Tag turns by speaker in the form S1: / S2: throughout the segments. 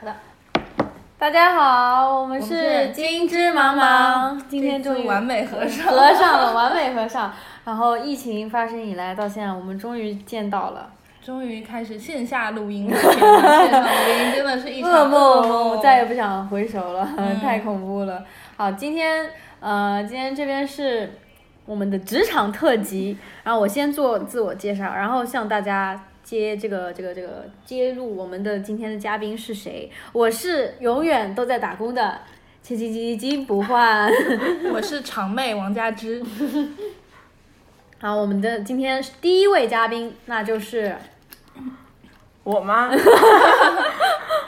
S1: 好的，大家好，我们
S2: 我们
S1: 是
S2: 是
S1: 金枝茫茫，今天
S2: 这
S1: 终
S2: 次
S1: 于
S2: 完美合上。
S1: 合上 了，完美合上。然后疫情发生以来到现在，我们终于见到了
S2: 终于开始线下录音了，天哪线上录音真的是一场
S1: 噩
S2: 梦，
S1: 梦，嗯我再也不想回首了， 太恐怖了。好，今天呃，今天这边是我们的职场特辑，然后我先做自我介绍，然后向大家。接这个这个这个揭露我们的今天的嘉宾是谁？我是永远都在打工的切切切金不换。
S2: 我是长妹王佳 芝，
S1: 好，我们的今天第一位嘉宾，那就是
S3: 我 吗？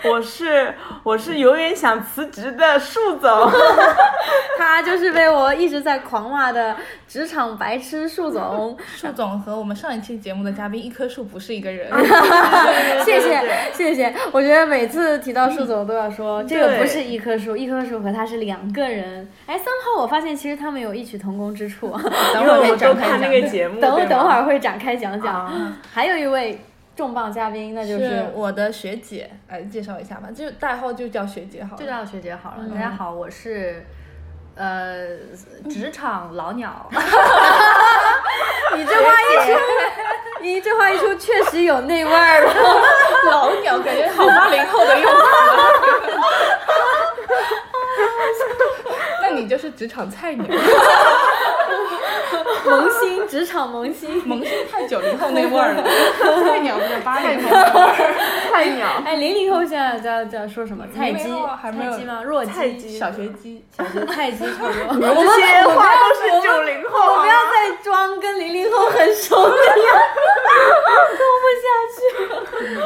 S3: 我是我是永远想辞职的树 总，
S1: 他，就是被我一直在狂骂的职场白痴树 总。
S2: 树总和我们上一期节目的嘉宾一棵树不是一个 人，
S1: 谢谢谢谢，我觉得每次提到树总都要说，这个不是一棵树，一棵树和他是两个人。哎，三号，我发现其实他们有异曲同工之 处。
S2: 等
S3: 因
S2: 会
S3: 为
S2: 儿
S3: 我
S2: 再展
S3: 们都
S2: 开
S3: 看
S2: 讲。
S3: 那个节目。
S1: 等我
S3: 对吗
S1: 等会儿会展开讲讲。
S3: 啊，
S1: 还有一位重磅嘉宾，那就是
S2: 我的学姐，来介绍一下吧，就代号就叫学姐好
S4: 就
S2: 了。
S4: 叫学姐好了。大
S3: 嗯
S4: 家好，我是呃职场老鸟，
S1: 你这话一 出，你这话一出，确实有那味儿了。
S2: 老鸟感觉好八零后的用词。那你就是职场菜鸟，
S1: 萌新，职场萌新。
S2: 萌新太九零后那味儿了， 菜鸟不是八零后那味儿。
S3: 菜鸟，
S1: 哎，零零后现在叫叫说什么？菜
S2: 零
S1: 鸡
S2: 零后还没有
S1: 菜鸡吗？弱
S3: 菜
S1: 鸡。
S3: 鸡
S2: 小学鸡，
S1: 小学菜鸡差不多。 我们
S3: 这些
S1: 我
S3: 话
S1: 们
S3: 都是九零后
S1: 不
S3: 啊
S1: 要。 再装跟零零后很熟的样子，弄不下去了。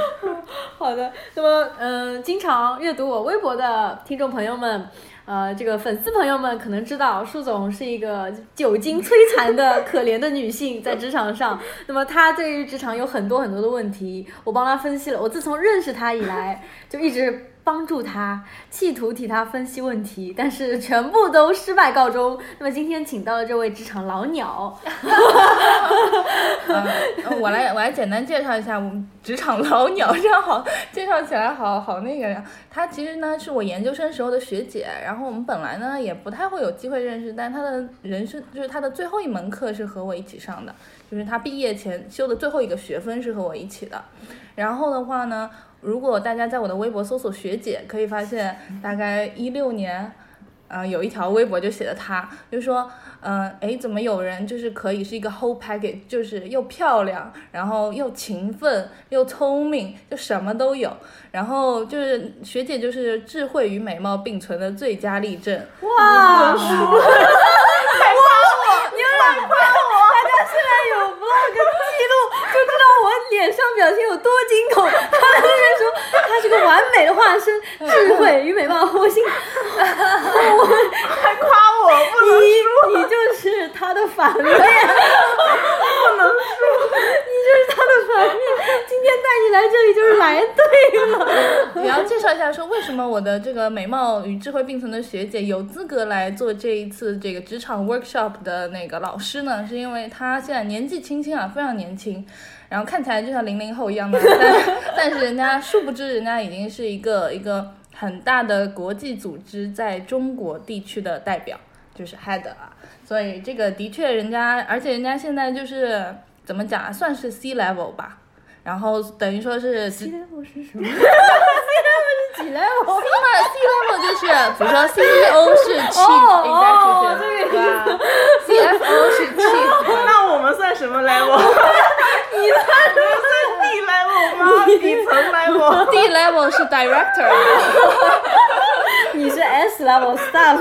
S1: 好的，那么嗯、呃经常阅读我微博的听众朋友们。呃，这个粉丝朋友们可能知道，树总是一个久经摧残的可怜的女性，在职场上。那么她对于职场有很多很多的问题，我帮她分析了。我自从认识她以来，就一直帮助她，企图替她分析问题，但是全部都失败告终。那么今天请到了这位职场老鸟，
S2: 嗯，我来我来简单介绍一下我们职场老鸟，这样好介绍起来好好那个呀。她其实呢是我研究生时候的学姐，然后我们本来呢也不太会有机会认识，但她的人生就是她的最后一门课是和我一起上的，就是她毕业前修的最后一个学分是和我一起的。然后的话呢，如果大家在我的微博搜索“学姐”，可以发现大概一六年。嗯、有一条微博就写的她，就说，嗯、呃，哎，怎么有人就是可以是一个 whole package，就是又漂亮，然后又勤奋，又聪明，就什么都有。然后就是学姐就是智慧与美貌并存的最佳例证。
S1: 哇！你们俩夸我，大家现在有 vlog 记录，就知道我脸上表情有多惊恐。他在那边说他是个完美的化身，智慧与美貌。我心，
S3: 还夸我不能
S1: 你你就是他的反面，不能说，你就是他的反面。今天带你来这里就是来对了。
S2: 也要介绍一下，说为什么我的这个美貌与智慧并存的学姐有资格来做这一次这个职场 workshop 的那个老师呢？是因为她现在年纪轻轻啊，非常年轻，然后看起来就像零零后一样的，但但是人家殊不知人家已经是一个一个很大的国际组织在中国地区的代表，就是 head 啊，所以这个的确人家，而且人家现在就是怎么讲啊，算是 C level 吧。然后等于说是职
S1: 我是什么？几 level？
S2: 那哦 C level 就是，比如说 CEO 是 Chief
S1: 哦
S2: Executive，
S1: 这个
S2: 对吧？CFO
S4: 哦
S2: 是 Chief，
S3: 那我们算什么 level？你们算地 level 吗？底层 level？
S2: D level 是 Director，
S1: 你是 S level staff，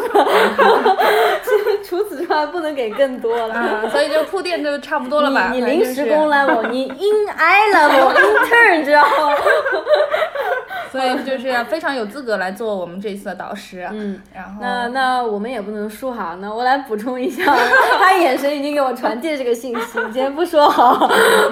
S1: 除此之外不能给更多了。
S2: 啊，所以就铺垫就差不多了吧？
S1: 你你
S2: 反
S1: 临
S2: 正就是
S1: 时工 level，你 in I level intern，知道吗？
S2: 所以就是非常有资格来做我们这一次的导师。啊
S1: 嗯，
S2: 然后
S1: 那那我们也不能输哈。那我来补充一下， 他眼神已经给我传递了这个信息。今天不说好，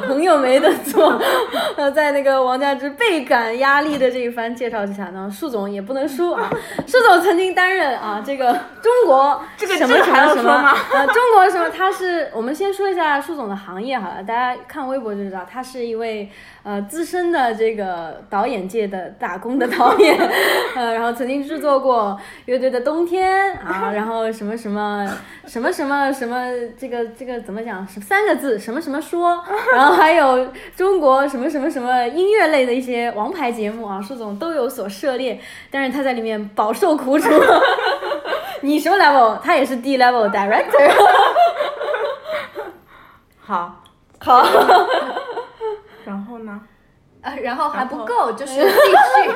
S1: 朋友没得做。 呃，在那个王佳芝倍感压力的这一番介绍之下呢，树总也不能输啊。树总曾经担任啊这个中国
S3: 这个
S1: 什么
S3: 这个
S1: 什
S3: 还
S1: 么
S3: 要
S1: 什
S3: 说
S1: 么
S3: 吗
S1: 呃中国什么，他是我们先说一下树总的行业好了，大家看微博就知道，他是一位呃资深的这个导演界的打打工的导演， 呃，然后曾经制作过《乐队的冬天》 啊，然后什么什么什么什么什么这个这个怎么讲？是三个字什么什么说，然后还有中国什么什么什么音乐类的一些王牌节目啊，树总都有所涉猎，但是他在里面饱受苦楚。你什么 level？他也是 D level director。
S3: 好，
S1: 好，
S3: 然后呢？
S4: 呃，然后还
S3: 然
S4: 不
S3: 后
S4: 够， 就是继续。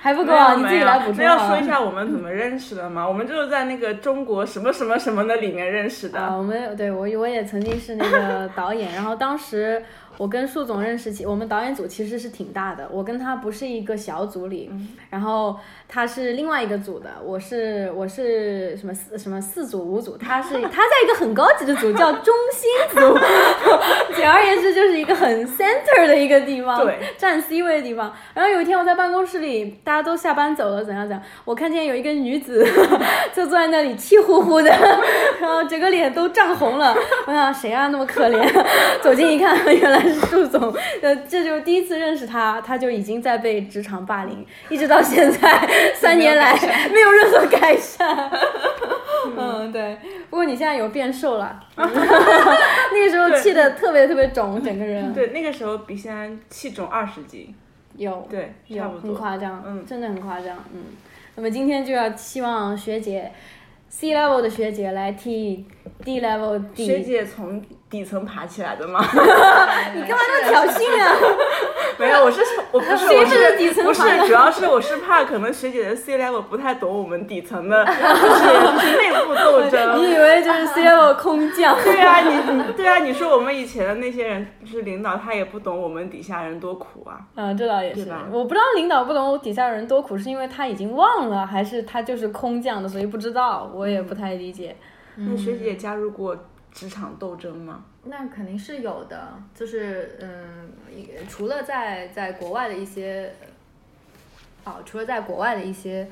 S1: 还不够
S3: 没有
S1: 啊？你自己来补充
S3: 没有那要
S1: 好
S3: 说一
S1: 了。
S3: 下我们怎么认识的吗？我们就是在那个中国什么什么什么的里面认识的。
S1: 啊，我们对我我也曾经是那个导演，然后当时我跟树总认识起，我们导演组其实是挺大的，我跟他不是一个小组里，
S3: 嗯
S1: 然后他是另外一个组的，我是我是什么四什么四组五组，他是他在一个很高级的组叫中心组， 简而言之就是一个很 center 的一个地方，
S3: 对，
S1: 啊占 C 位的地方。然后有一天我在办公室里，大家都下班走了，怎样怎样，我看见有一个女子 就坐在那里气呼呼的， 然后整个脸都涨红了。我想谁啊，那么可怜。 走近一看，原来是树总，呃，这就是第一次认识他，他就已经在被职场霸凌，一直到现 在三年来没有任何改善。嗯，对。不过你现在有变瘦 了，嗯 那个时候气得特别特别肿，整个人
S3: 对，那个时候比现在气重二十斤，
S1: 有
S3: 对，
S1: 有
S3: 差不
S1: 很
S3: 多。
S1: 夸张，
S3: 嗯
S1: 真的很夸张，嗯。那么今天就要希望学姐，C level 的学姐来替 D level 底，
S3: 学姐从底层爬起来的吗？
S1: 你干嘛那么挑衅啊？
S3: 没有，我是我不 是我
S1: 谁是
S3: 是
S1: 底层
S3: 不
S1: 爬的
S3: 是，主要是我是怕可能学姐的 C level 不太懂我们底层的，就是就是内部斗争。
S1: 你以为就是 C level 空降？
S3: 对 啊，你你对啊，你说我们以前的那些人就是领导，他也不懂我们底下人多苦啊。
S1: 嗯，这倒也是
S3: 对吧。
S1: 我不知道领导不懂我底下人多苦，是因为他已经忘了，还是他就是空降的，所以不知道。我也不太理解。
S3: 那学
S1: 嗯
S3: 姐加入过职场斗争吗？
S4: 那肯定是有的，就是嗯，一除了在在国外的一些，哦，除了在国外的一些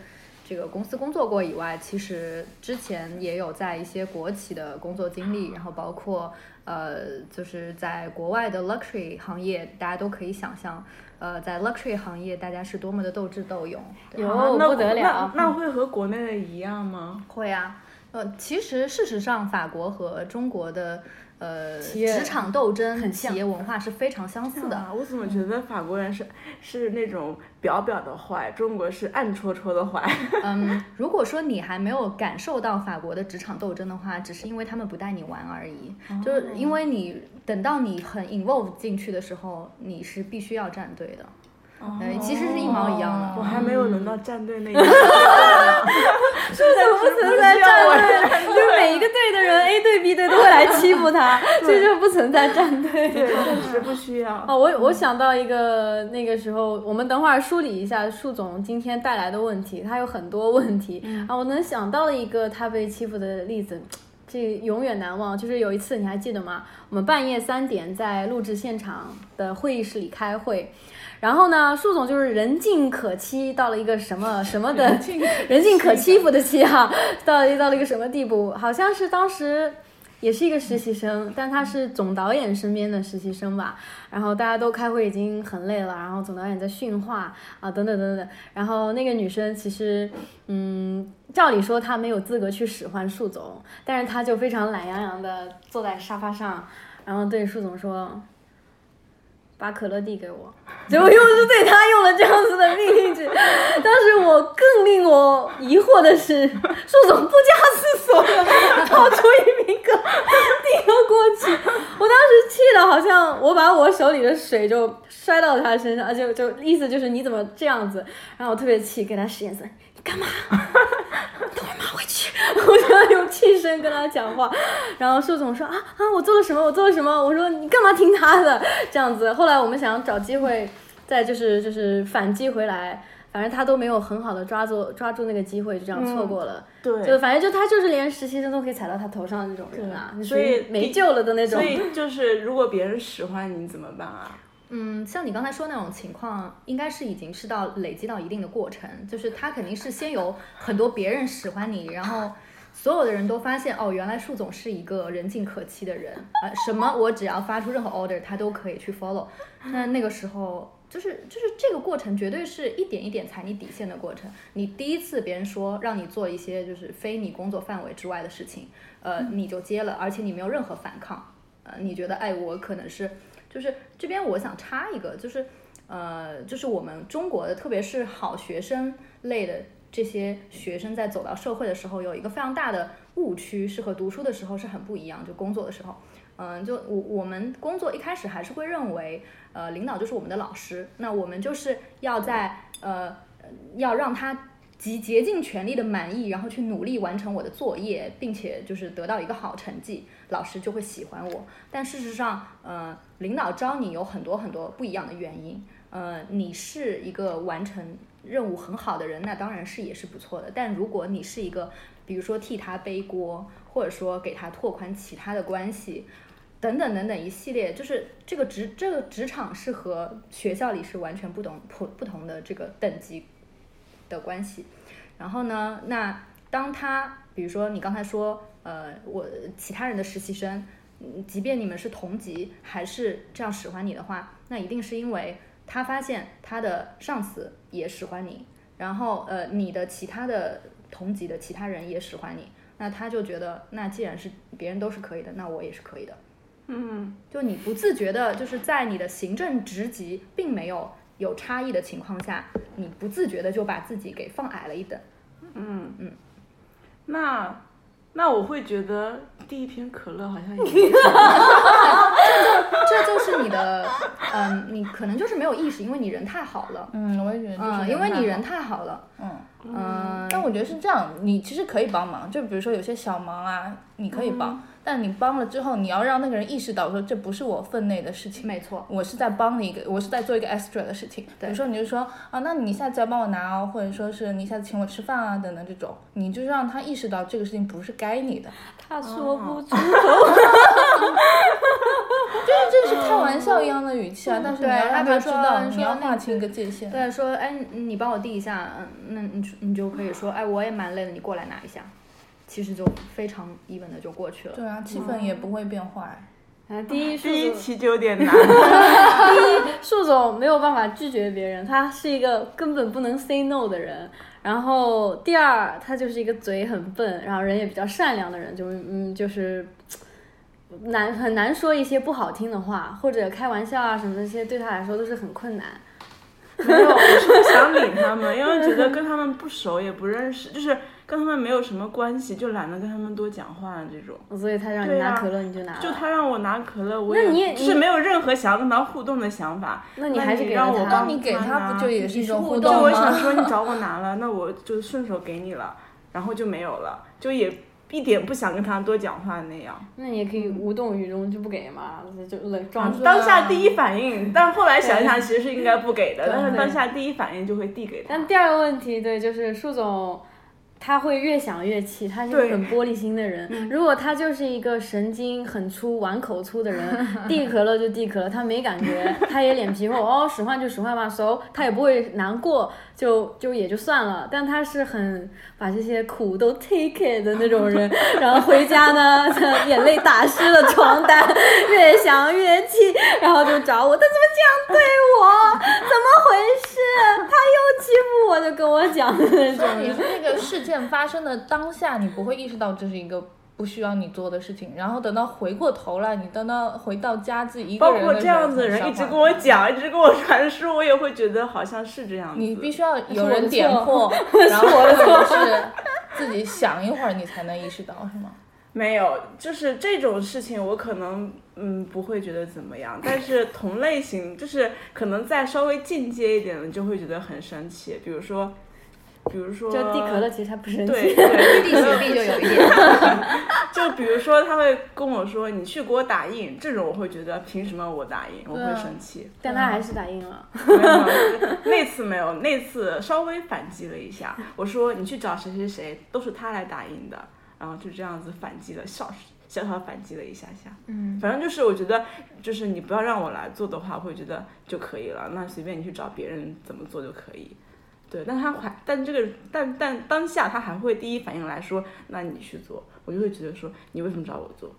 S4: 这个公司工作过以外，其实之前也有在一些国企的工作经历，然后包括呃，就是在国外的 luxury 行业，大家都可以想象，呃，在 luxury 行业大家是多么的斗智斗勇。对
S1: 有
S3: 啊那
S1: 哦不得了
S3: 那，那会和国内的一样吗？
S4: 会啊，呃，其实事实上，法国和中国的呃
S1: 企业
S4: 职场斗争、
S1: 很像
S4: 企业文化是非常相似的。
S3: 啊，我怎么觉得法国人是是那种表表的坏，中国是暗戳戳的坏？
S4: 嗯，如果说你还没有感受到法国的职场斗争的话，只是因为他们不带你玩而已，就是因为你等到你很 involve 进去的时候，你是必须要站队的。对，其实是一毛一样的。
S3: 我还没有轮到
S1: 嗯
S3: 站队那 一刻，
S1: 这怎么不存在战队？ 就是每一个队的人 A 队 B 队都会来欺负他， 这就不存在战队。
S3: 对，确实不需要。
S1: 哦，我我想到一个，那个时候我们等会儿梳理一下树总今天带来的问题，他有很多问题、 啊。我能想到的一个他被欺负的例子，这永远难忘。就是有一次你还记得吗？我们半夜三点在录制现场的会议室里开会，然后呢，树总就是人尽可欺，到了一个什么什么的人尽可欺负的欺啊，到底到了一个什么地步？好像是当时也是一个实习生，但他是总导演身边的实习生吧。然后大家都开会已经很累了，然后总导演在训话啊，等等等等。然后那个女生其实，嗯，照理说她没有资格去使唤树总，但是她就非常懒洋洋的坐在沙发上，然后对树总说。把可乐递给我，结果又是对他用了这样子的命令句。 当时我更令我疑惑的是，树总不加思索的掏出一瓶可乐递了过去，我当时气的好像我把我手里的水就摔到他身上，啊就就意思就是你怎么这样子？然后我特别气，给他使眼色，你干嘛？等会儿马回去， 我就用气声跟他讲话。然后树总说啊啊，我做了什么？我做了什么？我说你干嘛听他的？这样子。后来我们想找机会再就是就是反击回来，反正他都没有很好的抓住抓住那个机会，就这样错过了。就
S3: 嗯对，
S1: 反正就他就是连实习生都可以踩到他头上的那种人啊，你属于
S3: 所以
S1: 没救了的那种
S3: 所。以就是如果别人使唤你怎么办啊？
S4: 嗯，像你刚才说那种情况，应该是已经是到累积到一定的过程，就是他肯定是先有很多别人使唤你，然后所有的人都发现哦，原来树总是一个人尽可欺的人，呃，什么我只要发出任何 order，他都可以去 follow。那那个时候就是就是这个过程绝对是一点一点踩你底线的过程。你第一次别人说让你做一些就是非你工作范围之外的事情，呃，你就接了，而且你没有任何反抗，呃，你觉得哎，我可能是就是这边我想插一个，就是呃，就是我们中国的，特别是好学生类的这些学生在走到社会的时候，有一个非常大的误区，是和读书的时候是很不一样，就工作的时候。嗯，就我我们工作一开始还是会认为，呃，领导就是我们的老师，那我们就是要在呃要让他极竭尽全力的满意，然后去努力完成我的作业，并且就是得到一个好成绩，老师就会喜欢我。但事实上，呃，领导招你有很多很多不一样的原因。呃，你是一个完成任务很好的人，那当然是也是不错的。但如果你是一个，比如说替他背锅，或者说给他拓宽其他的关系，等等等等一系列，就是这个职这个职场是和学校里是完全不同不不同的这个等级的关系。然后呢，那当他比如说你刚才说，呃，我其他人的实习生，嗯即便你们是同级，还是这样使唤你的话，那一定是因为他发现他的上司也使唤你，然后呃，你的其他的同级的其他人也使唤你，那他就觉得，那既然是别人都是可以的，那我也是可以的。
S3: 嗯，
S4: 就你不自觉的，就是在你的行政职级并没有有差异的情况下，你不自觉的就把自己给放矮了一等。
S3: 那那我会觉得第一瓶可乐好像也 没什么
S4: 这就是你的，嗯，你可能就是没有意识，因为你人太好了，
S2: 嗯，我也觉得就是、
S4: 嗯，因为你人，太好了，
S2: 嗯。
S4: 嗯，
S2: 但我觉得是这样，你其实可以帮忙，就比如说有些小忙啊，你可以帮，
S4: 嗯
S2: 但你帮了之后，你要让那个人意识到说这不是我分内的事情，
S4: 没错，
S2: 我是在帮你一个，我是在做一个 extra 的事情。比
S4: 对
S2: 如说你就说啊，那你下次要帮我拿哦，或者说是你下次请我吃饭啊等等这种，你就是让他意识到这个事情不是该你的。
S1: 他说不出口，
S2: 就是这是开玩笑一样的语气啊，但是你
S4: 对
S2: 要
S4: 他
S2: 让
S4: 比如
S2: 知
S4: 说
S2: 道，
S4: 你
S2: 你
S4: 说
S2: 要
S4: 那
S2: 划清一个界限。
S4: 对，说，哎，你你帮我递一下，嗯，那你就你就可以说，哎，我也蛮累的，你过来拿一下，其实就非常 even 的就过去了。
S2: 对啊，气氛也不会变坏。
S1: 啊第一树
S3: 第一
S1: 总，
S3: 期就有点难。
S1: 树总没有办法拒绝别人，他是一个根本不能 say no 的人。然后第二，他就是一个嘴很笨，然后人也比较善良的人，就嗯，就是嘖难很难说一些不好听的话，或者开玩笑啊什么的，这些对他来说都是很困难。
S3: 没有，我是不想理他们，因为觉得跟他们不熟也不认识，就是跟他们没有什么关系，就懒得跟他们多讲话这种。
S1: 所以他让你
S3: 对
S1: 拿
S3: 啊
S1: 可乐，你就拿了。
S3: 就他让我拿可乐，我
S1: 那你也
S3: 就是
S1: 你
S3: 没有任何想要跟他互动的想法。
S1: 那
S3: 那
S1: 你还是给了
S3: 让
S1: 他
S3: 我
S1: 那
S3: 帮
S2: 你给他
S3: 拿
S2: 不就也是一种互
S3: 就
S2: 动
S3: 我
S2: 吗
S3: 想 说你找我拿了，那我就顺手给你了，然后就没有了，就也一点不想跟他多讲话那样。
S1: 那你也可以无动于衷，就不给嘛，就冷装
S2: 对
S1: 出来。
S2: 啊
S3: 当下第一反应，但后来想一想，其实是应该不给的，但是
S2: 对
S3: 当下第一反应就会递给他。
S1: 但第二个问题，对，就是树总，他会越想越气，他是一个
S3: 对
S1: 很玻璃心的人。如果他就是一个神经很粗、碗口粗的人，递可乐就递可乐，他没感觉，他也脸皮厚，哦，使唤就使唤吧，熟，他也不会难过，就就也就算了。但他是很把这些苦都 take it 的那种人，然后回家呢， 他眼泪打湿了床单，越想越气，然后就找我，他怎么这样对我？怎么回事？他又欺负我，就跟我讲的那种
S2: 你
S1: 人。
S2: 那个事件发生的当下，你不会意识到这是一个不需要你做的事情，然后等到回过头来，你等到回到家自己一个
S3: 包
S2: 人
S3: 括
S2: 的
S3: 这
S2: 时候
S3: 样子的
S2: 才
S3: 人一
S2: 消
S3: 直
S2: 化
S3: 跟我讲，一直跟我传输，我也会觉得好像是这样子。
S2: 你必须要有
S1: 我
S2: 人
S1: 的
S2: 点
S1: 错
S2: 破， 然后或者是自己想一会儿，你才能意识到，是吗？
S3: 没有，就是这种事情，我可能嗯不会觉得怎么样，但是同类型就是可能再稍微进阶一点的，就会觉得很生气。比如说，比如说，
S1: 就递可乐，其实他不生
S3: 对
S1: 气。
S3: 对，
S4: 弟学弟就有一 点，
S3: 就比如说他会跟我说你去给我打印，这种我会觉得凭什么我打印，我
S2: 对啊
S3: 会生气。
S1: 但他还是打赢了。
S3: 没有 那次没有，那次稍微反击了一下，我说你去找谁谁谁，都是他来打印的，然后就这样子反击了，小小小反击了一下下。
S4: 嗯，
S3: 反正就是我觉得，就是你不要让我来做的话，我会觉得就可以了。那随便你去找别人怎么做就可以。对，但他还，但这个，但但当下他还会第一反应来说，那你去做，我就会觉得说，你为什么找我做？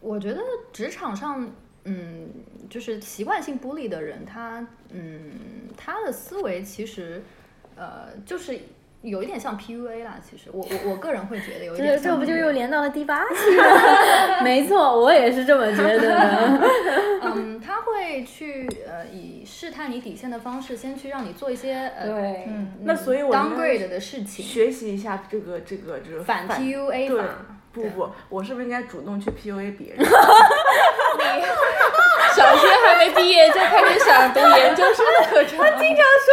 S4: 我觉得职场上嗯，就是习惯性孤立的人，他嗯，他的思维其实呃，就是有一点像 PUA 啦。其实我我我个人会觉得有一
S1: 这
S4: 点
S1: 这
S4: 像 PUA，
S1: 不就又连到了第八期了？ 没错，我也是这么觉得的。
S4: 嗯，他会去呃以试探你底线的方式，先去让你做一些呃
S1: 对，
S2: 嗯，
S3: 那所以我应该
S4: downgrade 的事情，
S3: 学习一下这个这个这个
S4: 反 PUA
S3: 对
S4: 法。，
S3: 不
S4: 对
S3: 不，我是不是应该主动去 PUA 别人？
S2: 小学还没毕业就开始想读研究生的课
S1: 经
S2: 程，
S1: 常说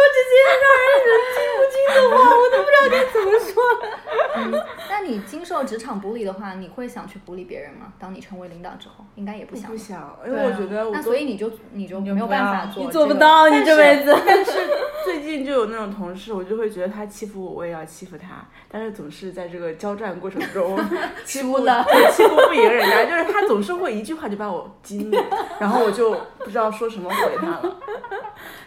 S1: 这些让人忍俊不禁的话，我都不知道该怎么说。
S4: 那你经受职场bully 的话，你会想去 bully 别人吗？当你成为领导之后，应该 也不想
S3: 不
S4: 吧。
S3: 想，因为
S2: 对啊
S3: 我觉得我
S4: 那
S3: 都
S4: 所以你就你就
S2: 你就
S4: 没有
S2: 不
S4: 办
S2: 要
S4: 法做，
S1: 你做不。到，你这辈子。
S3: 最近就有那种同事，我就会觉得他欺负我，我也要欺负他，但是总是在这个交战过程 中欺负
S4: 输了，
S3: 对欺负不赢人家，就是他总是会一句话就把我激怒，然后我就不知道说什么回他了。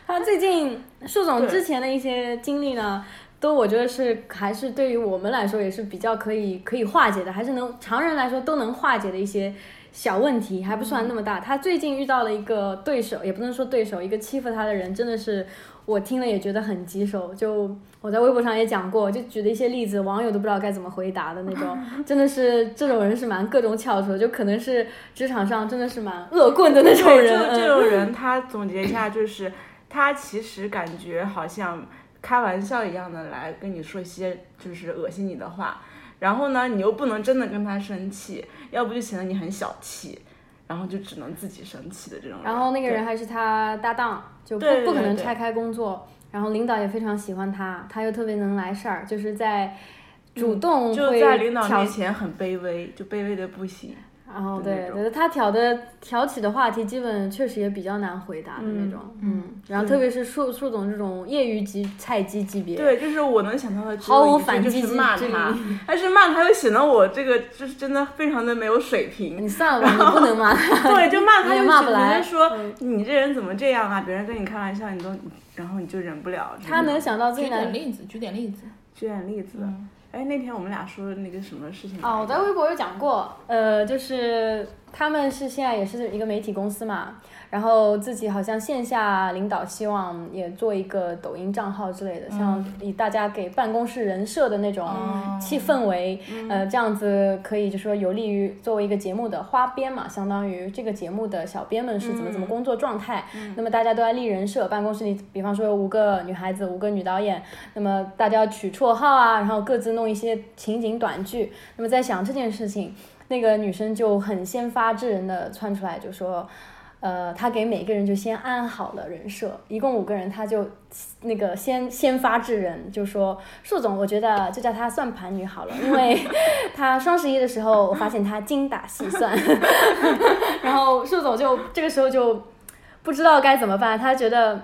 S1: 他最近树总
S3: 对
S1: 之前的一些经历呢，都我觉得是还是对于我们来说也是比较可以可以化解的，还是能常人来说都能化解的一些小问题，还不算那么大。他最近遇到了一个对手，也不能说对手，一个欺负他的人，真的是。我听了也觉得很棘手，就我在微博上也讲过，就举了一些例子，网友都不知道该怎么回答的那 种，真的是这种人是蛮各种翘楚的，就可能是职场上真的是蛮恶棍的那种
S3: 对，
S1: 人。
S3: 就这
S1: 嗯
S3: 种人，他总结一下就是，他其实感觉好像开玩笑一样的来跟你说一些就是恶心你的话，然后呢，你又不能真的跟他生气，要不就显得你很小气，然后就只能自己生气的这种人。
S1: 然后那个
S3: 对
S1: 人还是他搭档，就不
S3: 对对
S1: 不可能
S3: 对
S1: 拆开工作。然后领导也非常喜欢他，他又特别能来事儿，就是在主动
S3: 嗯就
S1: 会
S3: 在领导
S1: 挑
S3: 面，前很卑微，就卑微的不行。
S1: 然后
S3: 的那
S1: 对
S3: 种
S1: 对，他挑的挑起的话题，基本确实也比较难回答的那种。嗯，然后特别是树树总这种业余级菜鸡级别，
S3: 对，就是我能想到的只
S1: 毫无
S3: 有一
S1: 反
S3: 句，就
S1: 击
S3: 是
S1: 之
S3: 骂
S1: 之
S3: 他
S1: 力，
S3: 但是骂他又显得我这个就是真的非常的没有水平。
S1: 你算了吧，你不能骂他。
S3: 对，就骂他
S1: 你也
S3: 又
S1: 骂
S3: 是
S1: 不
S3: 人家
S1: 来嗯
S3: 说你这人怎么这样啊？别人跟你开玩笑，你都然后你就忍不了。
S1: 他能想到
S2: 举
S1: 最难
S2: 点例子，举点例子。
S3: 举点例子。哎，那天我们俩说那个什么事情来着？
S1: 哦，我在微博有讲过，呃，就是他们是现在也是一个媒体公司嘛，然后自己好像线下领导希望也做一个抖音账号之类的，像以大家给办公室人设的那种气氛为，呃，这样子可以就说有利于作为一个节目的花边嘛，相当于这个节目的小编们是怎么怎么工作状态，那么大家都在立人设，办公室里，比方说有五个女孩子，五个女导演，那么大家要取绰号啊，然后各自弄一些情景短剧。那么在想这件事情，那个女生就很先发制人的窜出来，就说，呃，她给每个人就先安好了人设，一共五个人，她就那个先先发制人，就说树总，我觉得就叫她算盘女好了，因为 她双十一的时候，我发现她精打细算， 然后树总就这个时候就不知道该怎么办，他觉得。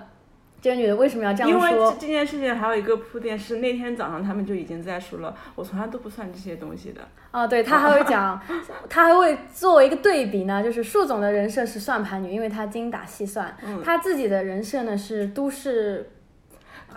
S1: 这个女的为什么要这样
S3: 因
S1: 说？
S3: 为这这件事情还有一个铺垫是那天早上他们就已经在说了，我从来都不算这些东西的。
S1: 哦，对他还会讲，他还会作为一个对比呢，就是树总的人设是算盘女，因为她精打细算；她自己的人设呢是都市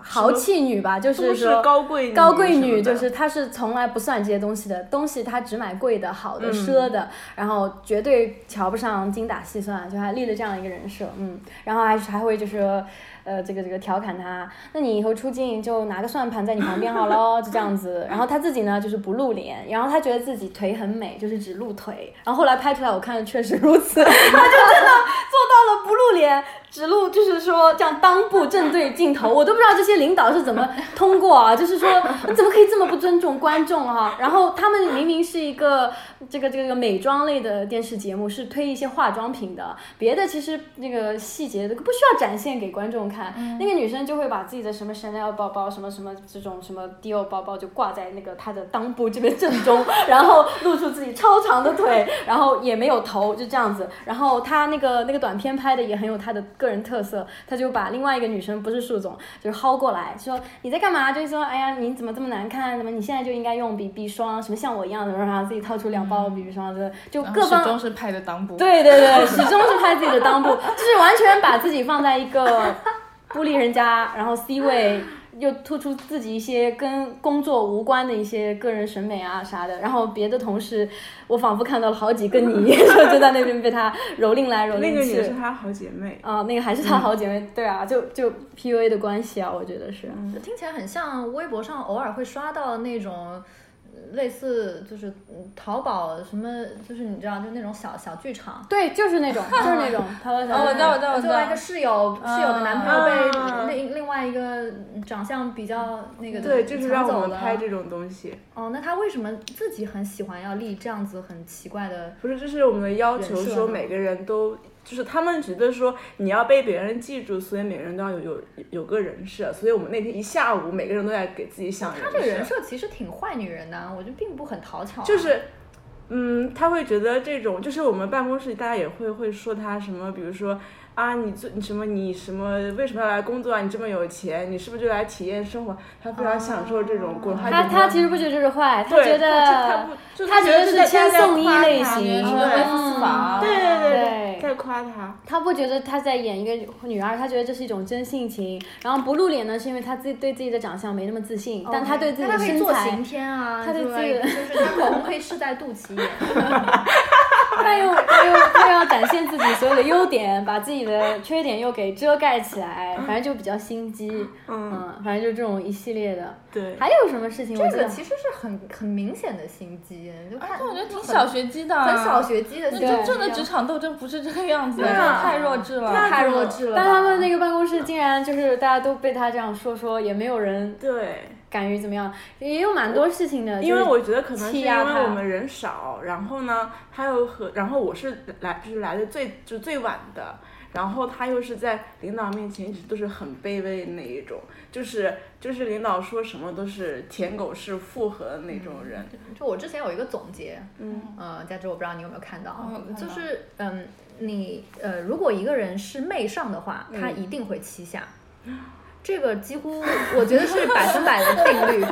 S1: 豪气女吧，就
S3: 都
S1: 是
S3: 是
S1: 说
S3: 高贵
S1: 高贵
S3: 什么
S1: 女，
S3: 的
S1: 就是她是从来不算这些东西的，东西她只买贵的、好的、奢
S3: 嗯
S1: 的，然后绝对瞧不上精打细算，就还立了这样一个人设，嗯，然后还是还会就是说。呃，这个这个调侃她，那你以后出镜就拿个算盘在你旁边好喽，就这样 子。然后她自己呢，就是不露脸，然后她觉得自己腿很美，就是只露腿。然后后来拍出来，我看了确实如 此，她就真的做到了不露脸，只露，就是说这样裆部正对镜头，我都不知道这些领导是怎么通过啊，就是说怎么可以这么不尊重观众啊？然后他们明明是一个这个这个美妆类的电视节目，是推一些化妆品的，别的其实那个细节都不需要展现给观众看。那个女生就会把自己的什么 Chanel 包包、什么什么这种什么 Dior 包包就挂在那个她的裆部这边正中，然后露出自己超长的腿，然后也没有头，就这样子。然后她那个那个短片拍的也很有她的个人特色，她就把另外一个女生不是树总，就是薅过来说你在干嘛？就是说哎呀你怎么这么难看？怎么你现在就应该用 BB 霜？什么像我一样的，然后自己掏出两包 BB 霜，就是就
S4: 嗯
S2: 然
S1: 各
S2: 后始
S1: 方
S2: 终啊是拍的裆部，
S1: 对对对，始终是拍自己的裆部，就是完全把自己放在一个孤立人家，然后 C 位又突出自己一些跟工作无关的一些个人审美啊啥的，然后别的同事，我仿佛看到了好几个 你，就就在那边被他蹂躏来蹂
S3: 那个
S1: 躏
S3: 也是
S1: 去。
S3: 她好姐妹，
S1: 啊、那个还是她好姐妹，对啊，就就 PUA 的关系啊，我觉得是。
S3: 嗯
S4: 听起来很像微博上偶尔会刷到那种呃类似就是嗯淘宝什么，就是你知道，就那种小小剧场。
S1: 对，就是那种，就是那 种，他说
S2: 哦我知道我知道我知
S4: 就
S2: 道
S4: 那个室友，
S3: 嗯
S4: 室友的男朋友
S3: 啊
S4: 被另另外一个长相比较那个
S3: 嗯
S4: 的
S3: 对，就是让
S4: 抢
S3: 我
S4: 走
S3: 们
S4: 了。
S3: 拍
S1: 啊
S3: 这种东西，
S4: 哦，那他为什么自己很喜欢要立这样子很奇怪的？
S3: 不是，就是我们的要求
S4: 人设
S3: 说
S4: 呢
S3: 每个人都。就是他们觉得说你要被别人记住，所以每个人都要有有有个人设，所以我们那天一下午每个人都在给自己想人
S4: 他
S3: 设。
S4: 这个人设其实挺坏女人的，啊我觉得并不很讨巧啊、
S3: 就是，嗯，他会觉得这种，就是我们办公室大家也会会说他什么，比如说啊，你做你什么你什么为什么要来工作啊？你这么有钱，你是不是就来体验生活？他非常享受这种过程，
S1: 他
S3: 就
S1: 他其实不觉得这是坏，他
S3: 对
S1: 觉
S3: 他他
S1: 得
S3: 不就
S1: 他觉得是
S3: 在
S1: 千颂伊类型
S2: 觉得是
S3: 对
S2: 微服私访，
S3: 对
S4: 嗯
S3: 对对
S1: 对
S3: 在夸他，
S1: 他不觉得他在演一个女女二，他觉得这是一种真性情。然后不露脸呢，是因为他自己对自己的长相没那么自信，但他对自己
S4: 那
S1: 的
S4: 哦他可
S1: 身
S4: 以做
S1: 材
S4: 刑，天啊，
S1: 他对
S4: 是吧
S1: 自己的
S4: 就是他口红可以试在肚脐眼，
S1: 他又他又他又要展现自己所有的优点，把自己的缺点又给遮盖起来，
S4: 嗯
S1: 反正就比较心机。嗯，反正就这种一系列的。
S3: 对，
S1: 还有什么事情？我
S4: 这
S1: 记
S4: 个
S1: 得
S4: 其实是很很明显的心机，你就看
S2: 啊我觉得挺
S4: 很
S2: 小学鸡的啊，
S4: 很小学鸡的
S2: 那
S4: 心机啊，
S2: 真正的职场斗争不是这个样子的，
S3: 对啊
S2: 太弱智了。
S4: 太弱智了吧。
S1: 但他们那个办公室竟然就是大家都被他这样说说，也没有人
S3: 对，
S1: 敢于怎么样，也有蛮多事情的。
S3: 因
S1: 就
S3: 为
S1: 是
S3: 我觉得可能是
S1: 欺
S3: 因
S1: 压他
S3: 为我们人少，然后呢，他又和然后我是来就是来的最就最晚的，然后他又是在领导面前一直都是很卑微的那一种，就是就是领导说什么都是舔狗式附和的那种人，
S4: 就我之前有一个总结，
S3: 嗯，
S4: 呃，佳芝，我不知道你有没有看到啊
S2: 我有，看到
S4: 就是嗯，你呃，如果一个人是媚上的话，他一定会欺下。这个几乎我觉得是百分百的定律。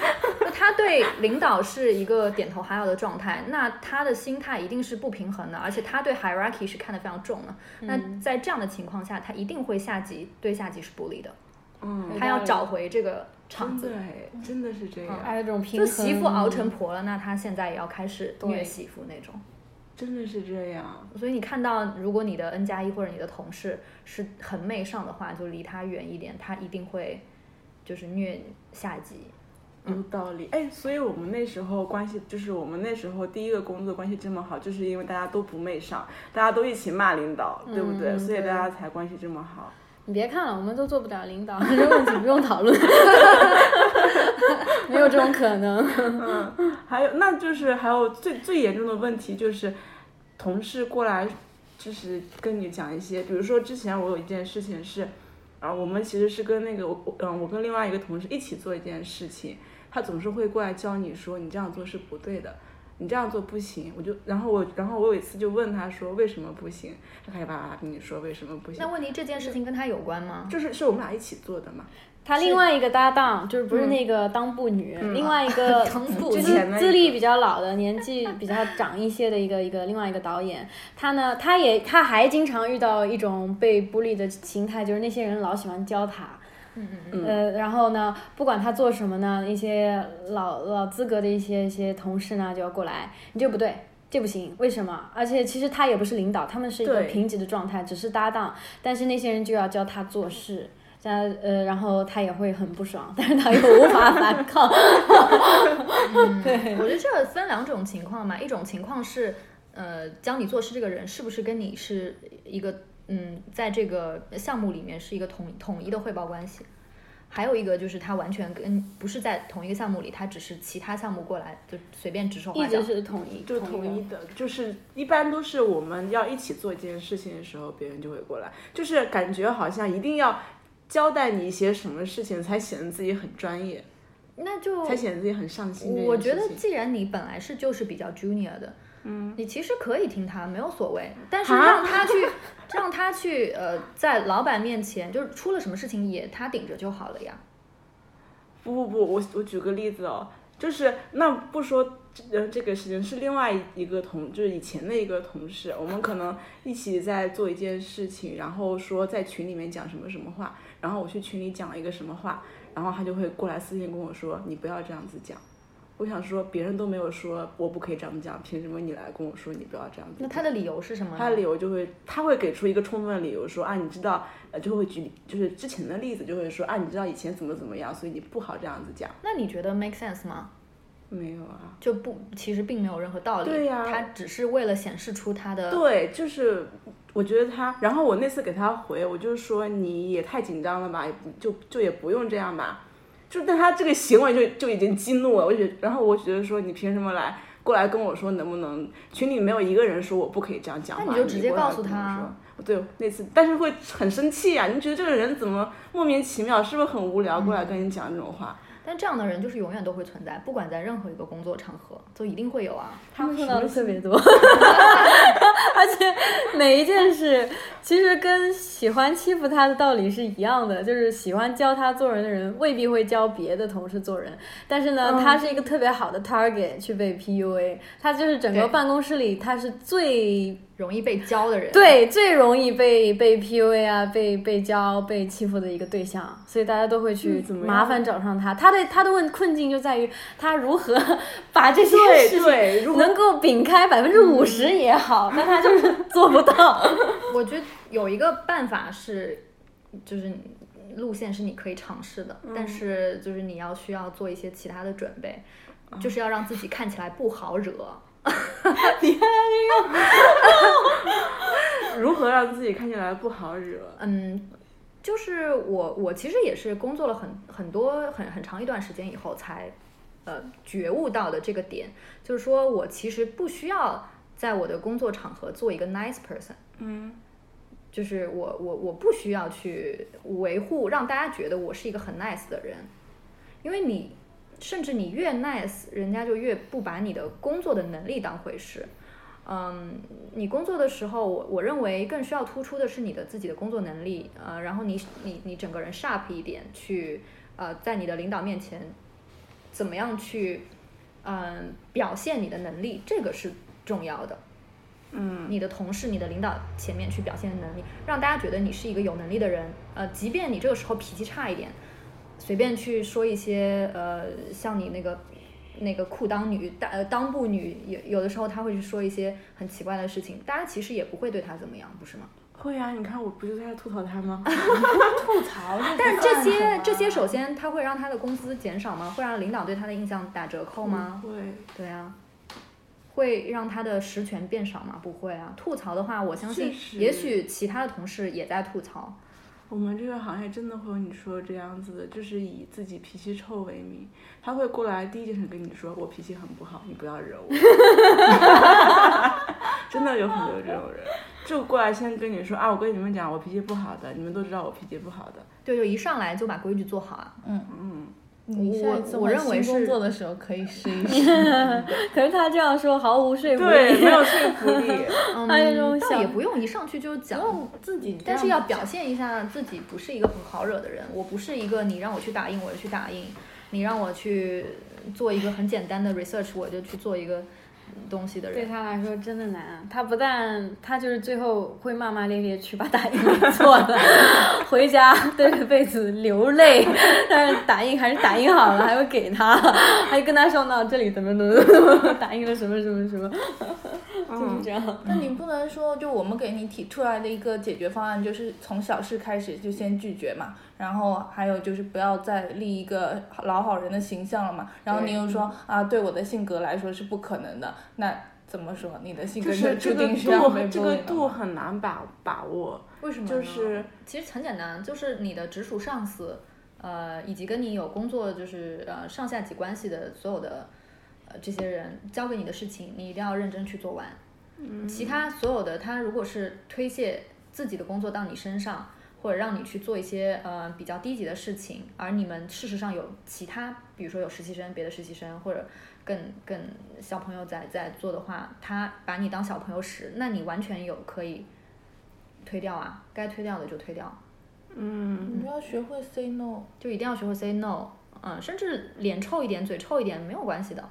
S4: 就他对领导是一个点头哈腰的状态，那他的心态一定是不平衡的，而且他对 hierarchy 是看得非常重的。那在这样的情况下，他一定会下级对下级是不利的，
S3: 嗯，
S4: 他要找回这个场子
S3: 真的。哎，真的是这样，
S1: 还有这种平
S4: 就
S1: 衡，
S4: 媳妇熬成婆了，那他现在也要开始虐媳妇那种。
S3: 真的是这样，
S4: 所以你看到，如果你的 N 加一或者你的同事是很媚上的话，就离他远一点，他一定会就是虐下级。
S3: 有道理，哎，所以我们那时候关系就是我们那时候第一个工作关系这么好，就是因为大家都不媚上，大家都一起骂领导，对不对？
S1: 嗯
S3: 所以大
S1: 对
S3: 家才关系这么好。
S1: 你别看了，我们都做不了领导， 这问题不用讨 论，没有这种可能。
S3: 还有，那就是还有最最严重的问题就是，同事过来就是跟你讲一些，比如说之前我有一件事情是，啊，我们其实是跟那个我我嗯，我跟另外一个同事一起做一件事情，他总是会过来教你说你这样做是不对的。你这样做不行，我就然后我然后我有一次就问他说为什么不行，他开始叭叭叭跟你说为什么不行
S4: 那，问题这件事情跟他有关吗？
S3: 就是是我们俩一起做的嘛，
S1: 他另外一个搭档就是不是那个当布女，另外一 个
S4: 布
S1: 就是
S3: 之前那
S1: 资
S3: 一
S1: 历
S3: 个
S1: 比较老的、年纪比较长一些的一个一个另外一个导演，他呢，他也他还经常遇到一种被孤立的心态，就是那些人老喜欢教他。
S3: 嗯
S1: 呃，然后呢，不管他做什么呢，一些老老资格的一些一些同事呢，就要过来，你这不对，这不行，为什么？而且其实他也不是领导，他们是一个
S3: 对
S1: 平级的状态，只是搭档，但是那些人就要教他做事。这样呃，然后他也会很不爽，但是他又无法反抗。
S4: 我觉得这个分两种情况嘛，一种情况是，呃，教你做事这个人是不是跟你是一个，嗯，在这个项目里面是一个统统一的汇报关系，还有一个就是他完全跟不是在同一个项目里，他只是其他项目过来就随便指手
S1: 一
S4: 画脚
S1: 直。是统一，
S3: 就
S1: 统
S3: 统
S1: 一
S3: 一
S1: 的。
S3: 的，就是一般都是我们要一起做一件事情的时候，别人就会过来，就是感觉好像一定要交代你一些什么事情，才显得自己很专业，
S4: 那就
S3: 才显得自己很上心这件事情。
S4: 我觉得，既然你本来是就是比较 junior 的，嗯，你其实可以听他，没有所谓。但是
S3: 啊
S4: 让他去，让他去，呃，在老板面前，就是出了什么事情也他顶着就好了呀。
S3: 不不不，我我举个例子哦，就是那不说这呃这个事情，是另外一个同，就是以前的一个同事，我们可能一起在做一件事情，然后说在群里面讲什么什么话，然后我去群里讲了一个什么话，然后他就会过来私信跟我说，你不要这样子讲。我想说，别人都没有说我不可以这样子讲，凭什么你来跟我说你不要这样子讲？
S4: 那他的理由是什么呢？
S3: 他的理由就会，他会给出一个充分的理由，说啊，你知道，呃，就会举就是之前的例子，就会说啊，你知道以前怎么怎么样，所以你不好这样子讲。
S4: 那你觉得 make sense 吗？
S3: 没有啊，
S4: 就不，其实并没有任何道理。
S3: 对呀
S4: 他只是为了显示出他的
S3: 对，就是我觉得他，然后我那次给他回，我就说你也太紧张了吧，也不就就也不用这样吧，就但他这个行为就就已经激怒了，我觉，然后我觉得说你凭什么来过来跟我说能不能？群里没有一个人说我不可以这样讲话，
S4: 那你就直接
S3: 过来
S4: 告诉
S3: 跟我
S4: 他啊
S3: 说。对，那次，但是会很生气呀、你觉得这个人怎么莫名其妙，是不是很无聊，过来跟你讲这种话？
S4: 但这样的人就是永远都会存在，不管在任何一个工作场合，就一定会有啊。
S1: 他们
S3: 什
S1: 碰到
S3: 么
S1: 的
S3: 心
S1: 特别多，而且每一件事其实跟喜欢欺负他的道理是一样的，就是喜欢教他做人的人未必会教别的同事做人，但是
S3: 嗯
S1: 呢，他是一个特别好的 target 去被 PUA，他就是整个
S4: 对
S1: 办公室里他是最
S4: 容易被教的人，，
S1: 对最容易被被 PUA 啊，被被教被欺负的一个对象，所以大家都会去
S3: 嗯怎么样
S1: 麻烦找上他。他的他的问困境就在于他如何 把这些
S3: 对
S1: 事情
S3: 对如果
S1: 能够摒开百分之五十也好，但他就是做不到。
S4: 我觉得有一个办法是，就是你路线是你可以尝试的，但是就是你要需要做一些其他的准备，就是要让自己看起来不好惹。
S3: 如何让自己看起来不好惹？
S4: 嗯，就是我我其实也是工作了很很多很很长一段时间以后才，呃，觉悟到的这个点，就是说我其实不需要在我的工作场合做一个 nice person。
S3: 嗯，
S4: 就是我我我不需要去维护，让大家觉得我是一个很 nice 的人，因为你甚至你越 nice，人家就越不把你的工作的能力当回事。嗯，你工作的时候，我我认为更需要突出的是你的自己的工作能力，呃，然后你你你整个人 sharp 一点，去呃，在你的领导面前怎么样去嗯、表现你的能力，这个是重要的。
S3: 嗯
S4: 你的同事、你的领导前面去表现能力，让大家觉得你是一个有能力的人。呃，即便你这个时候脾气差一点，随便去说一些呃，像你那个那个裤裆女、大呃裆部女，有有的时候她会去说一些很奇怪的事情，大家其实也不会对她怎么样，不是吗？
S3: 会啊，你看我不就在吐槽他吗？
S2: 吐槽，
S4: 但这些
S3: 嗯
S4: 这些，首先它会让她的工资减少吗？会让领导对她的印象打折扣吗？
S3: 会。
S4: 对啊，会让他的实权变少吗？不会啊。吐槽的话，我相信
S3: 确实，
S4: 也许其他的同事也在吐槽。
S3: 我们这个行业真的会有你说这样子的，就是以自己脾气臭为名，他会过来第一件事跟你说我脾气很不好，你不要惹我。 真的有很多这种人，就过来先跟你说啊，我跟你们讲我脾气不好的，你们都知道我脾气不好的。
S4: 对，就一上来就把规矩做好啊。
S2: 嗯你下一次
S4: 我我
S2: 换
S4: 认为
S2: 新工
S4: 是
S2: 作的时候可以试一试。
S1: 可是他这样说毫无说服
S3: 对，
S1: 力
S3: 没。有说服力。
S4: 嗯，
S1: 哎呀我
S4: 倒
S1: 想
S4: 也不用一上去就讲，
S2: 自己这样，
S4: 但是要表现一下自己不是一个很好惹的人。我不是一个你让我去打印我就去打印，你让我去做一个很简单的 research 我就去做一个嗯东西的
S1: 对
S4: 人。
S1: 他来说真的难啊，他不但他就是最后会骂骂咧咧去把打印给做了， 回家对着被子流泪， 但是打印还是打印好了，还会给他， 还跟他说呢这里怎么怎么怎么打印了什么什么什么，就是这样。
S2: 但你不能说，就我们给你提出来的一个解决方案，就是从小事开始，就先拒绝嘛。然后还有就是不要再立一个老好人的形象了嘛。然后你又说啊，对我的性格来说是不可能的，那怎么说？你的性
S3: 就
S2: 格
S3: 是这
S2: 注
S3: 个
S2: 定是要被
S3: 度，这
S2: 剥
S3: 个
S2: 离的
S3: 度
S2: 嘛
S3: 很难把把握。
S4: 为什么呢？
S3: 就是
S4: 其实很简单，就是你的直属上司，呃，以及跟你有工作就是呃上下级关系的所有的呃这些人交给你的事情，你一定要认真去做完。嗯、其他所有的他如果是推卸自己的工作到你身上，或者让你去做一些呃比较低级的事情，而你们事实上有其他，比如说有实习生、别的实习生或者更更小朋友在在做的话，他把你当小朋友使，那你完全有可以推掉啊，该推掉的就推掉，
S3: 嗯，
S2: 你要学会 say no。
S4: 就一定要学会 say no。嗯，嗯，甚至脸臭一点、嘴臭一点没有关系的。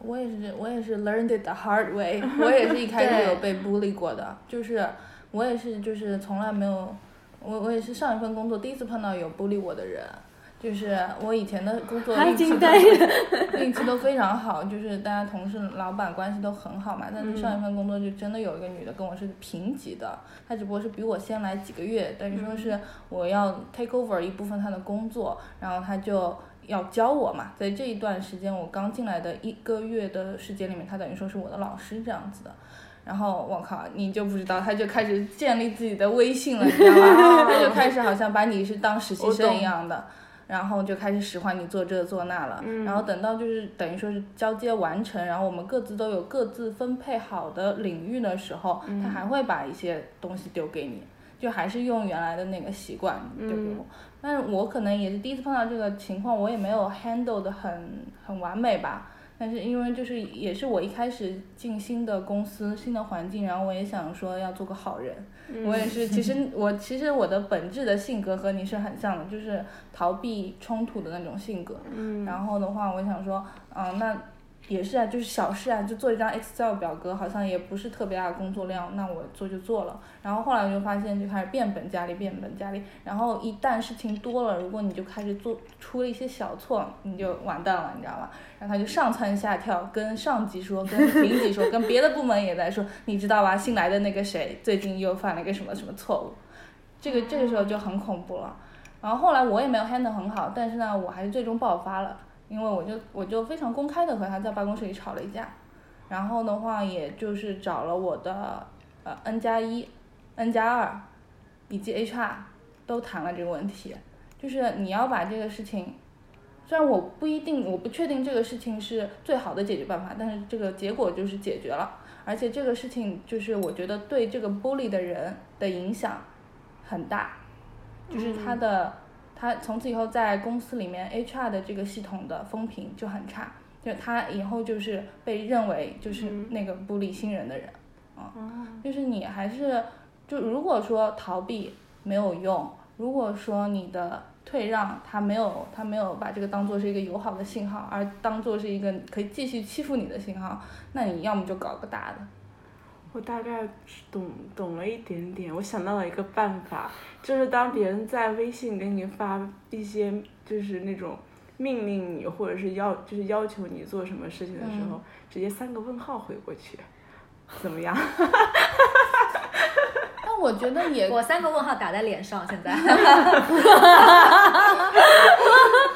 S2: 我也是，我也是 learned it the hard way 。我也是一开始有被 bully 过的，就是我也是，就是从来没有，我我也是上一份工作第一次碰到有 bully 我的人，就是我以前的工作
S1: 还
S2: 运气
S1: 惊
S2: 都
S1: 呆
S2: 运气都非常好，就是大家同事、老板关系都很好嘛。但
S1: 嗯
S2: 是上一份工作就真的有一个女的跟我是平级的，她只不过是比我先来几个月，等于说
S1: 嗯
S2: 是我要 take over 一部分她的工作，然后她就。要教我嘛，在这一段时间，我刚进来的一个月的时间里面，她等于说是我的老师这样子的。然后我靠，你就不知道，她就开始建立自己的威信了，你知道 吗？她就开始好像把你是当实习
S3: 嗯我
S2: 生
S3: 懂
S2: 一样的。然后就开始使唤你做这做那了，
S3: 嗯
S2: 然后等到就是等于说是交接完成，然后我们各自都有各自分配好的领域的时候，
S3: 嗯
S2: 他还会把一些东西丢给你，就还是用原来的那个习惯
S3: 嗯
S2: 丢给我。但是我可能也是第一次碰到这个情况，我也没有 handle 的很很完美吧。但是因为就是也是我一开始进新的公司、新的环境，然后我也想说要做个好人，我也是。其实我其实我的本质的性格和你是很像的，就是逃避冲突的那种性格。嗯，然后的话，我想说，嗯、那也是啊，就是小事啊，就做一张 Excel 表格，好像也不是特别大的工作量，那我做就做了。然后后来我就发现，就开始变本加厉，变本加厉。然后一旦事情多了，如果你就开始做出了一些小错，你就完蛋了，你知道吗？然后他就上蹿下跳，跟上级说，跟平级说，跟别的部门也在说，你知道吧？新来的那个谁最近又犯了一个什么什么错误，这个这个时候就很恐怖了。然后后来我也没有 handle 很好，但是呢，我还是最终爆发了，因为我就我就非常公开的和他在办公室里吵了一架，然后的话也就是找了我的呃 N 加一、N 加二以及 HR 都谈了这个问题，就是你要把这个事情。虽然我不一定，我不确定这个事情是最好的解决办法，但是这个结果就是解决了，而且这个事情就是我觉得对这个 bully 的人的影响很大，就是他的、他从此以后在公司里面 HR 的这个系统的风评就很差，就他以后就是被认为就是那个不理新人的人啊、就是你还是就如果说逃避没有用，如果说你的退让他没有他没有把这个当做是一个友好的信号，而当做是一个可以继续欺负你的信号，那你要么就搞个大的。
S3: 我大概懂懂了一点点，我想到了一个办法，就是当别人在微信给你发一些就是那种命令你或者是要就是要求你做什么事情的时
S4: 嗯
S3: 候，直接三个问号回过去，怎么样？
S2: 但我觉得也
S4: 我三个问号打在脸上，现在
S2: 我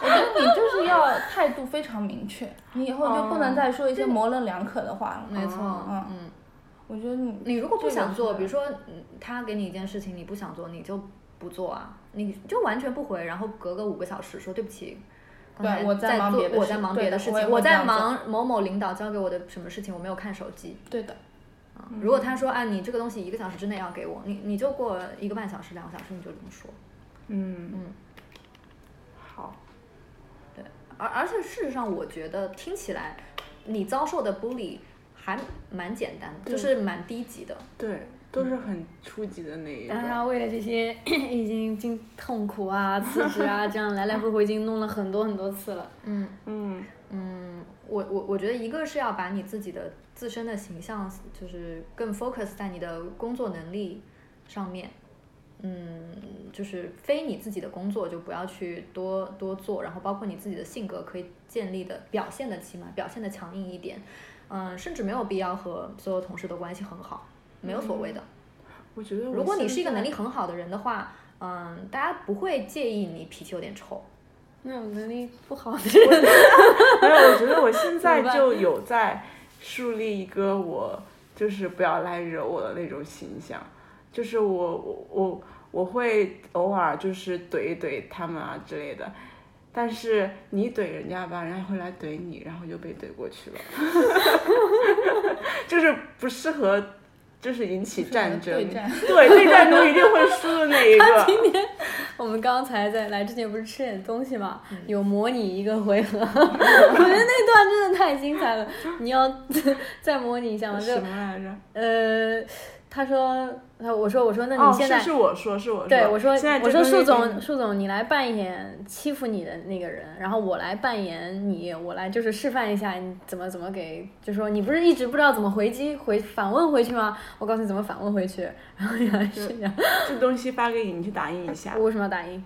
S2: 觉得你就是要态度非常明确，你以后就不能再说一些模棱两可的话了。
S4: 没错，
S2: 嗯
S4: 嗯，
S2: 我觉得你
S4: 你如果不想做，比如
S2: 说
S4: 说嗯他给你一件事情，你不想做，你就不做啊，你就完全不回，然后隔个五个小时说对不起。刚
S2: 对
S4: 才
S2: 我在
S4: 在
S2: 忙
S4: 做
S2: 别的
S4: 我
S2: 事
S4: 在忙
S2: 对
S4: 别的
S2: 的
S4: 事
S2: 我也
S4: 情，
S2: 会
S4: 我
S2: 这
S4: 在
S2: 样做
S4: 忙某某领导交给我的什么事情，我没有看手机。
S2: 对的，嗯
S4: 如果他说啊，你这个东西一个小时之内要给我，你你就过一个半小时、两个小时，你就这么说。
S3: 嗯
S4: 嗯，
S3: 好，
S4: 而而且事实上，我觉得听起来你遭受的 bully 还蛮简单的，就是蛮低级的。
S3: 对，都是很初级的那一种
S1: 但。是他为了这些 已经经痛苦啊、 辞职啊，这样来来回回已经弄了很多很多次了。
S4: 嗯
S3: 嗯，
S4: 嗯，我我我觉得一个是要把你自己的自身的形象，就是更 focus 在你的工作能力上面。嗯，就是非你自己的工作就不要去多多做，然后包括你自己的性格可以建立的表现的起码表现的强硬一点，嗯，甚至没有必要和所有同事都关系很好，没有所谓的。
S3: 我觉得我
S4: 如果你
S3: 现
S4: 是一个
S3: 在
S4: 能力很好的人的话，嗯，大家不会介意你脾气有点臭。
S1: 那种能力不好的人，
S3: 没有，我觉得我现在
S1: 怎么办
S3: 就有在树立一个我就是不要来惹我的那种形象，就是我我我我会偶尔就是怼一怼他们啊之类的，但是你怼人家吧，人家会来怼你，然后就被怼过去了， 就是不适合。就是引起战争，
S2: 对战
S3: 对对战中一定会输 的那一个。
S1: 我们刚才在来之前不是吃点东西嘛，
S3: 嗯
S1: 有模拟一个 回合，我觉得那段 真的太精彩了。你要再模拟一下吗？就
S3: 什么来着？
S1: 呃，他说，他我说我说那
S3: 哦，
S1: 你现在、
S3: 是是我说，是我说。
S1: 对我说
S3: 现在
S1: 我说
S3: 这
S1: 树
S3: 个东西
S1: 总树总你来扮演欺负你的那个人，然后我来扮演你，我来就是示范一下你怎么怎么给，就说你不是一直不知道怎么回击回反问回去吗？我告诉你怎么反问回去，然后原来是这样，
S3: 这东西发给你，你去打印一下
S1: 我。为什么要打印？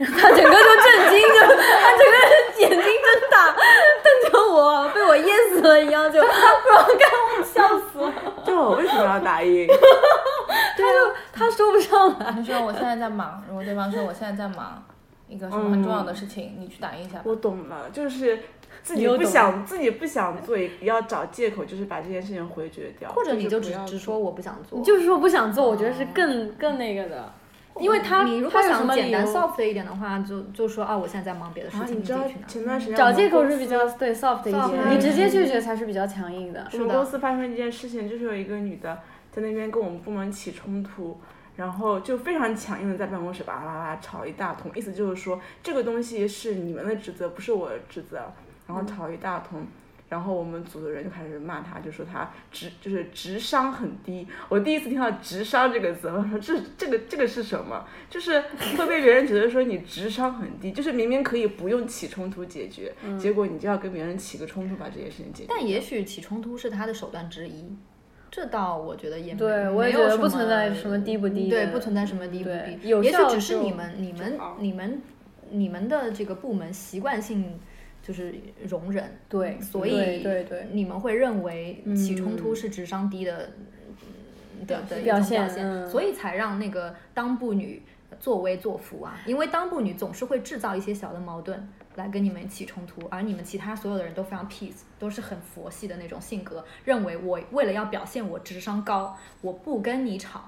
S1: 他整个就震惊，就他整个眼睛睁大，瞪着我，被我噎死了一样，就 不知道该笑死了。
S3: 对，我为什么要打印？
S1: 他就他说不上来，
S2: 你说我现在在忙，如果对方说我现在在忙一个什么很重要的事情，你去打印一下吧。
S3: 我懂了，就是自
S1: 你
S3: 己
S1: 又
S3: 不
S1: 懂
S3: 想自己不想做，也要找借口，就是把这件事情回绝掉，
S4: 或者你
S3: 就
S4: 就是只
S3: 不要
S4: 只
S3: 做
S4: 说我不想做，
S1: 就是说不想做，我觉得是更更那个的，因为他
S4: 你如
S1: 他
S4: 果
S1: 有什
S4: 想
S1: 么理
S4: 简单
S1: 由
S4: soft 一点的话，就就说啊，我现在在忙别的事
S3: 啊，
S4: 情，
S3: 你知
S4: 自
S3: 道
S4: 己去拿。
S3: 前段时间
S1: 找
S3: 我们
S1: 借口
S3: 公
S1: 是
S3: 司
S1: 比较对 soft 一
S4: soft
S1: 点，你直接拒绝才是比较强硬的。
S3: 我
S4: 是
S3: 们
S4: 的
S3: 公司发生一件事情，就是有一个女的在那边跟我们部门起冲突，然后就非常强硬的在办公室巴拉巴拉吵一大通，意思就是说这个东西是你们的职责，不是我的职责，然
S4: 嗯
S3: 后吵一大通。然后我们组的人就开始骂她，就说她智就是智商很低。我第一次听到“智商”这个词，我说这这个这个是什么？就是会被别人觉得说你智商很低，就是明明可以不用起冲突解决，
S4: 嗯
S3: 结果你就要跟别人起个冲突把这件事情解决。
S4: 但也许起冲突是他的手段之一，这倒我觉得也没
S1: 对我也
S4: 没
S1: 觉
S4: 有
S1: 得
S4: 什
S1: 不存在什么低不低
S4: 对，
S1: 的嗯
S4: 不存在什么低不
S1: 对
S4: 低，
S1: 有
S4: 也许
S1: 效
S4: 只是
S1: 就
S4: 你们你们
S3: 好
S4: 你们你们的这个部门习惯性就是容忍，
S1: 对，
S4: 所以
S1: 对对对，
S4: 你们会认为起冲突
S1: 嗯
S4: 是智商低的、嗯的的一种
S1: 表
S4: 表
S1: 现
S4: 现，
S1: 嗯
S4: 所以才让那个当部女作威作福啊，因为当部女总是会制造一些小的矛盾来跟你们起冲突，而你们其他所有的人都非常 peace，都是很佛系的那种性格，认为我为了要表现我智商高，我不跟你吵，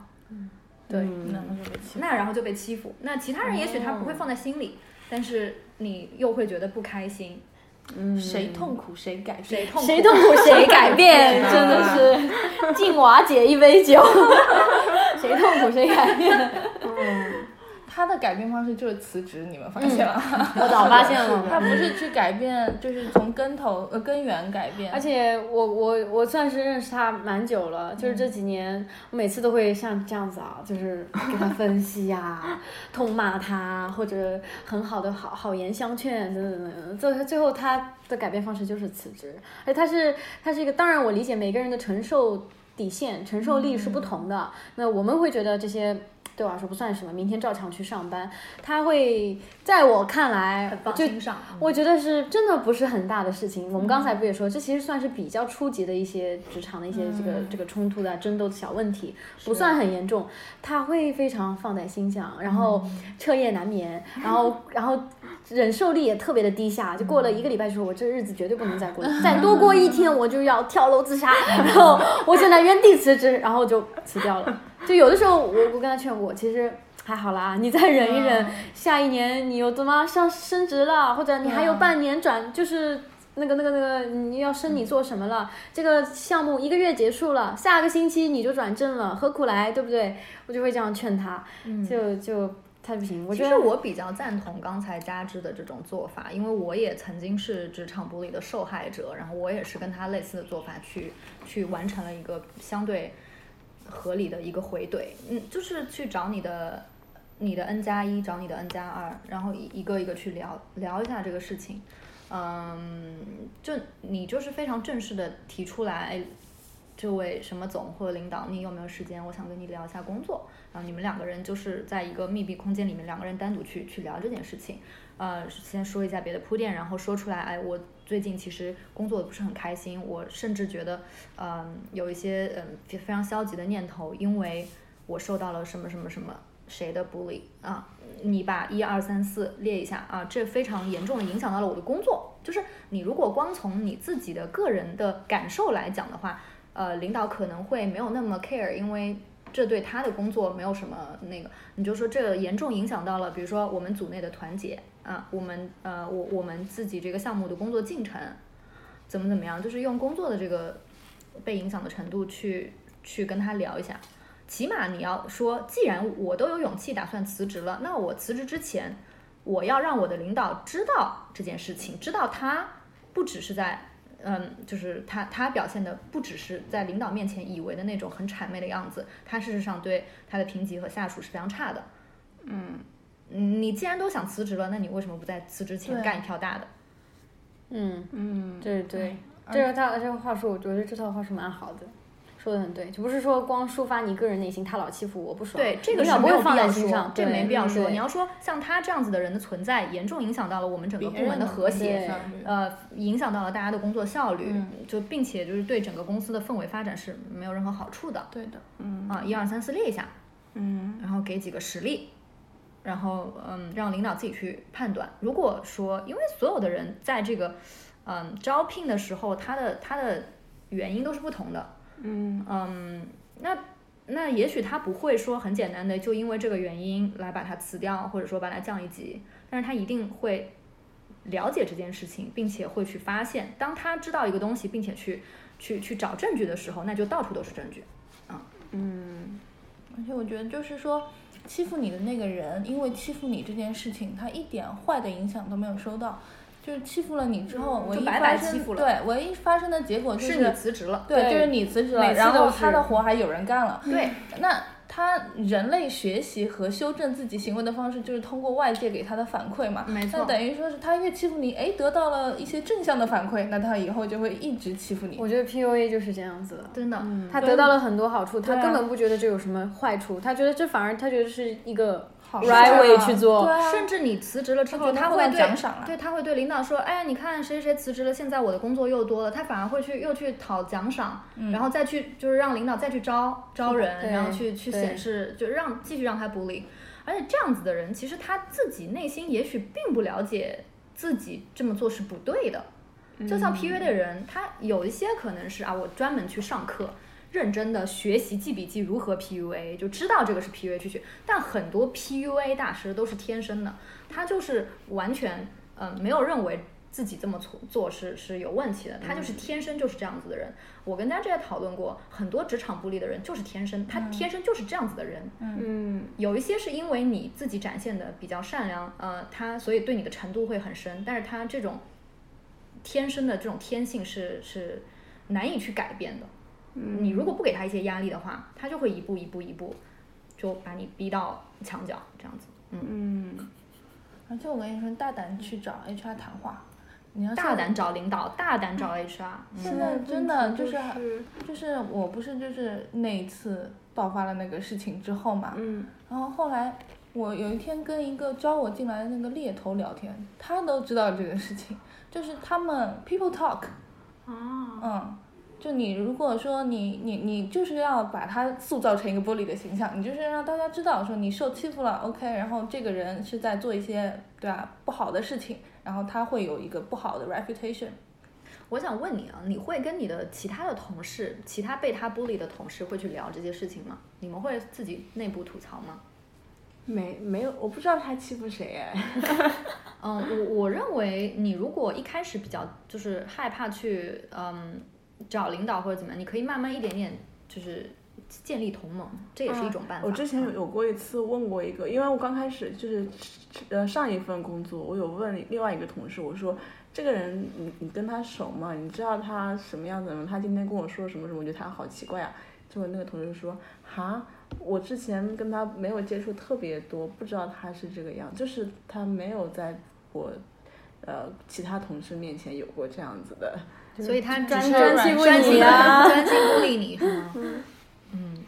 S1: 对
S4: 嗯
S2: 那我就被气了。
S4: 那然后就被欺负，那其他人也许他不会放在心里，但是你又会觉得不开心，
S2: 谁痛苦谁改变。
S4: 嗯谁痛苦啊
S1: 谁痛 苦谁改变，
S3: 对
S1: 真的是敬瓦姐一杯 酒，谁痛苦谁改变。
S2: 他的改变方式就是辞职，你们发现了？
S1: 我早发现了，
S2: 他不是去改变，就是从根头呃根源改变。
S1: 而且我我我算是认识他蛮久了，就是
S4: 嗯
S1: 这几年，我每次都会像这样子啊，就是给他分析呀、 痛骂他，或者很好的好好言相劝等等等等。最最后他的改变方式就是辞职，而且他是他是一个，当然我理解每个人的承受底线、承受力是
S4: 嗯
S1: 不同的。那我们会觉得这些。对我来说不算什么，明天照常去上班。他会在我看来
S4: 很，放
S1: 就
S4: 心上。啊
S1: 我觉得是真的不是很大的事情。我们刚才不也说，这其实算是比较初级的一些职场的一些这个、这个冲突的啊争斗的小问题，不算很严重。他会非常放在心上，然后彻夜难眠，然后然后忍受力也特别的低下。就过了一个礼拜之后，我这日子绝对不能再
S4: 嗯
S1: 过，再多过一天我就要跳楼自杀。 然后我现在原地辞职，然后就辞掉了。就有的时候我我跟他劝过，其实。还好啦，你再忍一忍，下一年你又怎么上升职了，或者你还有
S2: 嗯
S1: 半年转，就是那个那个那个你要升你做什么了，这个项目一个月结束了，下个星期你就转正了，何苦来，对不对？我就会这样劝他，就就他不行，我
S4: 其
S1: 觉
S4: 实
S1: 得
S4: 我比较赞同刚才佳芝的这种做法，因为我也曾经是职场bully 的受害者，然后我也是跟他类似的做法去去完成了一个相对合理的一个回怼，嗯，就是去找你的你的 N 加一，找你的 N 加二，然后一一个一个去聊聊一下这个事情，嗯，就你就是非常正式的提出来，哎这位什么总或者领导，你有没有时间？我想跟你聊一下工作。然后你们两个人就是在一个密闭空间里面，两个人单独去去聊这件事情。呃，先说一下别的铺垫，然后说出来，哎，我最近其实工作的不是很开心，我甚至觉得，嗯、有一些嗯、非非常消极的念头，因为我受到了什么什么什么谁的 bully 啊，你把一二三四列一下啊，这非常严重的影响到了我的工作。就是你如果光从你自己的个人的感受来讲的话，呃，领导可能会没有那么 care，因为这对他的工作没有什么那个。你就说这严重影响到了，比如说我们组内的团结啊，我们呃，我我们自己这个项目的工作进程，怎么怎么样，就是用工作的这个被影响的程度去去跟他聊一下。起码你要说，既然我都有勇气打算辞职了，那我辞职之前，我要让我的领导知道这件事情，知道他不只是在嗯，就是他他表现的不只是在领导面前以为的那种很谄媚的样子，他事实上对他的评级和下属是非常差的。
S3: 嗯，
S4: 嗯，你既然都想辞职了，那你为什么不在辞职前
S2: 对
S4: 干一票大的？
S1: 嗯，
S3: 嗯，
S1: 对对，这个他这个话术，我觉得这套话术蛮好的，说的很对，就不是说光抒发你个人内心，他老欺负我不爽，
S4: 对，这个
S1: 领
S4: 是
S1: 导不
S4: 没有
S1: 会
S4: 必
S1: 放在
S4: 要
S1: 心
S4: 说
S1: 上，，
S4: 这没必要说。你
S1: 要
S4: 要说像他这样子的人的存在，严重影响到了我们整个部门的和谐
S1: 对，
S4: 呃，影响到了大家的工作效率，
S2: 嗯
S4: 就并且就是对整个公司的氛围发展是没有任何好处的。
S2: 对的，
S4: 啊，一二三四列一下，
S3: 嗯，
S4: 然后给几个实例，然后嗯，让领导自己去判断。如果说，因为所有的人在这个嗯招聘的时候，他的他的原因都是不同的，
S3: 嗯，
S4: 嗯，那那也许他不会说很简单的就因为这个原因来把他辞掉，或者说把他降一级，但是他一定会了解这件事情，并且会去发现，当他知道一个东西，并且去去去找证据的时候，那就到处都是证据。啊
S3: 嗯，
S2: 而且我觉得就是说，欺负你的那个人，因为欺负你这件事情，他一点坏的影响都没有收到，就是欺负了你之后，唯一
S4: 嗯白
S2: 发
S4: 白
S2: 生
S4: 欺负了
S2: 对唯一发生的结果就是
S4: 你辞职了，
S2: 对，
S1: 对
S2: 就是你辞职
S1: 每
S2: 了，
S1: 次
S2: 然后
S1: 都是
S2: 他的活还有人干了。
S4: 对，
S2: 那他人类学习和修正自己行为的方式，就是通过外界给他的反馈嘛。
S4: 没错
S2: 那等于说是他越欺负你，哎，得到了一些正向的反馈，那他以后就会一直欺负你。
S1: 我觉得 PUA 就是这样子的。
S4: 真的，
S1: 他得到了很多好处，他
S2: 对啊
S1: 根本不觉得这有什么坏处，他觉得这反而他觉得是一个
S2: 好事
S1: right
S2: 啊
S1: way 去做
S2: 对。啊
S4: 甚至你辞职了之
S2: 他觉
S4: 后，
S2: 得
S4: 他
S2: 获
S4: 会
S2: 得
S4: 对
S2: 奖赏了
S4: 对他会对领导说，哎呀，你看谁谁谁辞职了，现在我的工作又多了，他反而会去又去讨奖赏，然后再去就是让领导再去招招人，
S1: 对
S4: 然后去去
S1: 对
S4: 显示，就让继续让他 bully。而且这样子的人，其实他自己内心也许并不了解自己这么做是不对的。就像 PUA 的人，他有一些可能是啊，我专门去上课，认真的学习记笔记如何 PUA，就知道这个是 PUA 去学。但很多 PUA 大师都是天生的，他就是完全嗯、呃没有认为自己这么做做是是有问题的，他就是天生就是这样子的人。我跟大家也讨论过，很多职场不利的人就是天生，他天生就是这样子的人。
S3: 嗯，
S4: 有一些是因为你自己展现的比较善良，呃，他所以对你的程度会很深，但是他这种天生的这种天性是是难以去改变的。你如果不给他一些压力的话，他就会一步一步一步就把你逼到墙角这样子。
S3: 嗯，
S2: 而且我跟你说，大胆去找 HR 谈话，你要嗯
S4: 大胆。找领导，大胆找 HR，
S2: 现在真的
S3: 就
S2: 就是就是我不是就是那一次爆发了那个事情之后嘛，
S3: 嗯，
S2: 然后后来我有一天跟一个招我进来的那个猎头聊天，他都知道这个事情，就是他们 people talk，
S4: 哦
S3: 啊，
S2: 嗯，就你如果说你你你就是要把它塑造成一个玻璃的形象，你就是让大家知道说你受欺负了，OK，然后这个人是在做一些对吧、不好的事情，然后他会有一个不好的 reputation。
S4: 我想问你啊，你会跟你的其他的同事、其他被他 bully 的同事会去聊这些事情吗？你们会自己内部吐槽吗？
S3: 没没有，我不知道他欺负谁哎，
S4: 嗯，我我认为你如果一开始比较就是害怕去嗯找领导或者怎么样，你可以慢慢一点点就是建立同盟，这也是一种办法。嗯
S3: 我之前有有过一次问过一个，因为我刚开始就是呃上一份工作，我有问另外一个同事，我说这个人你你跟他熟吗？你知道他什么样子吗？他今天跟我说什么什么，我觉得他好奇怪啊。结果那个同事说哈，我之前跟他没有接触特别多，不知道他是这个样，就是他没有在我呃其他同事面前有过这样子的。
S4: 所以他只
S1: 专
S4: 是
S1: 专
S4: 专
S1: 欺
S4: 心
S1: 负你啊
S4: 专心孤立你是吗？嗯，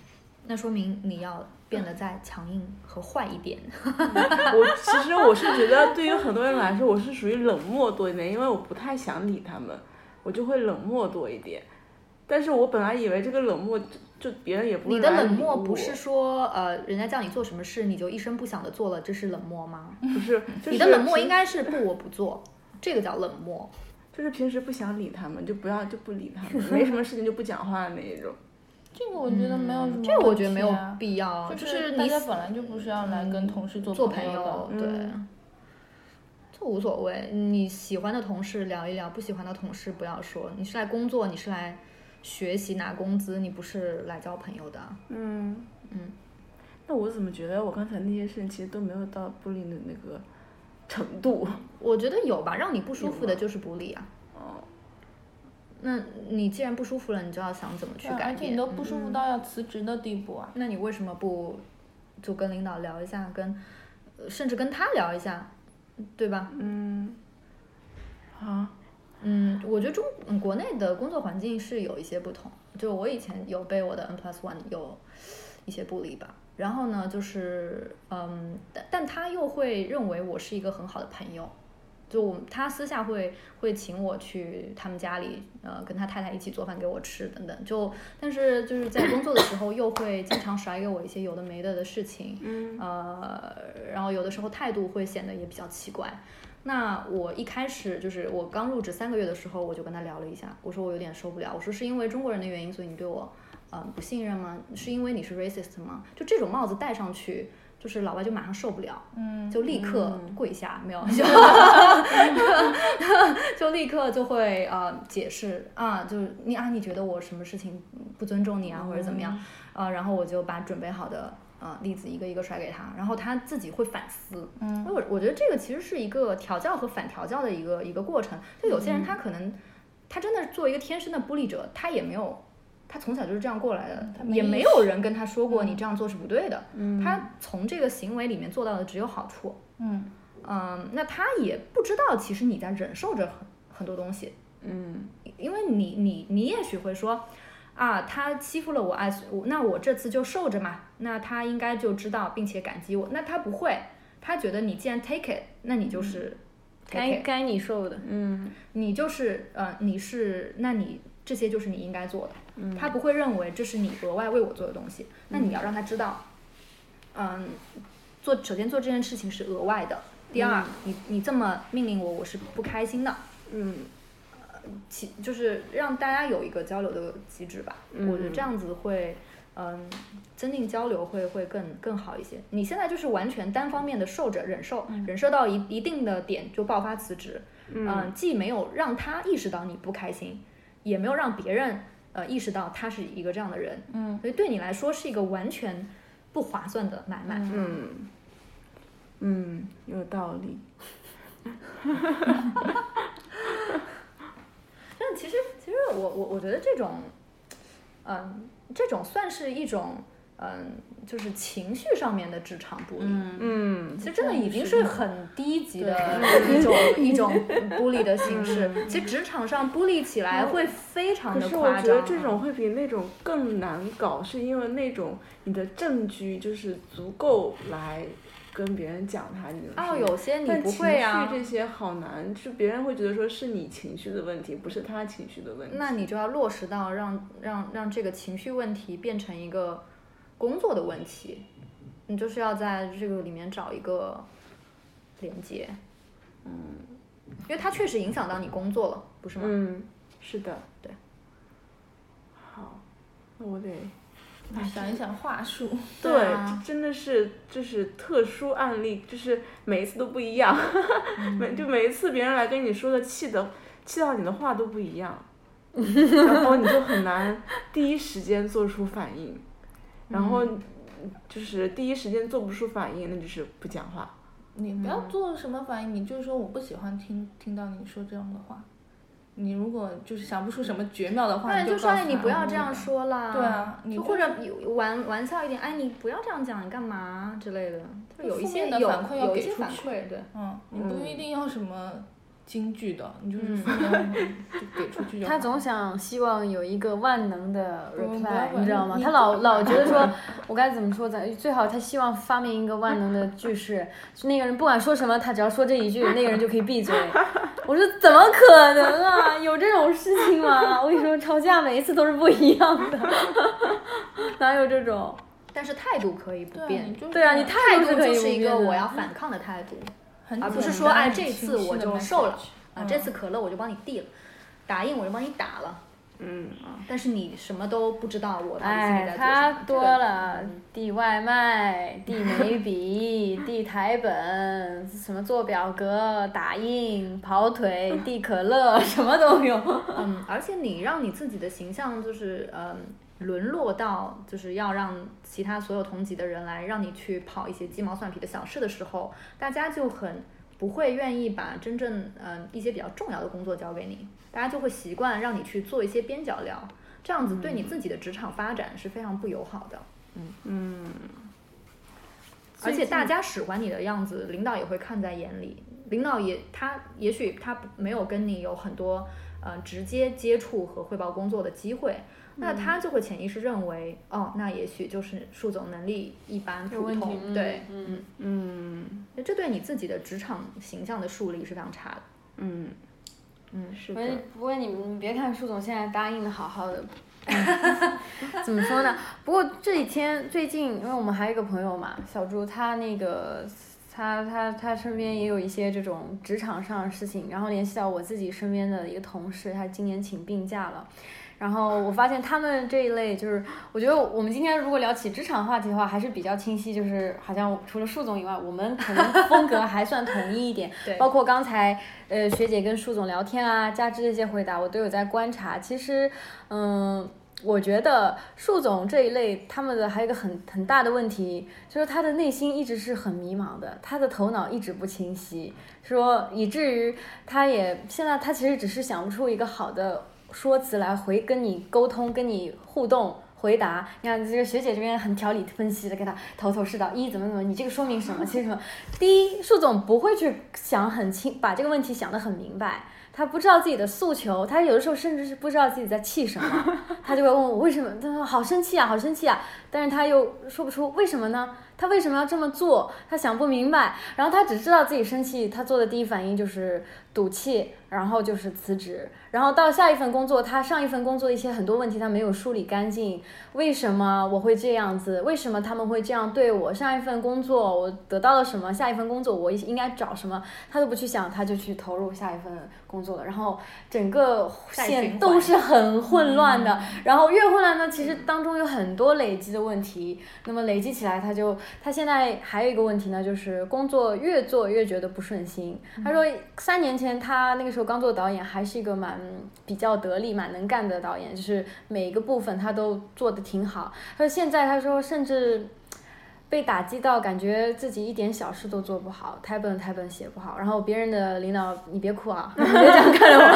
S4: 那说明你要变得再强硬和坏一点。
S3: 我其实我是觉得，对于很多人来说，我是属于冷漠多一点，因为我不太想理他们，我就会冷漠多一点。但是我本来以为这个冷漠就就别人也不会
S4: 你的
S3: 来
S4: 冷
S3: 理
S4: 漠
S3: 我
S4: 不是说呃人家叫你做什么事你就一声不响的做了，这是冷漠吗？
S3: 不 是，就是
S4: 你的冷漠
S3: 平
S4: 应该是不我不做，这个叫冷漠。
S3: 就是平时不想理他们，就不要就不理他 们，没什么事情就不讲话那一种。
S2: 这个我觉得没有什么、
S4: 嗯
S2: 啊
S4: 这个我觉得没有必要，啊
S2: 就
S4: 就是
S2: 大
S4: 你嗯
S2: 家本来就不是要来跟同事做
S4: 做
S2: 朋
S4: 朋
S2: 友
S4: 友，
S2: 的。嗯
S4: 对，这无所谓。你喜欢的同事聊一聊，不喜欢的同事不要说。你是来工作，你是来学习拿工资，你不是来交朋友的。
S3: 嗯
S4: 嗯。
S3: 那我怎么觉得我刚才那些事情其实都没有到不理的那个程度？
S4: 我觉得有吧，让你不舒服的
S3: 有吗
S2: 嗯
S4: 就是不理啊。
S3: 哦，
S4: 那你既然不舒服了，你就要想怎么去
S2: 对啊
S4: 改
S2: 而且
S4: 变。
S2: 你都不舒服
S4: 嗯
S2: 到要辞职的地步啊。
S4: 那你为什么不就跟领导聊一下，跟呃甚至跟他聊一下，对吧？
S3: 嗯，啊，
S4: 嗯，我觉得中嗯国内的工作环境是有一些不同，就我以前有被我的 N plus one 有一些不理吧。然后呢，就是嗯，但但他又会认为我是一个很好的朋友，就我他私下会会请我去他们家里，呃，跟他太太一起做饭给我吃等等。就但是就是在工作的时候，又会经常甩给我一些有的没的的事情，
S3: 嗯，
S4: 呃，然后有的时候态度会显得也比较奇怪。那我一开始就是我刚入职三个月的时候，我就跟他聊了一下，我说我有点受不了，我说是因为中国人的原因，所以你对我呃不信任吗？是因为你是 racist 吗？就这种帽子戴上去，就是老外就马上受不了，
S2: 嗯，
S4: 就立刻跪 下，没有，就 就立刻就会呃解释啊，就是你啊，你觉得我什么事情不尊重你啊，或者怎么样
S2: 嗯
S4: 啊、然后我就把准备好的呃例子一个一个甩给他，然后他自己会反思。
S2: 嗯，
S4: 我我觉得这个其实是一个调教和反调教的一个一个过程。就有些人他可能、
S2: 嗯
S4: 他真的作为一个天生的孤立者，他也没有。他从小就是这样过来的，
S2: 他没
S4: 也
S2: 意
S4: 没
S2: 识嗯
S4: 有人跟他说过你这样做是不对的。他从这个行为里面做到的只有好处。
S2: 嗯，
S4: 嗯，那他也不知道，其实你在忍受着很很多东西，
S3: 嗯，
S4: 因为你你你也许会说，啊，他欺负了我啊，我那我这次就受着嘛，那他应该就知道并且感激我，那他不会，他觉得你既然 take it，那你就是
S1: 该
S4: take it，
S1: 该你受的，
S3: 嗯，
S4: 你就是呃你是，那你这些就是你应该做的，他不会认为这是你额外为我做的东西，那你要让他知道，嗯，做首先做这件事情是额外的，第二，你你这么命令我，我是不开心的，
S3: 嗯，
S4: 其就是让大家有一个交流的机制吧。我觉得这样子会，嗯，增进交流会会更更好一些。你现在就是完全单方面的受着忍受，忍受到一一定的点就爆发辞职，嗯、
S3: 啊
S4: 既没有让他意识到你不开心，也没有让别人呃意识到他是一个这样的人，
S2: 嗯，
S4: 所以对你来说是一个完全不划算的买卖。
S3: 嗯，嗯，有道理。
S4: 但其实，其实我我我觉得这种，嗯，这种算是一种，嗯，就是情绪上面的职场bully。
S3: 嗯
S4: 其实真的已经是很低级的一种 一种 bully 的形式。其实职场上 bully 起来会非常
S3: 嗯可
S4: 的
S3: 是我
S4: 夸
S3: 觉得
S4: 张。啊
S3: 这种会比那种更难搞，是因为那种你的证据就是足够来跟别人讲他这种事
S4: 哦，
S3: 情
S4: 有些你
S3: 但
S4: 不
S3: 情
S4: 会啊
S3: 绪，这些好难，就别人会觉得说是你情绪的问题，不是他情绪的问题。
S4: 那你就要落实到让让让这个情绪问题变成一个工作的问题，你就是要在这个里面找一个连接，嗯，因为它确实影响到你工作了，不是吗？
S3: 嗯，是的，
S4: 对。
S3: 好，那我得
S2: 哎想一想话术，
S4: 对啊
S3: 真的是就是特殊案例，就是每一次都不一样，
S4: 嗯
S3: 每就每一次别人来跟你说的气的气到你的话都不一样，然后你就很难第一时间做出反
S4: 嗯
S3: 应，然后就是第一时间做不出反应，那就是不讲话。
S2: 你不
S4: 嗯
S2: 要做什么反应，你就是说我不喜欢听听到你说这样的话。你如果就是想不出什么绝妙的话，你
S4: 那
S2: 嗯
S4: 你
S2: 就
S4: 就说
S2: 告诉他
S4: 哎，
S2: 嗯
S4: 你不要这样。说啦，
S2: 对啊你
S4: 就
S2: 就
S4: 或者有玩玩笑一点，哎，你不要这样讲，你干嘛之类的，就有一
S2: 负
S4: 些
S2: 面的
S4: 有
S2: 反馈要
S4: 有一
S2: 给
S4: 些
S2: 出
S4: 反
S2: 去
S4: 馈，对，
S2: 嗯，你不一定要什么金句的，你
S4: 嗯
S2: 就是负面的就给出去就好。
S1: 他总想希望有一个万能的
S2: 不不
S1: reply，
S2: 不
S1: 你知道吗？
S2: 你
S1: 他老老觉得 说，我该怎么说咱最好他希望发明一个万能的句式，就那个人不管说什么，他只要说这一句，那个人就可以闭 嘴。我说怎么可能啊？有这种事情吗？我跟你说，吵架每一次都是不一样的， 哪有这种？
S4: 但是态度可以不
S2: 对啊，
S4: 变
S2: 你。就是
S1: 对啊，你态
S4: 态
S1: 度是
S4: 度
S1: 可以
S4: 就
S1: 不
S4: 是一个
S1: 变
S2: 啊
S1: 的
S4: 我要反抗的态度，
S2: 很
S4: 而不是
S2: 简
S4: 说
S2: 单
S4: 哎
S2: 的
S4: 这
S2: 情
S4: 次
S2: 绪
S4: 我
S2: 的
S4: 就
S2: message
S4: 瘦了啊，
S2: 嗯
S4: 这次可乐我就帮你递了，打印我就帮你打了，
S3: 嗯，
S4: 但是你什么都不知道我到底心里
S1: 哎
S4: 在，做
S1: 他
S4: 什么。
S1: 多了，递外卖、递眉笔、递台本，什么做表格、打印、跑腿、递可乐， 什么都有。
S4: 这个嗯，而且你让你自己的形象就是嗯沦落到就是要让其他所有同级的人来让你去跑一些鸡毛蒜皮的小事的时候，大家就很不会愿意把真正嗯、呃一些比较重要的工作交给你，大家就会习惯让你去做一些边角料，这样子对你自己的职场发展是非常不友好的。
S3: 嗯，
S4: 而且
S3: 最近
S4: 大家使唤你的样子，领导也会看在眼里。领导也他也许他没有跟你有很多呃直接接触和汇报工作的机会，那他就会潜意识认为，哦，那也许就是树总能力一般
S1: 有
S4: 普
S1: 问题，
S4: 通，对，
S1: 嗯，
S3: 嗯
S4: 那这对你自己的职场形象的树立是非常差的。
S3: 嗯
S4: 嗯，
S3: 是
S1: 不是
S3: 的，，
S1: 不过你们别看舒总现在答应的好 好的，怎么说呢？不过这几天最近，因为我们还有一个朋友嘛，小朱，他那个他他他身边也有一些这种职场上的事情，然后联系到我自己身边的一个同事，他今年请病假了。然后我发现他们这一类就是，我觉得我们今天如果聊起职场话题的话，还是比较清晰，就是好像除了树总以外，我们可能风格还算统一一点，
S4: 对
S1: 包括刚才呃学姐跟树总聊天啊，加之这些回答，我都有在观察。其实，嗯，我觉得树总这一类他们的还有一个很很大的问题，就是他的内心一直是很迷茫的，他的头脑一直不清晰，说以至于他也现在他其实只是想不出一个好的说辞来回跟你沟通、跟你互动。回答，你看这个学姐这边很条理分析的，给他头头是道，一怎么怎么，你这个说明什么，其实什么，第一，树总不会去想很清，把这个问题想得很明白。他不知道自己的诉求，他有的时候甚至是不知道自己在气什么，他就会问我为什么，他说好生气啊，好生气啊，但是他又说不出为什么呢？他为什么要这么做？他想不明白，然后他只知道自己生气，他做的第一反应就是赌气，然后就是辞职，然后到下一份工作，他上一份工作一些很多问题他没有梳理干净，为什么我会这样子？为什么他们会这样对我？上一份工作我得到了什么？下一份工作我应该找什么？他都不去想，他就去投入下一份工作了。然后整个
S4: 再循
S1: 线
S4: 环嗯
S1: 都是很混乱的。然后越混乱呢，其实当中有很多累积的问题。那么累积起来，他就他现在还有一个问题呢，就是工作越做越觉得不顺心。他说三年前他那个时候刚做导演，还是一个蛮比较得力、蛮能干的导演，就是每一个部分他都做得挺好。他说现在他说甚至被打击到，感觉自己一点小事都 做不好，太笨太笨写不好。然后别人的领导，你别哭 啊，你别这样看着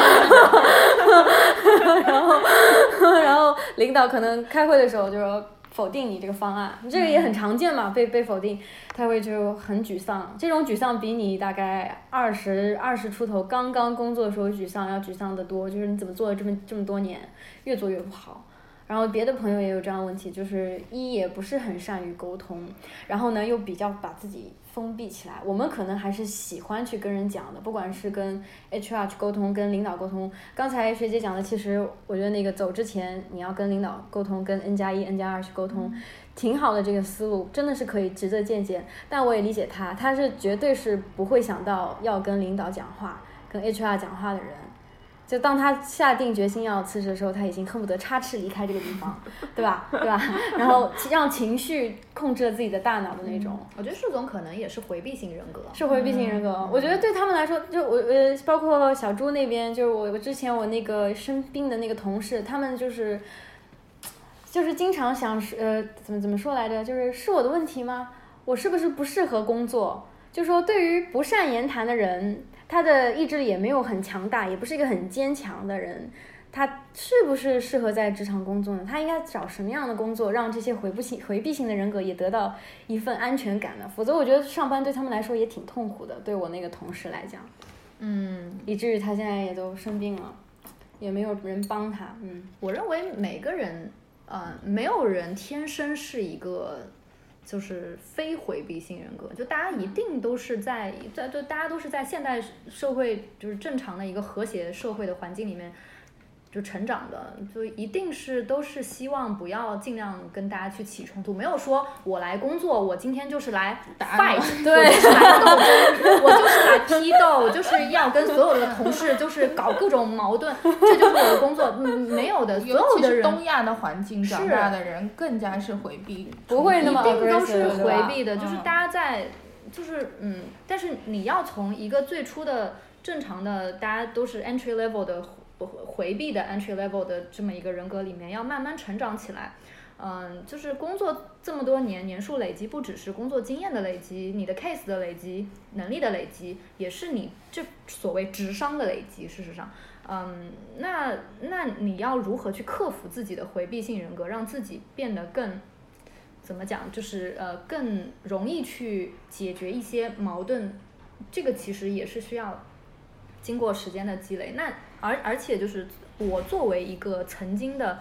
S1: 我。 然后，然后领导可能开会的时候就说否定你这个方案，这个也很常见嘛，被被否定，他会就很沮丧。这种沮丧比你大概二十二十出头刚刚工作的时候沮丧要沮丧得多，就是你怎么做了这么这么多年，越做越不好。然后别的朋友也有这样的问题，就是一也不是很善于沟通，然后呢又比较把自己封闭起来。我们可能还是喜欢去跟人讲的，不管是跟 HR 去沟通，跟领导沟通。刚才学姐讲的，其实我觉得那个走之前你要跟领导沟通，跟 N 加一、N 加二去沟通，挺好的这个思路，真的是可以值得借鉴。但我也理解他，他是绝对是不会想到要跟领导讲话、跟 HR 讲话的人。就当他下定决心要辞职的时候，他已经恨不得插翅离开这个地方，对吧？对吧？然后让情绪控制了自己的大脑的那种，
S4: 我觉得树总可能也是回避型人格，
S1: 是回避型人格。我觉得对他们来说，就我呃，包括小猪那边，就是我我之前我那个生病的那个同事，他们就是就是经常想是呃怎么怎么说来着，就是是我的问题吗？我是不是不适合工作？就说对于不善言谈的人，他的意志力也没有很强大，也不是一个很坚强的人。他是不是适合在职场工作呢？他应该找什么样的工作，让这些回不型、回避型的人格也得到一份安全感呢？否则，我觉得上班对他们来说也挺痛苦的。对我那个同事来讲，
S4: 嗯，
S1: 以至于他现在也都生病了，也没有人帮他。嗯，
S4: 我认为每个人，呃，没有人天生是一个就是非回避型人格，就大家一
S2: 嗯
S4: 定都是在在就大家都是在现代社会就是正常的一个和谐社会的环境里面。就成长的，就一定是都是希望不要尽量跟大家去起冲突，没有说我来工作，我今天就是来 fight，对，我就是来斗争， 我就是来批斗，我就是要跟所有的同事就是搞各种矛盾，这就是我的工作，嗯，没有 的，所
S2: 尤
S4: 有
S2: 其
S4: 的
S2: 是
S4: 人
S2: 东亚的环境长
S4: 是
S2: 大的人，更加是回避，
S1: 不会那
S4: 一
S1: 么
S4: 定都是
S1: aggressive，对吧
S4: 回避的，就是
S2: 嗯
S4: 大家在，就是嗯，但是你要从一个最初的正常的，大家都是 entry level 的回回避的 entry level 的这么一个人格里面，要慢慢成长起来。嗯，就是工作这么多年，年数累积不只是工作经验的累积，你的 case 的累积，能力的累积，也是你这所谓智商的累积。事实上，嗯，那那你要如何去克服自己的回避性人格，让自己变得更怎么讲，就是呃更容易去解决一些矛盾，这个其实也是需要经过时间的积累。那而而且就是我作为一个曾经的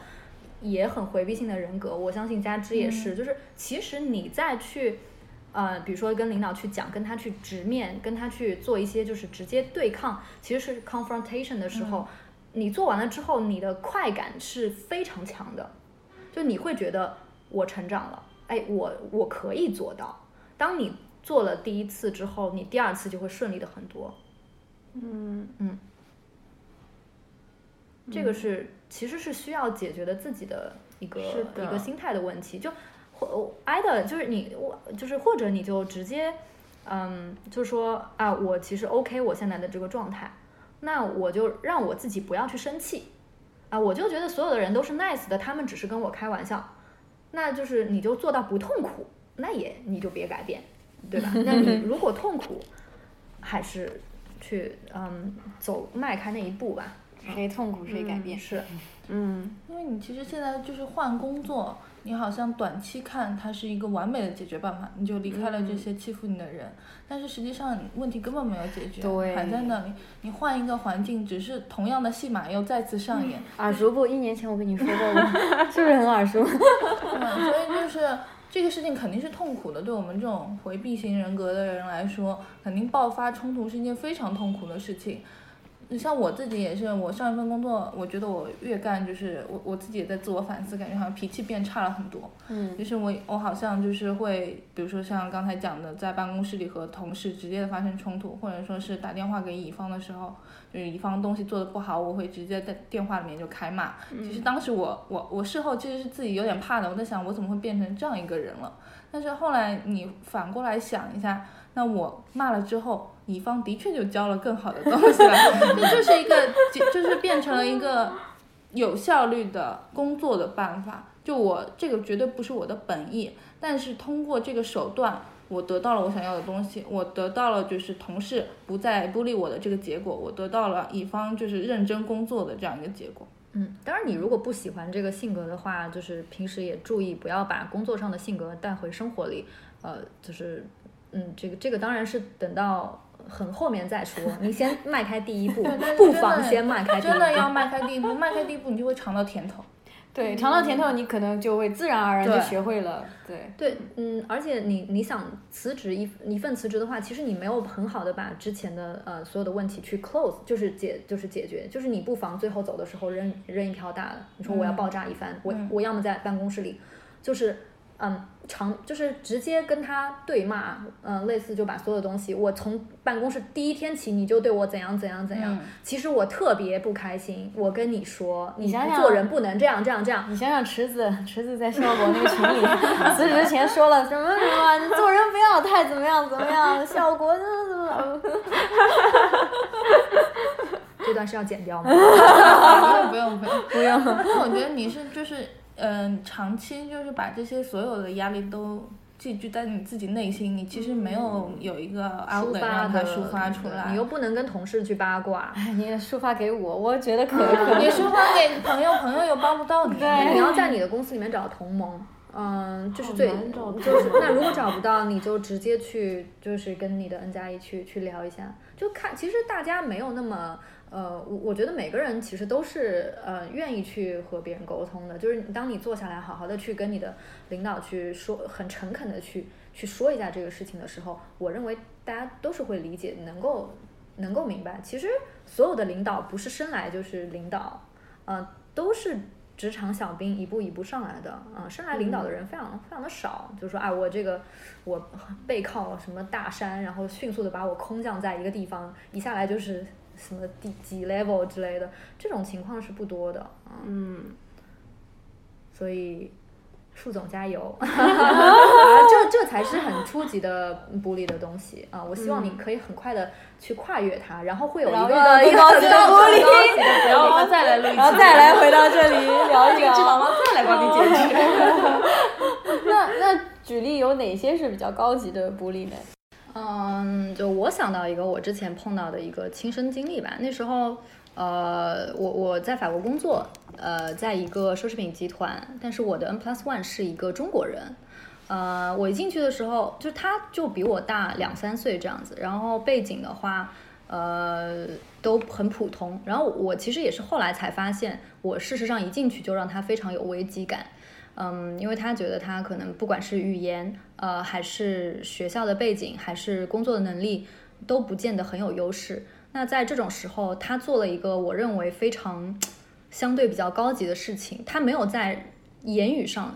S4: 也很回避性的人格，我相信佳芝也是，就是其实你再去。呃，比如说跟领导去讲，跟他去直面，跟他去做一些就是直接对抗，其实是 confrontation 的时候，你做完了之后，你的快感是非常强的，就你会觉得我成长了，哎，我我可以做到。当你做了第一次之后，你第二次就会顺利的很多。
S1: 嗯
S4: 这
S3: 嗯
S4: 个是其实是需要解决的自己的一个
S3: 是的
S4: 一个心态的问题。就或 either 就是你我就是或者你就直接嗯，就说啊，我其实 OK 我现在的这个状态，那我就让我自己不要去生气啊，我就觉得所有的人都是 nice 的，他们只是跟我开玩笑，那就是你就做到不痛苦，那也你就别改变，对吧？那你如果痛苦，还是去嗯走迈开那一步吧。
S5: 谁痛苦谁改变。
S4: 是，
S3: 嗯，
S2: 因为你其实现在就是换工作，你好像短期看它是一个完美的解决办法，你就离开
S4: 嗯
S2: 了这些欺负你的人，但是实际上问题根本没有解决，
S5: 对
S2: 还在那里。你换一个环境，只是同样的戏码又再次上 演，
S1: 耳熟不？一年前我跟你说过吗？ 是不是很耳熟？
S2: 对吧？所以就是这个事情肯定是痛苦的，对我们这种回避型人格的人来说，肯定爆发冲突是一件非常痛苦的事情。你像我自己也是，我上一份工作，我觉得我越干就是我我自己也在自我反思，感觉好像脾气变差了很多。
S1: 嗯，
S2: 就是我我好像就是会，比如说像刚才讲的，在办公室里和同事直接的发生冲突，或者说是打电话给乙方的时候，就是乙方东西做的不好，我会直接在电话里面就开骂。其实当时我我我事后其实是自己有点怕的，我在想我怎么会变成这样一个人了。但是后来你反过来想一下，那我骂了之后，乙方的确就交了更好的东西了， 这就是一个就就是变成了一个有效率的工作的办法。就我这个绝对不是我的本意，但是通过这个手段，我得到了我想要的东西，我得到了就是同事不再孤立我的这个结果，我得到了乙方就是认真工作的这样一个结果。
S4: 嗯，当然，你如果不喜欢这个性格的话，就是平时也注意不要把工作上的性格带回生活里。呃，就是，嗯，这个这个当然是等到很后面再说，你先迈开第一步
S2: 但，是
S4: 不
S2: 真
S4: 妨
S2: 的
S4: 先迈开第一
S2: 真
S4: 步。
S2: 的要迈开第一步，迈开第一步，你就会尝到甜头。
S1: 对，尝到甜头，你可能就会自然而然就
S2: 对
S1: 学会了。对，
S4: 对，嗯，而且你你想辞职一一份辞职的话，其实你没有很好的把之前的呃所有的问题去 close，就是解就是解决，就是你不妨最后走的时候扔扔一瓢大的，你说我要爆炸一番，我我要么在办公室里，就是嗯长就是直接跟他对骂，嗯、类似就把所有东西，我从办公室第一天起你就对我怎样怎样怎样，
S2: 嗯
S4: 其实我特别不开心，我跟你说，你
S1: 想
S4: 不
S1: 想
S4: 做人不能这样这样这样，
S1: 你想想池子，池子在效果那个群里 辞职前说了什么什么，你做人不要太怎么样怎么 样，效果怎么怎么怎么。
S4: 这段是要剪掉吗？
S2: 不用不用 不用。因为我觉得你是就是嗯、长期就是把这些所有的压力都寄居在你自己内心，你其实没有有一个
S4: 抒
S2: outlet
S4: 发
S2: 让它
S4: 的
S2: 嗯
S4: 嗯
S2: 抒发出来。
S4: 你又不能跟同事去八卦，
S1: 哎 你也抒发给我，我觉得可 可
S2: 你抒发给朋友，朋友又帮不到你。
S3: 哎
S1: 对
S4: 你要在你的公司里面找同盟。嗯，这是最
S3: 哦难找同
S4: 就是那如果找不到，你就直接去就是跟你的 N 加一去去聊一下，就看其实大家没有那么呃，我我觉得每个人其实都是呃愿意去和别人沟通的，就是当你坐下来好好的去跟你的领导去说，很诚恳的去去说一下这个事情的时候，我认为大家都是会理解，能够能够明白，其实所有的领导不是生来就是领导，呃，都是职场小兵一步一步上来的，啊、呃，生来领导的人
S1: 嗯
S4: 非常、非常的少，就是说，哎，我这个我背靠什么大山，然后迅速的把我空降在一个地方，一下来就是什么第几 level 之类的，这种情况是不多的，啊、
S3: 嗯，
S4: 所以。树总加油， 啊、这这才是很初级的玻璃的东西啊！我希望你可以很快的去跨越它，然后会有一
S1: 嗯然后
S4: 个一
S1: 更
S4: 个
S1: 高级
S4: 更
S1: 的
S4: 高
S1: 玻璃
S4: 更高级的玻璃，然后再来录 一
S1: 然后再来回到这里聊一聊，哦
S2: 好吗？再来
S3: 帮你解决。
S1: 那那举例有哪些是比较高级的bully 呢？
S4: 嗯，就我想到一个我之前碰到的一个亲身经历吧。那时候，呃，我我在法国工作，呃，在一个奢侈品集团，但是我的 N plus one 是一个中国人。呃，我一进去的时候，就他就比我大两三岁这样子，然后背景的话，呃，都很普通。然后我其实也是后来才发现，我事实上一进去就让他非常有危机感。嗯，因为他觉得他可能不管是语言，呃，还是学校的背景，还是工作的能力，都不见得很有优势。那在这种时候，他做了一个我认为非常相对比较高级的事情，他没有在言语上。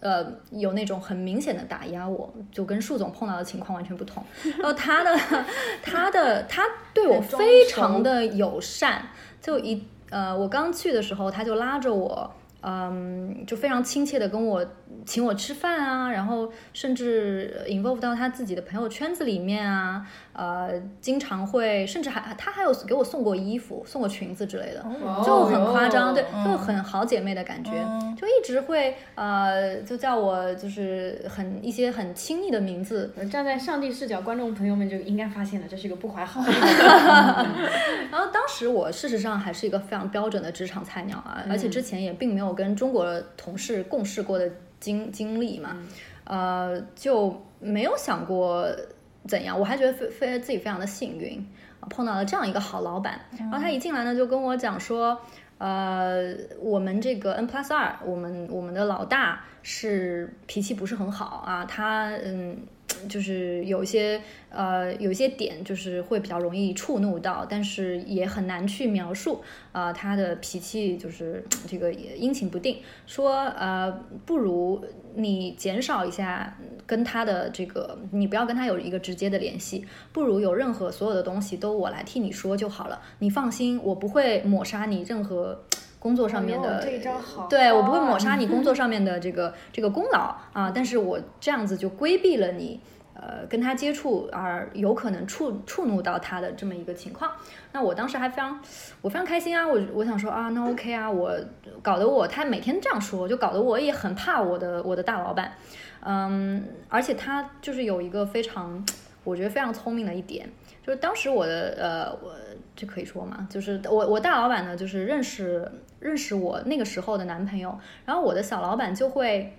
S4: 呃，有那种很明显的打压我，就跟树总碰到的情况完全不同。然后他的， 他的，他对我非常的友善，就一呃，我刚去的时候，他就拉着我，嗯，就非常亲切的跟我请我吃饭啊，然后甚至呃 involve 到他自己的朋友圈子里面啊，呃，经常会，甚至还他还有给我送过衣服，送过裙子之类的，
S1: 哦
S4: 就很夸张，对，就很好姐妹的感觉，就一直会呃，就叫我就是很一些很亲昵的名字，
S5: 呃站在上帝视角，观众朋友们就应该发现了，这是一个不怀好意。
S1: 哦
S4: 然后当时我事实上还是一个非常标准的职场菜鸟啊，而且之前也并没有跟中国同事共事过的经经历嘛，呃，就没有想过怎样，我还觉得非非自己非常的幸运，啊碰到了这样一个好老板。然后他一进来呢，就跟我讲说，呃，我们这个 N plus 二，我们我们的老大是脾气不是很好啊，他嗯。就是有一些呃，有一些点就是会比较容易触怒到，但是也很难去描述啊、呃他的脾气就是嗯这个也阴晴不定。说呃，不如你减少一下跟他的这个，你不要跟他有一个直接的联系，不如有任何所有的东西都我来替你说就好了。你放心，我不会抹杀你任何。工作上面
S5: 哎
S4: 的、
S5: 呦这一招好
S4: 对我不会抹杀你工作上面的这个这个功劳啊，但是我这样子就规避了你呃跟他接触而有可能触触怒到他的这么一个情况。那我当时还非常我非常开心啊，我我想说啊，那 OK 啊，我搞得我他每天这样说，就搞得我也很怕我的我的大老板，嗯，而且他就是有一个非常我觉得非常聪明的一点，就是当时我的呃我这可以说嘛，就是我我大老板呢就是认识认识我那个时候的男朋友，然后我的小老板就会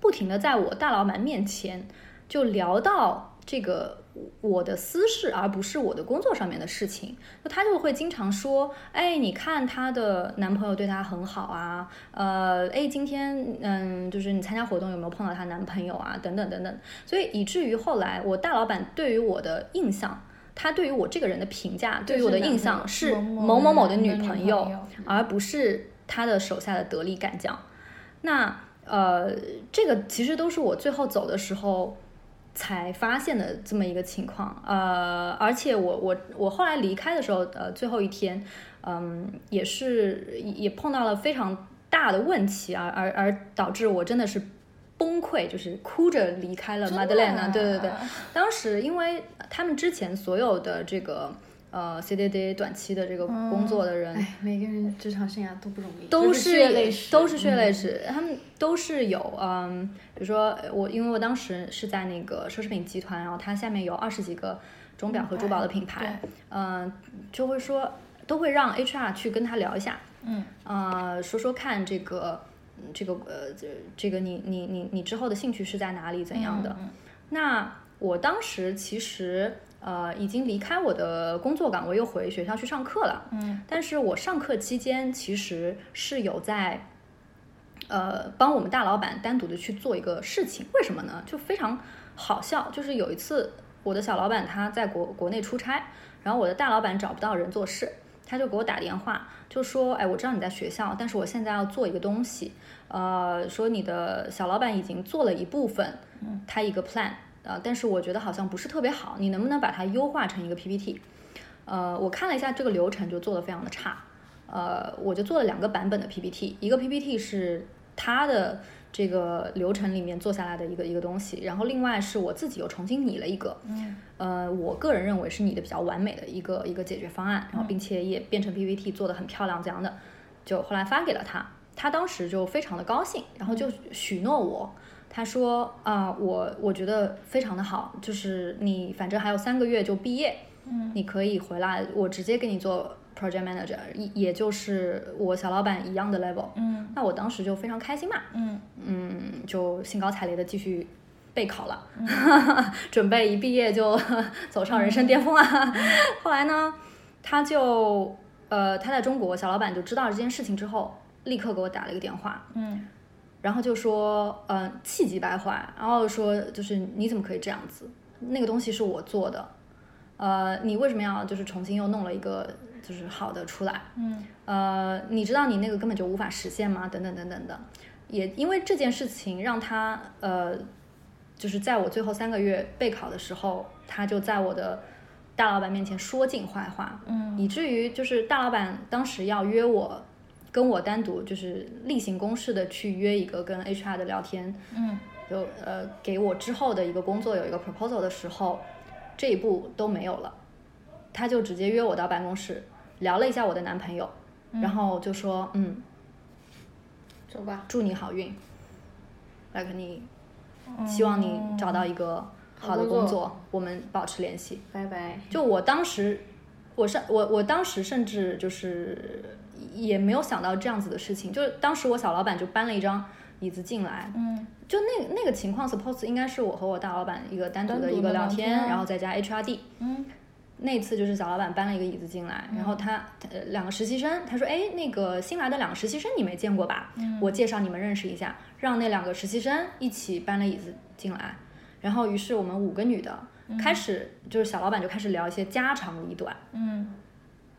S4: 不停的在我大老板面前就聊到这个我的私事，而不是我的工作上面的事情。就她就会经常说，哎，你看她的男朋友对她很好啊，呃，哎，今天嗯，就是你参加活动有没有碰到她男朋友啊，等等等等。所以以至于后来我大老板对于我的印象。他对于我这个人的评价，对于我的印象是某某某的女朋友，而不是他的手下的得力干将。那呃，这个其实都是我最后走的时候才发现的这么一个情况。呃，而且我我我后来离开的时候，呃，最后一天，嗯，也是也碰到了非常大的问题啊，而而导致我真的是。崩溃就是哭着离开了马德莲娜，对对对，当时因为他们之前所有的这个呃 CDD 短期的这个工作的人，
S5: 哎，每个人职场生涯都不容易，
S4: 都
S5: 是
S4: 是
S5: 血泪史，
S4: 都是血泪史，他们都是有嗯，比如说我，因为我当时是在那个奢侈品集团，然后它下面有二十几个钟表和珠宝的品牌，嗯，就会说都会让 HR 去跟他聊一下，嗯，呃，说说看这个嗯这个呃这这个你你你你之后的兴趣是在哪里怎样的？那我当时其实呃已经离开我的工作岗位，又回学校去上课了。嗯，但是我上课期间其实是有在呃帮我们大老板单独的去做一个事情，为什么呢？就非常好笑，就是有一次我的小老板他在国国内出差，然后我的大老板找不到人做事。他就给我打电话，就说：“哎，我知道你在学校，但是我现在要做一个东西，呃，说你的小老板已经做了一部分，他一个 plan，呃，但是我觉得好像不是特别好，你能不能把它优化成一个 PPT？呃，我看了一下这个流程，就做的非常的差，呃，我就做了两个版本的 PPT，一个 PPT 是他的这个流程里面做下来的一个一个东西，然后另外是我自己又重新拟了一个，
S2: 嗯
S4: 呃，我个人认为是拟的比较完美的一个一个解决方案，然后并且也变成 PPT 做的很漂亮这样的，就后来发给了他，他当时就非常的高兴，然后
S2: 嗯
S4: 就许诺我，他说啊、我我觉得非常的好，就是你反正还有三个月就毕业，嗯，你可以回来，我直接给你做 project manager，也也就是我小老板一样的 level，
S2: 嗯
S4: 那我当时就非常开心嘛，
S2: 嗯
S4: 嗯，就兴高采烈的继续备考了，
S2: 嗯
S4: 准备一毕业就 走上人生巅峰啊。
S2: 嗯
S4: 后来呢，他就呃他在中国，小老板就知道了这件事情之后，立刻给我打了一个电话，
S2: 嗯
S4: 然后就说，嗯、呃，气急败坏，然后说就是你怎么可以这样子？那个东西是我做的，呃，你为什么要就是重新又弄了一个就是好的出来？
S2: 嗯
S4: 呃，你知道你那个根本就无法实现吗？等等等等的，也因为这件事情让他呃，就是在我最后三个月备考的时候，他就在我的大老板面前说尽坏话，
S2: 嗯
S4: 以至于就是大老板当时要约我，跟我单独就是例行公事的去约一个跟 HR 的聊天，
S2: 嗯
S4: 就呃给我之后的一个工作有一个 proposal 的时候，这一步都没有了，他就直接约我到办公室聊了一下我的男朋友，然后就说嗯
S5: 走吧，
S4: 祝你好运，like 你希望你找到一个好的
S5: 哦好工
S4: 工
S5: 作
S4: 作，我们保持联系。
S5: 拜拜。
S4: 就我当时，我甚我我当时甚至就是也没有想到这样子的事情，就是当时我小老板就搬了一张椅子进来，
S2: 嗯
S4: 就那那个情况，suppose 应该是我和我大老板一个单独
S2: 单
S4: 的
S2: 独
S4: 一个
S2: 的
S4: 聊
S2: 聊
S4: 天，
S2: 天
S4: 然后再加 HRD。
S2: 嗯
S4: 那次就是小老板搬了一个椅子进来，然后他呃两个实习生，他说：“哎，那个新来的两个实习生你没见过吧？
S2: 嗯
S4: 我介绍你们认识一下。”让那两个实习生一起搬了椅子进来，然后于是我们五个女的开始就是小老板就开始聊一些家长里短，
S2: 嗯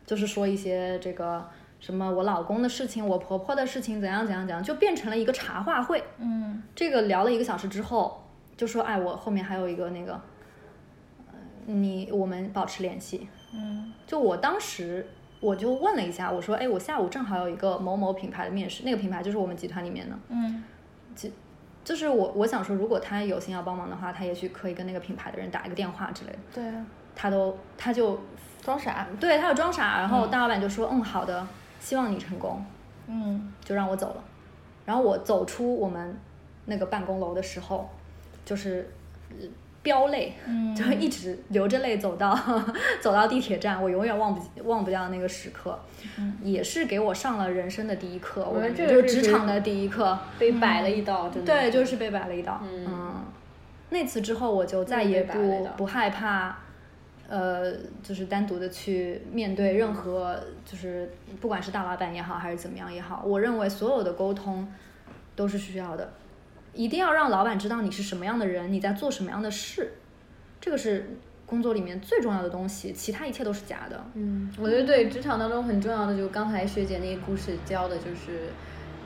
S4: 就是说一些这个什么我老公的事情、我婆婆的事情怎样怎样怎样，就变成了一个茶话会。
S2: 嗯
S4: 这个聊了一个小时之后，就说：“哎，我后面还有一个那个，呃你我们保持联系。”
S2: 嗯
S4: 就我当时我就问了一下，我说，哎，我下午正好有一个某某品牌的面试，那个品牌就是我们集团里面的，
S2: 嗯
S4: 就是我我想说，如果他有心要帮忙的话，他也许可以跟那个品牌的人打一个电话之类的。
S2: 对啊，
S4: 他都他就
S2: 装傻，
S4: 对他就装傻，然后大老板就说，嗯好的，希望你成功，
S2: 嗯
S4: 就让我走了。然后我走出我们那个办公楼的时候，就是呃飙泪，
S2: 嗯
S4: 就一直流着泪走到 走到地铁站，我永远忘不忘不掉那个时刻，也是给我上了人生的第一课，我
S5: 嗯觉得
S4: 感
S5: 这
S4: 觉
S5: 个
S4: 就是是职
S5: 属于
S4: 场的第一课，
S5: 被摆了一道，真的。
S4: 对，就是被摆了一道，
S5: 嗯
S4: 那次之后我就再也
S5: 被摆了一
S4: 不
S5: 道
S4: 不害怕。呃，就是单独的去面对
S5: 嗯
S4: 任何，就是不管是大老板也好，还是怎么样也好，我认为所有的沟通都是需要的，一定要让老板知道你是什么样的人，你在做什么样的事，这个是工作里面最重要的东西，其他一切都是假的。
S5: 嗯，我觉得对职场当中很重要的，就刚才学姐那个故事教的，就是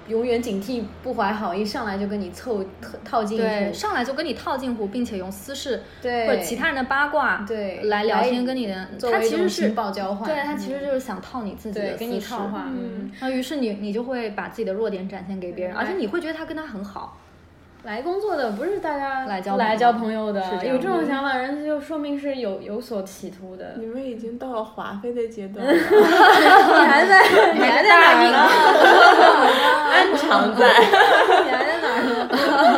S5: 永远警惕不怀好意，上来就跟你凑套套近
S4: 对，
S5: 乎，
S4: 上来就跟你套近乎，并且用私事
S5: 嗯对
S4: 或者其他人的八卦
S5: 对
S4: 来聊
S5: 来
S4: 天，跟你的
S5: 作
S4: 他
S5: 为一
S4: 其
S5: 种
S4: 实是
S5: 情报交换嗯
S4: 对他其实就是想套嗯你自己的
S5: 对，跟你
S4: 私事
S5: 套话，嗯，
S4: 那于是你你就会把自己的弱点展现给别人，而且你会觉得他跟他很好，
S5: 来工作的不是大家
S4: 来交
S5: 来
S4: 朋
S5: 交
S4: 友
S5: 朋友的，
S4: 是这样
S5: 有这
S4: 的
S5: 种想法，人家就说明是有有所企图的
S3: 你。们已经到了华妃的阶段 了，
S5: 你还在，你还在哪儿呢？
S3: 安常在。
S5: 你还在哪儿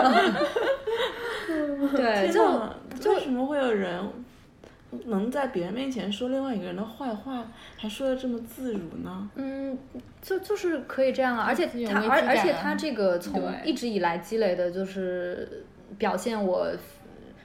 S5: 呢？
S4: 对，
S3: 天
S4: 就
S3: 哪为哎什么会有人能在别人面前说另外一个人的坏话，还说的这么自如呢？
S4: 嗯，就就是可以这样啊，而且
S2: 自己有
S4: 他
S2: 危机
S4: 而
S2: 感
S4: 而且
S2: 啊
S4: 他这个从
S5: 对
S4: 一直以来积累的就是表现我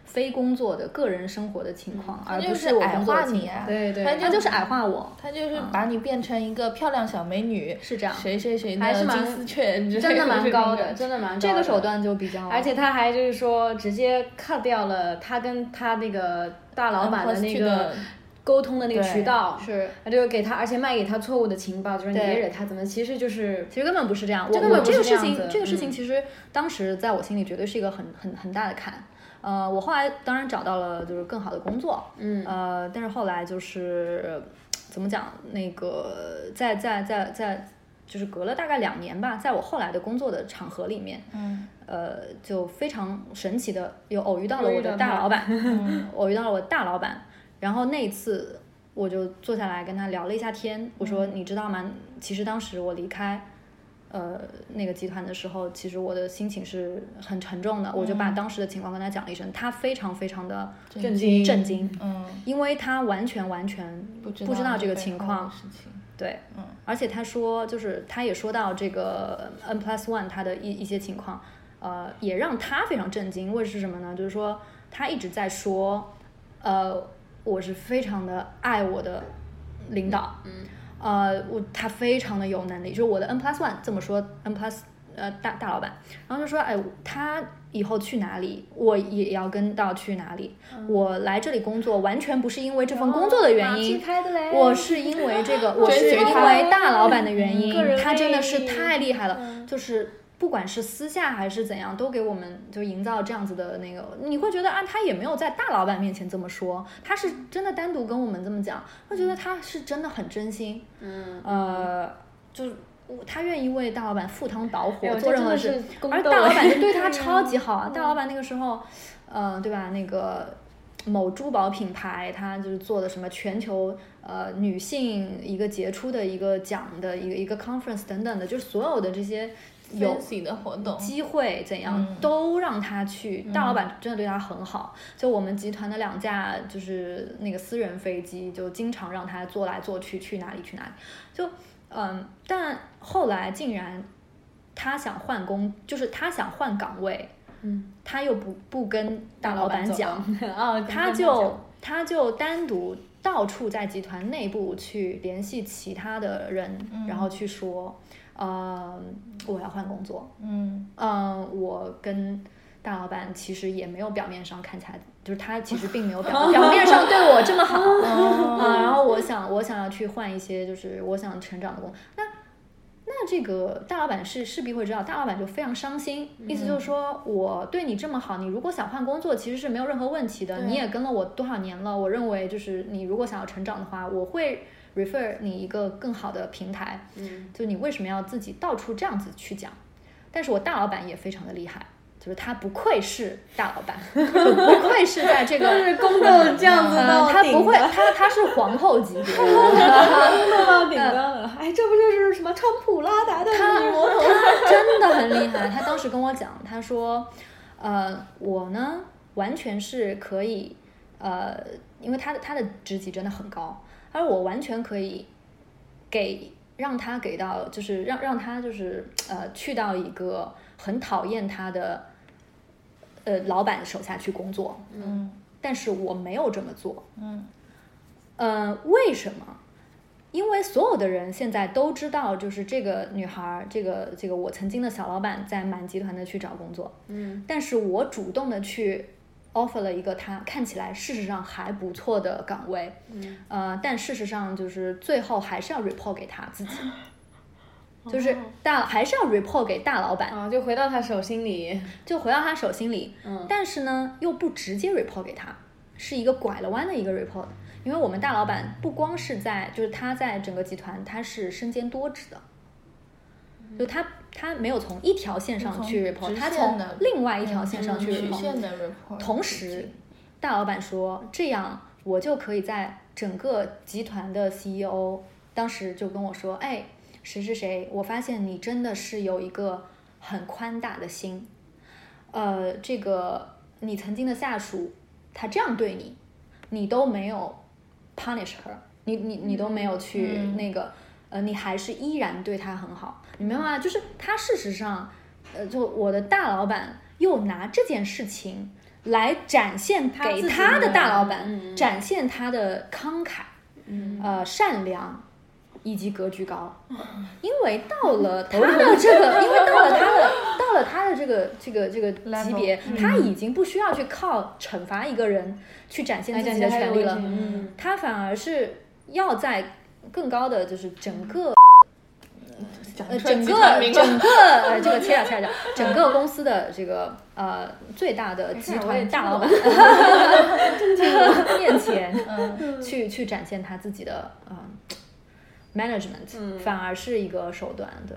S4: 非工作的个人生活的情况，而
S2: 就
S4: 不
S2: 是
S4: 我
S2: 矮
S4: 工作
S2: 化
S4: 的情
S2: 你
S4: 况。
S5: 对对，
S2: 他
S4: 他就是矮化我，
S2: 他就是把你变成一个漂亮小美女，
S4: 是这样
S2: 谁谁谁
S5: 还是
S2: 的
S5: 蛮
S2: 金丝雀 之类，
S5: 真的蛮高
S2: 就
S5: 的，
S2: 是那种
S5: 真的
S1: 嗯
S5: 蛮高
S4: 这个
S5: 的
S4: 手。段就比较，
S5: 而且他还就是说，直接 cut 掉了他跟他那个大老板的那
S2: Unposted
S5: 个沟通的那个
S2: 嗯对
S5: 渠道，
S4: 是
S5: 他就给他，而且卖给他错误的情报，就是你
S4: 对
S5: 别惹他，怎么其实就是
S4: 其实根本不是这样。我
S5: 这根
S4: 我
S5: 本不
S4: 这
S5: 是
S4: 个
S5: 这
S4: 事
S5: 样
S4: 情
S5: 子，
S4: 这个事情
S5: 嗯
S4: 其实当时在我心里绝对是一个很很很大的坎。呃，我后来当然找到了就是更好的工作，
S5: 嗯
S4: 呃，但是后来就是怎么讲，那个在在在在就是隔了大概两年吧，在我后来的工作的场合里面，
S2: 嗯
S4: 呃，就非常神奇的又偶遇到了
S5: 又遇
S4: 我的
S5: 到
S4: 大
S5: 他
S4: 老板，偶遇到了我的大老板，然后那一次我就坐下来跟他聊了一下天，我说你知道吗？其实当时我离开，呃那个集团的时候，其实我的心情是很沉重的，我就把当时的情况跟他讲了一声，他非常非常的
S2: 震
S1: 惊
S4: 震惊，
S2: 嗯，
S4: 因为他完全完全
S2: 不知
S4: 不知道这个
S2: 背
S4: 情
S2: 后
S4: 况
S2: 的，事情，
S4: 对，
S2: 嗯，
S4: 而且他说，就是他也说到这个 N plus one 他的一一些情况，呃，也让他非常震惊。因为是什么呢？就是说他一直在说，呃，我是非常的爱我的领导，嗯，呃，我他非常的有能力，就是我的 N plus one 这么说，N plus 呃大大老板，然后就说，哎，他以后去哪里，我也要跟到去哪里。我来这里工作，完全不是因为这份工作的原因，
S5: 开的嘞
S4: 我是因为这个，我
S2: 追
S4: 是
S2: 随
S4: 因
S2: 他
S4: 为嗯大老板的原因嗯
S5: 个人，
S4: 他真的是
S5: 魅力
S4: 太厉害了，就是。不管是私下还是怎样，都给我们就营造这样子的那个，你会觉得啊，他也没有在大老板面前这么说，他是真的单独跟我们这么讲，会觉得他是真的很真心，
S5: 嗯，
S4: 呃，就是我他愿意为大老板赴汤蹈火、
S5: 哎呦
S4: 做
S5: 这
S4: 任
S5: 真
S4: 何
S5: 的
S4: 事
S5: 是，宫
S4: 而
S5: 斗
S4: 大老
S5: 哎嗯
S4: 板 就对他超级好啊。大老板那个时候，呃，对吧？那个某珠宝品牌，他就是做的什么全球呃女性一个杰出的一个奖的一个一个 conference 等等的，就是所有的这些有
S2: 自己的活 动，
S4: 机会怎样、
S2: 嗯
S4: 都让他去，大老板真的对他很好。就我们集团的两架就是那个私人飞机，就经常让他坐来坐去，去哪里去哪里。就嗯，但后来竟然他想换工，就是他想换岗位，
S5: 嗯，
S4: 他又不不跟大老板讲，
S5: 啊，
S2: 哦
S4: 他就他就单独到处在集团内部去联系其他的人，然后去说，呃，我要换工作。
S2: 嗯，
S4: 嗯，我跟大老板其实也没有表面上看起来，就是他其实并没有表表面上对我这么好啊、然后我想，我想要去换一些，就是我想成长的工作。那那这个大老板是势必会知道，大老板就非常伤心，意思就
S1: 嗯
S4: 是说我对你这么好，你如果想换工作，其实是没有任何问题的。你也跟了我多少年了，我认为就是你如果想要成长的话，我会 refer 你一个更好的平台。
S5: 嗯，
S4: 就你为什么要自己到处这样子去讲？但是我大老板也非常的厉害，就是他不愧是大老板， 就不愧是 在这
S1: 就
S4: 个。
S1: 是宫斗这样子
S4: 呃，
S1: 到
S5: 嗯
S4: 他
S1: 顶
S4: 不 会，
S1: 的
S4: 他他是皇后级别 的，
S1: 宫斗到顶端了。哎，这不就是什么川普拉达的女魔头？
S4: 他真的很厉害。他当时跟我讲，他说，呃，我呢完全是可以，呃，因为他的他的职级真的很高，他说我完全可以给让他给到，就是让让他就是呃去到一个很讨厌他的呃老板手下去工作，
S2: 嗯，
S4: 但是我没有这么做，
S2: 嗯，
S4: 呃，为什么？因为所有的人现在都知道，就是这个女孩儿，这个这个我曾经的小老板在满集团的去找工作，
S5: 嗯，
S4: 但是我主动的去 offer 了一个她看起来事实上还不错的岗位，
S5: 嗯，
S4: 呃，但事实上就是最后还是要 report 给她 自己，就是大还是要 report 给大老板，
S5: 啊，就回到他手心里，
S4: 就回到他手心里，
S5: 嗯
S4: 但是呢又不直接 report 给他，是一个拐了弯的一个 report。因为我们大老板不光是在，就是他在整个集团他是身兼多职的，就他他没有从一条线上去
S2: 嗯就从
S4: report，
S2: 直
S4: 他
S2: 线
S4: 从
S2: 的嗯
S4: 另外一条线上去
S2: 曲
S4: report。
S2: 线的 report，
S4: 同时，大老板说这样我就可以在整个集团的 CEO 当时就跟我说，哎，谁谁谁，我发现你真的是有一个很宽大的心，呃，这个你曾经的下属他这样对你，你都没有 punish her，你你你都没有去那个，呃，你还是依然对他很好，你明白吗？就是他事实上，呃，就我的大老板又拿这件事情来展现
S1: 他自
S4: 给
S1: 己
S4: 他的
S1: 的
S4: 大老板，
S5: 嗯嗯
S4: 展现他的慷慨，呃，善良。以及格局 高，因为到了他的这个，因为到了他的，到了他的这个这个这个级
S2: Level
S4: 别，
S5: 嗯
S4: 他已经不需要去靠惩罚一个人去展现
S5: 来
S4: 自
S5: 展
S4: 己
S5: 现
S4: 的
S5: 他的
S4: 权
S5: 位
S4: 利了
S5: 置，嗯
S4: 他反而是要在更高的就是整个
S2: 讲
S4: 呃
S2: 出来
S4: 整
S2: 集
S4: 个
S2: 团名了
S4: 整个呃这个切掉切掉，整个公司的这个呃最大的集团大
S2: 哎
S4: 老板 面前
S2: 嗯
S4: 去去展现他自己的呃
S2: 嗯
S4: management，反而是一个手段，对，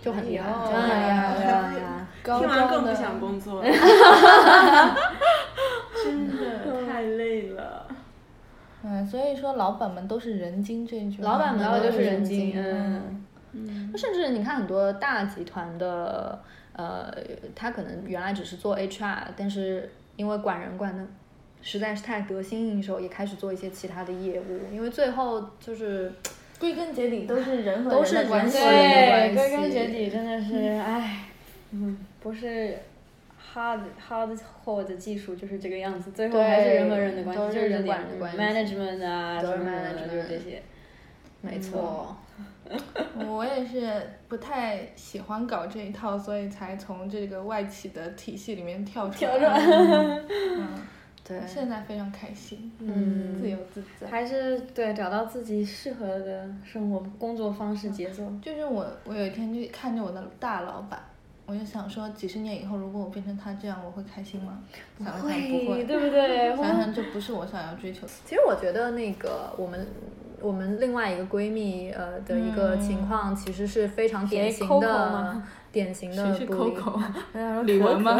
S4: 就很厉害，啊
S2: 哎呦
S4: 真的很厉害，真的很厉害。
S2: 高
S3: 听完
S2: 中
S3: 更不
S2: 的
S3: 想工作了，真的太累了。
S2: 嗯，所以说老板们都是人精这一句话，
S4: 老板们
S5: 然后
S4: 都
S5: 就是是
S4: 人
S5: 人
S4: 精
S5: 精，嗯，
S4: 甚至你看很多大集团的，呃，他可能原来只是做 HR，但是因为管人管的实在是太得心应手，也开始做一些其他的业务，因为最后就是
S2: 归根结底都是人和
S4: 都是
S2: 人的关
S4: 人
S2: 系。
S4: 和人的
S1: 对，
S4: 关
S1: 归根
S4: 系
S1: 结底真的是，唉，嗯，不是 hard hard core 的技术就是这个样子，最后还是
S4: 对
S1: 人和人的关
S4: 都
S1: 系，
S4: 是
S1: 就是这
S4: 人
S1: 点
S4: 管人的
S1: 嗯
S4: 关
S1: management 啊，
S4: 都
S1: 什
S4: 是
S1: 么什么
S4: management
S1: 就是这些。
S4: 没错，
S2: 我也是不太喜欢搞这一套，所以才从这个外企的体系里面跳出
S1: 跳
S2: 来。
S1: 出来
S2: 嗯，
S4: 对，
S2: 现在非常开心，
S1: 嗯
S2: 自由自在。
S1: 还是对找到自己适合的生活、工作方式、节奏。
S2: 就是我，我有一天就看着我的大老板，我就想说，几十年以后如果我变成他这样，我会开心吗？想了想不 会，
S1: 对不对？
S2: 想想这不是我想要追求的。
S4: 其实我觉得那个我们我们另外一个闺蜜呃的一个情况，其实是非常典型
S1: Coco
S4: 的
S1: 吗
S4: 典型的
S2: 谁是
S4: 不一
S2: Coco？
S4: 我想说
S2: 李玟吗？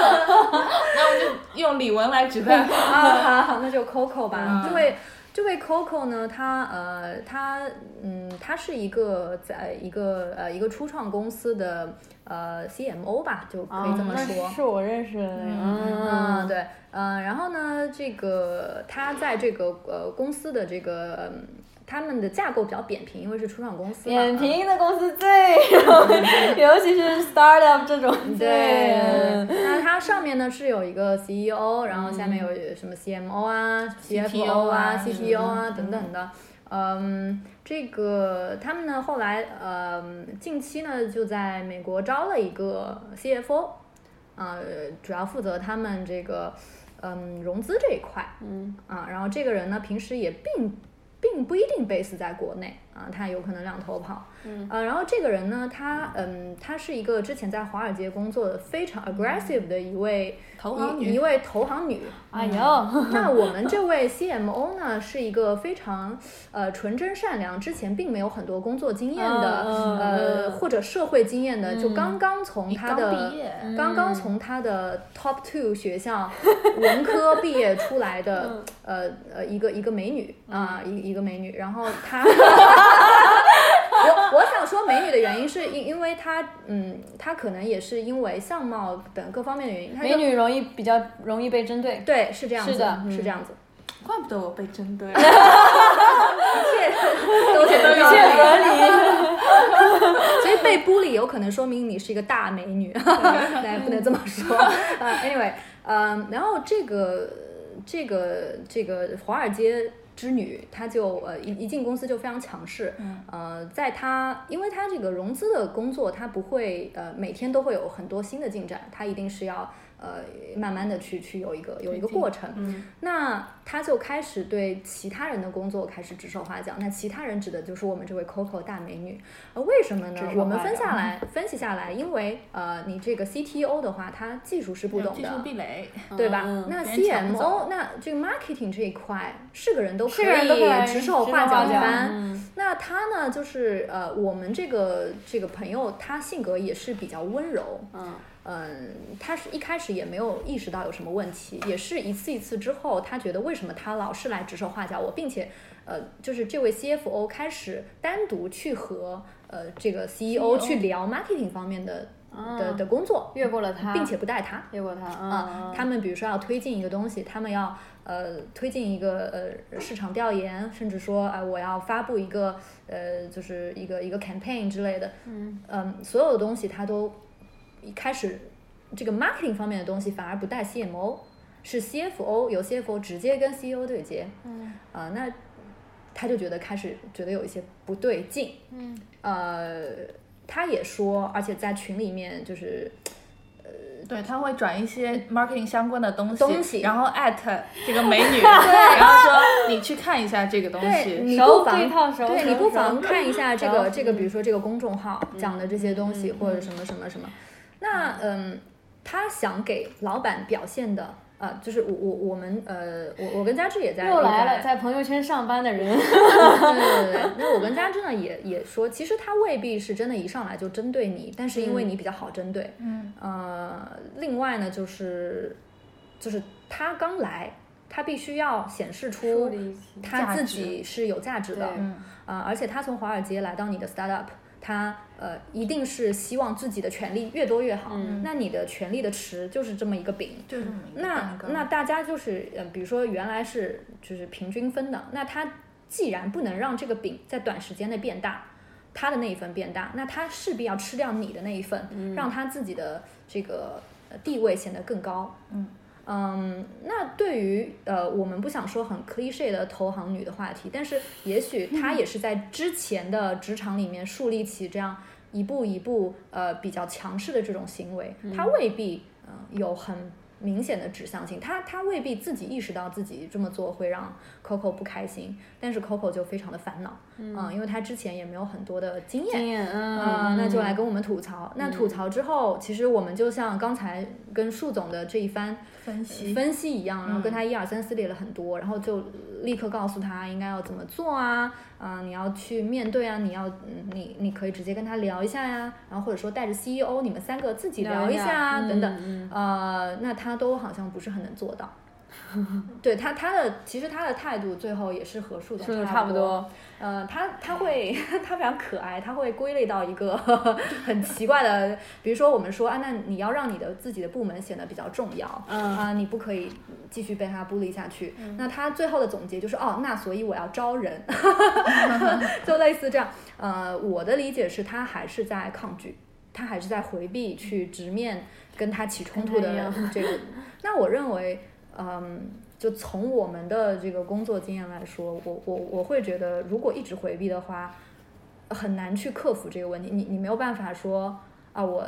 S2: 那我就用李玟来指代。
S4: 啊，好好，那就 Coco 吧。
S2: 嗯
S4: 这位这位 Coco 呢，她呃，她嗯，她是一个在一个呃一个初创公司的呃 CMO 吧，就可以这么说。
S1: 哦是我认识的啊那个。
S4: 嗯，，对，嗯、然后呢，这个他在这个呃公司的这个、嗯他们的架构比较扁平，因为是初创公司嘛，
S1: 扁平的公司最， 尤其是 startup 这种
S4: 嗯对
S1: 最，，
S4: 那它上面呢是有一个 CEO，然后下
S1: 嗯
S4: 面有什么 CMO 啊、CFO
S2: CTO
S4: 啊、
S2: 啊
S4: CTO 啊等等的。嗯，这个他们呢后来呃近期呢就在美国招了一个 CFO，呃，主要负责他们这个嗯融资这一块。
S1: 嗯，
S4: 啊，然后这个人呢，平时也并并不一定 base 在国内啊，他有可能两头跑。
S1: 嗯，
S4: 呃，然后这个人呢，他嗯，他是一个之前在华尔街工作的非常 aggressive 的一位
S2: 投行
S4: 一
S2: 女
S4: 一位投行女。
S1: 哎呦，
S4: 那我们这位 CMO 呢，是一个非常呃纯真善良，之前并没有很多工作经验的、
S1: 嗯嗯
S4: 呃
S1: 嗯
S4: 或者社会经验的，就
S1: 嗯
S4: 刚刚从他
S2: 刚
S4: 的
S2: 毕业
S4: 刚刚从他的 top two 学校文科毕业出来的，
S1: 嗯
S4: 呃呃，一个一个美女啊，一一个美女，然后她。我我想说美女的原因是因因为她嗯，她可能也是因为相貌等各方面的原因，她
S1: 美
S4: 就
S1: 女容易比较容易被针对，
S4: 对是这样子，
S1: 是的嗯
S4: 是这样子，
S2: 怪不得我被针对。
S4: 都是
S1: 一切合理。
S4: 所以被 bully 有可能说明你是一个大美女， 来不能这么说。呃、anyway，嗯、然后这个这个这个华尔街。之女，她就呃一一进公司就非常强势，
S3: 嗯
S4: 呃，在她因为她这个融资的工作，她不会呃每天都会有很多新的进展，她一定是要呃慢慢的去去有一个有一个过程，
S3: 嗯
S4: 那他就开始对其他人的工作开始指手画脚。那其他人指的就是我们这位 Coco 大美女。呃，为什么呢
S3: 指手？画脚
S4: 我们分 下来分析下来，因为呃，你这个 CTO 的话，他技术是不懂
S2: 技术
S4: 的，
S2: 壁垒，
S1: 嗯
S4: 对吧？那
S2: 别人抢不
S4: CMO，那这个 marketing 这一块是个人都可
S1: 是个人都可
S4: 以
S1: 以
S4: 指手
S1: 指手画
S4: 画脚一
S1: 脚
S4: 番。
S1: 嗯
S4: 那他呢，就是呃，我们这个这个朋友，他性格也是比较温柔，
S1: 嗯，
S4: 嗯，他是一开始也没有意识到有什么问题，也是一次一次之后，他觉得为什么他老是来指手画脚我，并且，呃，就是这位 CFO 开始单独去和呃这个 CEO
S1: E
S4: 去聊 marketing 方面的、
S1: 啊
S4: 的的工作，
S1: 越过了他，
S4: 并且不带他。
S1: 越过他
S4: 啊
S1: 啊，
S4: 他们比如说要推进一个东西，他们要呃推进一个呃市场调研，甚至说啊、我要发布一个呃就是一个一个 campaign 之类的，嗯所有的东西他都一开始这个 marketing 方面的东西反而不带 CMO，是 CFO 由 CFO 直接跟 CEO 对接，嗯啊、那他就觉得开始觉得有一些不对劲，嗯呃他也说，而且在群里面就是。
S2: 对，他会转一些 marketing 相关的东西，
S4: 东西
S2: 然后 at 这个美 女，然后说你去看一下这个东
S4: 对，
S2: 西。
S4: 你
S1: 熟对
S4: 不妨
S1: 套熟
S4: 对
S1: 熟
S4: 你不
S1: 熟
S4: 妨看一下这个
S1: 熟
S4: 这个，比如说这个公众号
S1: 嗯
S4: 讲的这些东西，或者什么什么什么。那嗯，他想给老板表现的。啊，就是我我我们呃，我我跟佳芝也在
S1: 又来
S4: 也
S1: 了，在朋友圈上班的 人，
S4: 对对对，那我跟家真的也也说，其实他未必是真的一上来就针对你，但是因为你比较好针对，
S2: 嗯，
S4: 呃，另外呢就是就是他刚来，他必须要显示
S1: 树
S4: 出
S1: 立
S4: 他自己是有价值的，
S5: 对
S4: 啊、而且他从华尔街来到你的 startup，他呃一定是希望自己的权利越多越好。那你的权利的池就是这么一个饼，
S2: 就是这么一个
S4: 那
S2: 蛋糕
S4: 那大家就是，嗯，比如说原来是就是平均分的，那他既然不能让这个饼在短时间内变大，他的那一份变大，那他势必要吃掉你的那一份，让他自己的这个呃地位显得更高。
S2: 嗯
S4: 嗯那对于呃我们不想说很 cliche 的投行女的话题，但是也许她也是在之前的职场里面树立起这样一步一步呃比较强势的这种行为，她未必嗯、呃有很明显的指向性，她她未必自己意识到自己这么做会让 Coco 不开心，但是 Coco 就非常的烦恼，嗯、因为她之前也没有很多的经验，
S5: 经验，嗯，
S4: 啊、那就来跟我们吐槽。那吐槽之后，其实我们就像刚才跟树总的这一番
S2: 分析
S4: 分析一样，然后跟他一二三四列了很多，然后就立刻告诉他应该要怎么做啊，啊、你要去面对啊，你要嗯你你可以直接跟他聊一下呀、然后或者说带着 CEO 你们三个自己聊一下啊，等等，呃，那他都好像不是很能做 到。对他，他的其实他的态度最后也是和树
S1: 说
S4: 总
S1: 的差不
S4: 不多，
S1: 多，
S4: 呃，他他会 他非常可爱，他会归类到一个 很奇怪的，比如说我们说啊，那你要让你的自己的部门显得比较重要，
S1: 嗯
S4: 啊，你不可以继续被他孤立下去。那他最后的总结就是哦，那所以我要招 人，就类似这样。呃，我的理解是他还是在抗拒，他还是在回避去直面跟他起冲突的
S1: 跟他一样
S4: 这个。那我认为，嗯，就从我们的这个工作经验来说，我我我会觉得，如果一直回避的话，很难去克服这个问题。你你没有办法说啊，我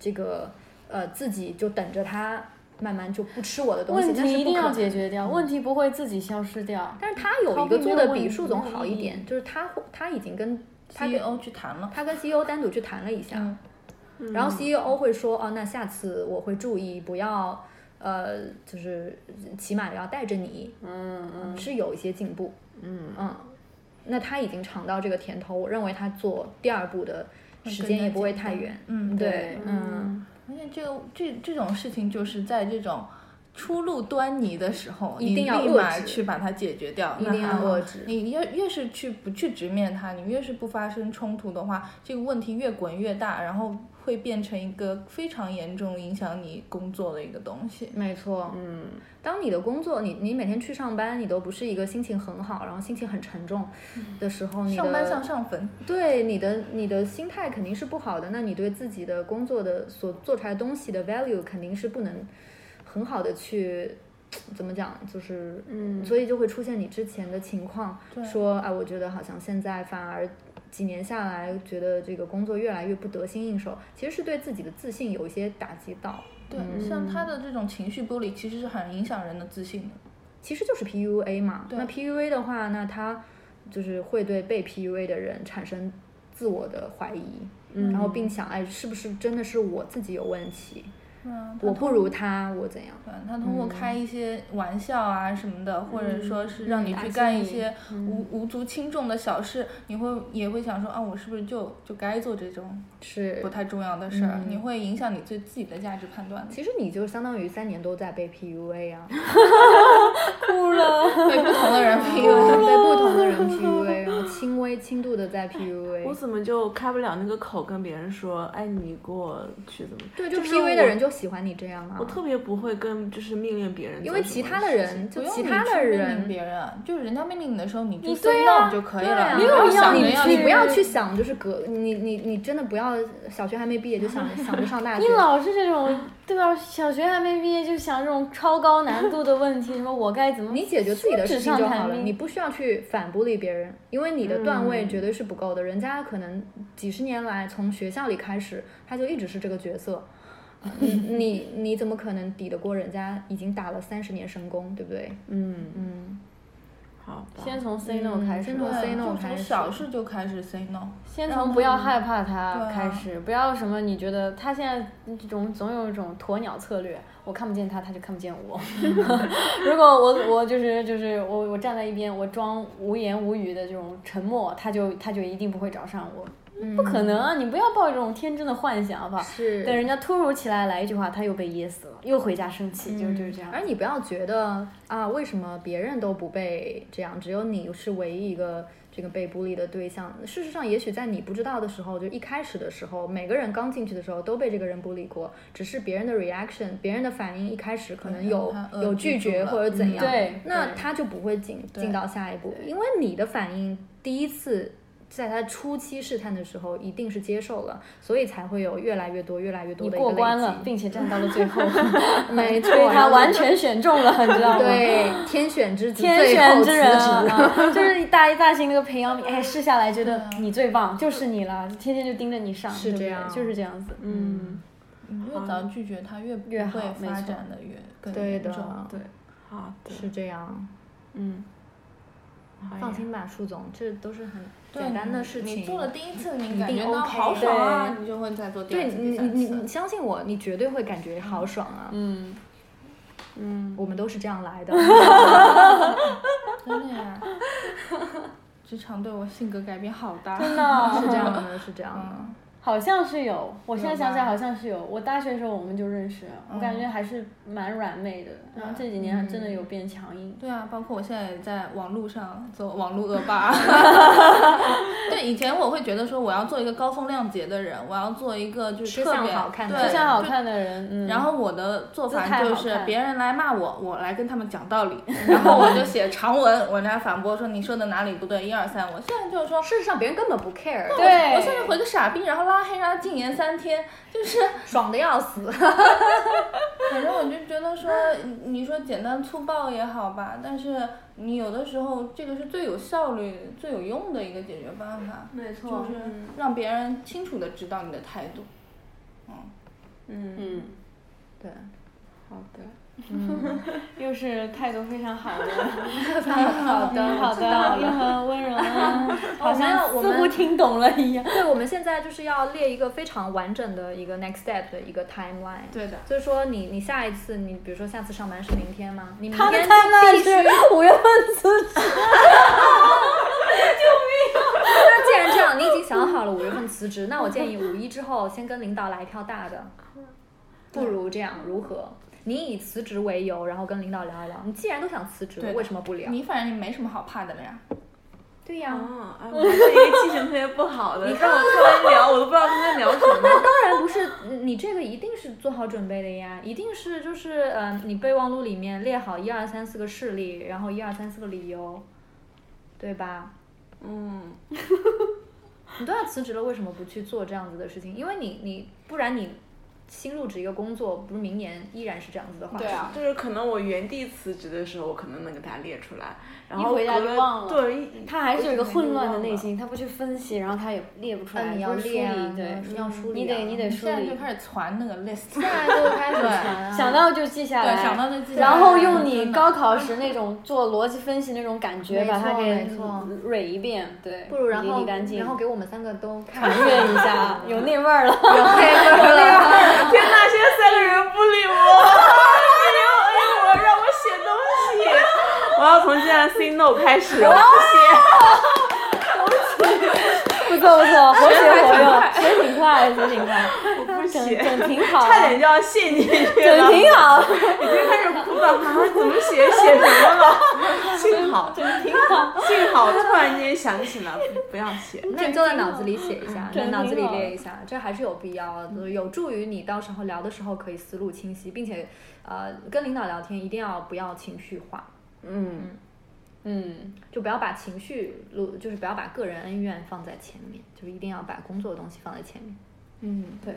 S4: 这个呃自己就等着他慢慢就不吃我的东西，
S1: 问
S4: 那是
S1: 题一
S4: 不
S1: 定
S4: 可
S1: 要
S4: 能
S1: 解决掉，问题不会自己消失掉。
S4: 但是他有
S1: 逃
S4: 一个
S1: 避
S4: 做
S1: 没有
S4: 的
S1: 问
S4: 比
S1: 题
S4: 树
S1: 没
S4: 总
S1: 有
S4: 好
S1: 意
S4: 一
S1: 义
S4: 点，就是他他已经跟他跟
S2: CEO E 去谈了，
S4: 他跟 CEO 单独去谈了一下，
S2: 嗯
S4: 然后 CEO 会说哦，那下次我会注意，不要呃，就是起码要带着你，
S5: 嗯嗯
S4: 是有一些进步，
S5: 嗯
S4: 嗯，那他已经尝到这个甜头，我认为他做第二步的
S2: 会
S4: 时
S2: 更
S4: 间
S2: 加
S4: 也不会
S2: 简
S4: 太
S2: 单
S4: 远，
S2: 嗯
S4: 对
S5: 对，
S4: 嗯，
S2: 而且这个这这种事情就是在这种出路端倪的时候，
S4: 一
S2: 你
S4: 定要
S2: 立
S4: 遏
S2: 马
S4: 制
S2: 去把它解决掉，
S4: 一
S2: 那
S4: 定要
S2: 还好
S4: 遏制
S2: 你越越是去不去直面它，你越是不发生冲突的话，这个问题越滚越大，然后会变成一个非常严重影响你工作的一个东西。
S4: 没错，嗯，当你的工作，你你每天去上班，你都不是一个心情很好，然后心情很沉重的时候，你
S2: 嗯
S4: 的
S2: 上班向上坟，
S4: 对你的你的心态肯定是不好的，那你对自己的工作的所做出来的东西的 value 肯定是不能很好的去怎么讲，就是
S5: 嗯
S4: 所以就会出现你之前的情况
S2: 对，
S4: 说啊，我觉得好像现在反而几年下来，觉得这个工作越来越不得心应手，其实是对自己的自信有一些打击到，
S2: 对，像
S4: 嗯
S2: 他的这种情绪玻璃，其实是很影响人的自信的。
S4: 其实就是 PUA 嘛。
S2: 对
S4: 那 PUA 的话，那他就是会对被 PUA 的人产生自我的怀疑，
S5: 嗯
S4: 然后并想，哎，是不是真的是我自己有问题？
S2: 嗯，
S4: 我不如他，我怎样？
S2: 对，他通过开一些玩笑啊什么的，或者说是让你
S5: 打
S2: 去
S5: 击
S2: 干一
S5: 你
S2: 些无、无足轻重的小事，你会也会想说啊，我是不是就就该做这种
S4: 是
S2: 不，太重要的事儿？
S4: 嗯
S2: 你会影响你对自己的价值判断的。
S4: 其实你就相当于三年都在被 PUA 啊，
S2: 对不同的人 PUA，
S4: 被不同的人 PUA，然后轻微轻度的在 PUA。
S3: 我怎么就开不了那个口跟别人说，哎，你给我去怎么？
S4: 对，就是 PUA 的
S3: 我
S4: 人就喜欢你这样啊
S3: 我，特别不会跟就是命令别人做什么事情，
S4: 因为其他的人就
S2: 不用
S4: 其
S2: 你
S4: 他
S2: 去
S4: 的
S2: 命令
S4: 人，
S2: 别人，啊就是人家命令你的时候，你就 say
S1: 对
S2: no
S1: 啊
S2: 就可以
S4: 对
S2: 了，
S4: 啊
S2: 你不
S4: 没有
S2: 要
S1: 必要
S2: 想
S1: 你
S2: 着要
S1: 去
S4: 你不要
S1: 是
S4: 去想，就是隔你你你真的不要小学还没毕业就想想着上大 学
S1: 你。老是这种，对吧？小学还没毕业就想这种超高难度的问题，什么我该怎么？
S4: 你解决自己的事情
S1: 书
S4: 就
S1: 纸上
S4: 好
S1: 谈
S4: 了，
S1: 兵
S4: 你不需要去反bully 别人，因为你的段位绝对是不够的。人家可能几十年来从学校里开始，他就一直是这个角色，呃你你你怎么可能抵得过人家已经打了三十年神功，对不对？
S3: 嗯，
S4: 嗯，
S3: 好吧，
S1: 先从 say no
S4: 嗯
S1: 开始
S4: 先
S1: 吧，
S4: 从 say
S2: 对
S4: no
S2: 就
S4: 开
S2: 从
S4: 始
S2: 小事就开始 say no。
S1: 先
S2: 让
S1: 从
S2: 他
S1: 不要
S2: 们
S1: 害怕
S2: 对
S1: 他
S2: 啊
S1: 开始，不要什么你觉得他现在这种总有一种鸵鸟策略，我看不见他，他就看不见 我。如果我我就是就是我我站在一边，我装无言无语的这种沉默，他就他就一定不会找上我。不可能啊！你不要抱这种天真的幻想，好不好？
S4: 嗯是
S1: 等人家突如其来来一句话，他又被噎死了，又回家生气，就就是这样。
S4: 嗯而你不要觉得啊，为什么别人都不被这样，只有你是唯一一个这个被孤立的对象？事实上，也许在你不知道的时候，就一开始的时候，每个人刚进去的时候都被这个人孤立过，只是别人的 reaction，别人的反应一开始可能有
S2: 他呃
S4: 有
S2: 记
S4: 拒
S2: 住
S4: 绝
S2: 了
S4: 或者怎
S1: 嗯
S4: 样，
S1: 对
S4: 那
S1: 对
S4: 他就不会进
S2: 对
S4: 进到下一步，因为你的反应第一次。在他初期试探的时候，一定是接受了，所以才会有越来越多、越来越多
S1: 你
S4: 的一个
S1: 过
S4: 累
S1: 关了，
S4: 积
S1: 并且站到 了最后，
S4: 没错，
S1: 被他
S4: 然后
S1: 完全选中了，你知道吗？。
S4: 对天选之子，
S1: 哦天
S4: 最后
S1: 选之
S4: 辞
S1: 人
S4: 职
S1: 啊，啊就是大一大型那个培养皿，哎，试下来觉得你最棒，就是你了，天天就盯着你上，
S4: 嗯是
S1: 对不
S4: 这
S1: 对
S4: 样
S1: 就是这样子，嗯，
S2: 你越早拒绝他，越不
S1: 越好
S2: 会
S1: 没
S2: 发
S1: 错
S2: 展的越更
S4: 对
S2: 严
S4: 的
S2: 重。，
S3: 对，好的，
S4: 是这样。
S1: 嗯，
S3: 哎呀
S4: 放心吧，舒总，这都是很
S2: 对
S4: 简单的
S2: 你
S4: 事
S2: 嗯你
S4: 情。
S2: 做了第一次，
S4: 一
S2: 你感
S4: 定
S2: 觉到
S4: OK
S2: 好爽啊，
S1: 对
S2: 你就会再做第二
S4: 对
S2: 次、第
S4: 你你
S2: 三
S4: 你
S2: 次
S4: 你。相信我，你绝对会感觉好爽啊！
S1: 嗯，嗯，
S4: 我们都是这样来的。
S2: 真的呀， 职场对我性格改变好大。
S1: 真的
S2: 啊
S4: 是这样的，是这样
S2: 嗯
S4: 的。
S1: 好像是有，我现在想起来
S2: 有吗
S1: 好像是有。我大学的时候我们就认识，我
S4: 嗯
S1: 感觉还是蛮软妹的。然后这几年还真的有变强硬。
S2: 对啊，包括我现在也在网络上做网络恶霸。 对，以前我会觉得说我要做一个高风亮节的人，我要做一个就是
S4: 吃
S2: 特
S4: 相
S2: 别
S4: 好看的
S2: 对
S4: 人
S1: 就像好看的人，嗯，
S2: 然后我的做
S1: 姿
S2: 法
S1: 态
S2: 就
S1: 好
S2: 是
S1: 看
S2: 别人来骂我，我来跟他们讲道 理，然后我就写长文，我来反驳说你说的哪里不对，一二三。我现在就是说，
S4: 事实上，别人根本不 care，
S1: 对
S2: 我现在回个傻逼，然后拉黑，然后禁言三天，就是
S4: 爽的要死。
S2: 反正我就觉得说，你说简单粗暴也好吧，但是你有的时候这个是最有效率、最有用的一个解决办法，
S5: 没
S2: 就
S5: 错，
S2: 是
S1: 嗯
S2: 让别人清楚的知道你的态度。
S4: 嗯，
S1: 嗯，
S4: 对，
S1: 好的， 嗯，又是态度非常 好的，嗯
S4: 嗯好的，
S1: 好
S4: 知
S1: 的，
S4: 道
S1: 又
S4: 了。
S1: 很温柔 啊，好像
S4: 我
S1: 似
S4: 们
S1: 乎听懂了一样。
S4: 对，我们现在就是要列一个非常完整的一个 next step 的一个 timeline。
S2: 对的，
S4: 就是说你，你下一次，你比如说下次上班是明天吗？你明
S1: 他的
S4: 天就
S1: timeline
S4: 必须
S1: 是五月份辞 职，
S4: 啊那既然这样，你已经想好了五月份辞职，那我建议五一之后先跟领导来一票大 的，不如这样如何？你以辞职为由，然后跟领导聊一聊。你既然都想辞职了，
S2: 对的
S4: 为什么不聊？
S2: 你反正你没什么好怕的了呀。
S4: 对呀、
S1: 哦
S3: 啊，哎我是一个精神特别不好的，你看我突然聊，我都不知道跟他聊什么。
S4: 当然不是，嗯你这个一定是做好准备的呀，一定是就是呃，你备忘录里面列好一二三四个事例，然后一二三四个理由，对吧？
S3: 嗯，
S4: 你都要辞职了，为什么不去做这样子的事情？因为你你不然你新入职一个工作，不是明年依然是这样子的话题。
S2: 对啊
S3: 就是可能我原地辞职的时候，我可能能给他列出来，然后
S1: 一回家
S3: 隔
S1: 就忘了嗯
S3: 对，一
S1: 他还是有一个混乱的内。心，他不去分析，然后他也列不出
S4: 那
S1: 来，
S4: 你要
S1: 不是梳
S4: 列啊
S1: 理，对，
S4: 你要梳理啊
S1: 你得你 得
S2: 你
S1: 梳
S2: 现在
S1: 理
S2: 就，开始传那个 list，
S4: 现在就开始传啊，
S1: 想到就记下来，
S2: 对，想到那记下来
S1: 然后用你
S2: 真的
S1: 高考时那种做逻辑分析那种感觉，
S4: 没错
S1: 把它给
S4: 没错
S1: 捋一遍，对，
S4: 不如然
S1: 理
S4: 后
S1: 理干净，
S4: 然后给我们三个都看
S1: 感阅一 下，有那味儿了。
S4: 有黑味了，
S3: 天哪，现在三个人不理我，不理 我，哎呦，让我写东西。 我要从现在 say no 开始，我不写。
S1: 不错不 错，活学活用，学挺快，学挺快，
S3: 不
S1: 整
S3: 写
S1: 整挺好，
S3: 差点就要陷进去
S1: 整
S3: 了，已
S1: 挺 好，
S3: 经开始哭了， 啊，怎么写写什么了？ 幸好，
S1: 整挺好。
S3: 幸好突然间想起来，不要写。
S4: 那你就在脑子里写一 下，
S1: 真
S4: 在
S1: 挺
S4: 脑子里
S1: 好
S4: 列一下，这还是有必要的，
S1: 嗯
S4: 就是有助于你到时候聊的时候可以思路清晰，并且呃跟领导聊天一定要不要情绪化，
S3: 嗯，
S1: 嗯，
S4: 就不要把情绪录，就是不要把个人恩怨放在前面，就是一定要把工作的东西放在前面。
S2: 嗯，
S1: 对，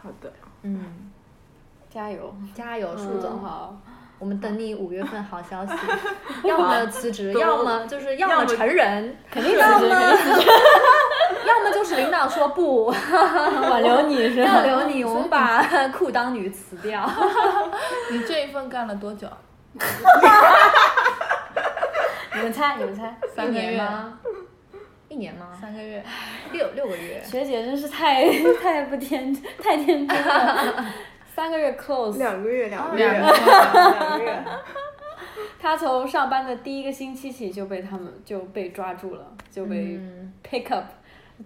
S3: 好的，
S4: 嗯，
S1: 加油，
S4: 加油，舒
S1: 舒总
S4: 总，
S1: 好，
S4: 我们等你五月份好消息， 要么辞职，
S3: 多
S4: 要么就是要
S3: 要
S4: 么
S3: 么
S4: 成人，
S1: 肯定
S4: 要
S1: 辞职
S4: 么
S1: 肯定
S4: 要么就是领导说不。
S1: 挽留你是吧
S4: 要？留你，我们把 裤裆女辞掉。
S2: 你这一份干了多久？
S1: 你们猜，你们猜，
S2: 三个月？
S4: 吗？一年吗？
S2: 三个月，
S4: 六六个月。
S1: 学姐真是太太不天真太天真了，三个月 close。
S3: 两个月，两
S2: 两个月。
S3: 两个月。
S1: 她从上班的第一个星期起就被他们就被抓住了，就被
S4: 嗯，
S1: pick up，、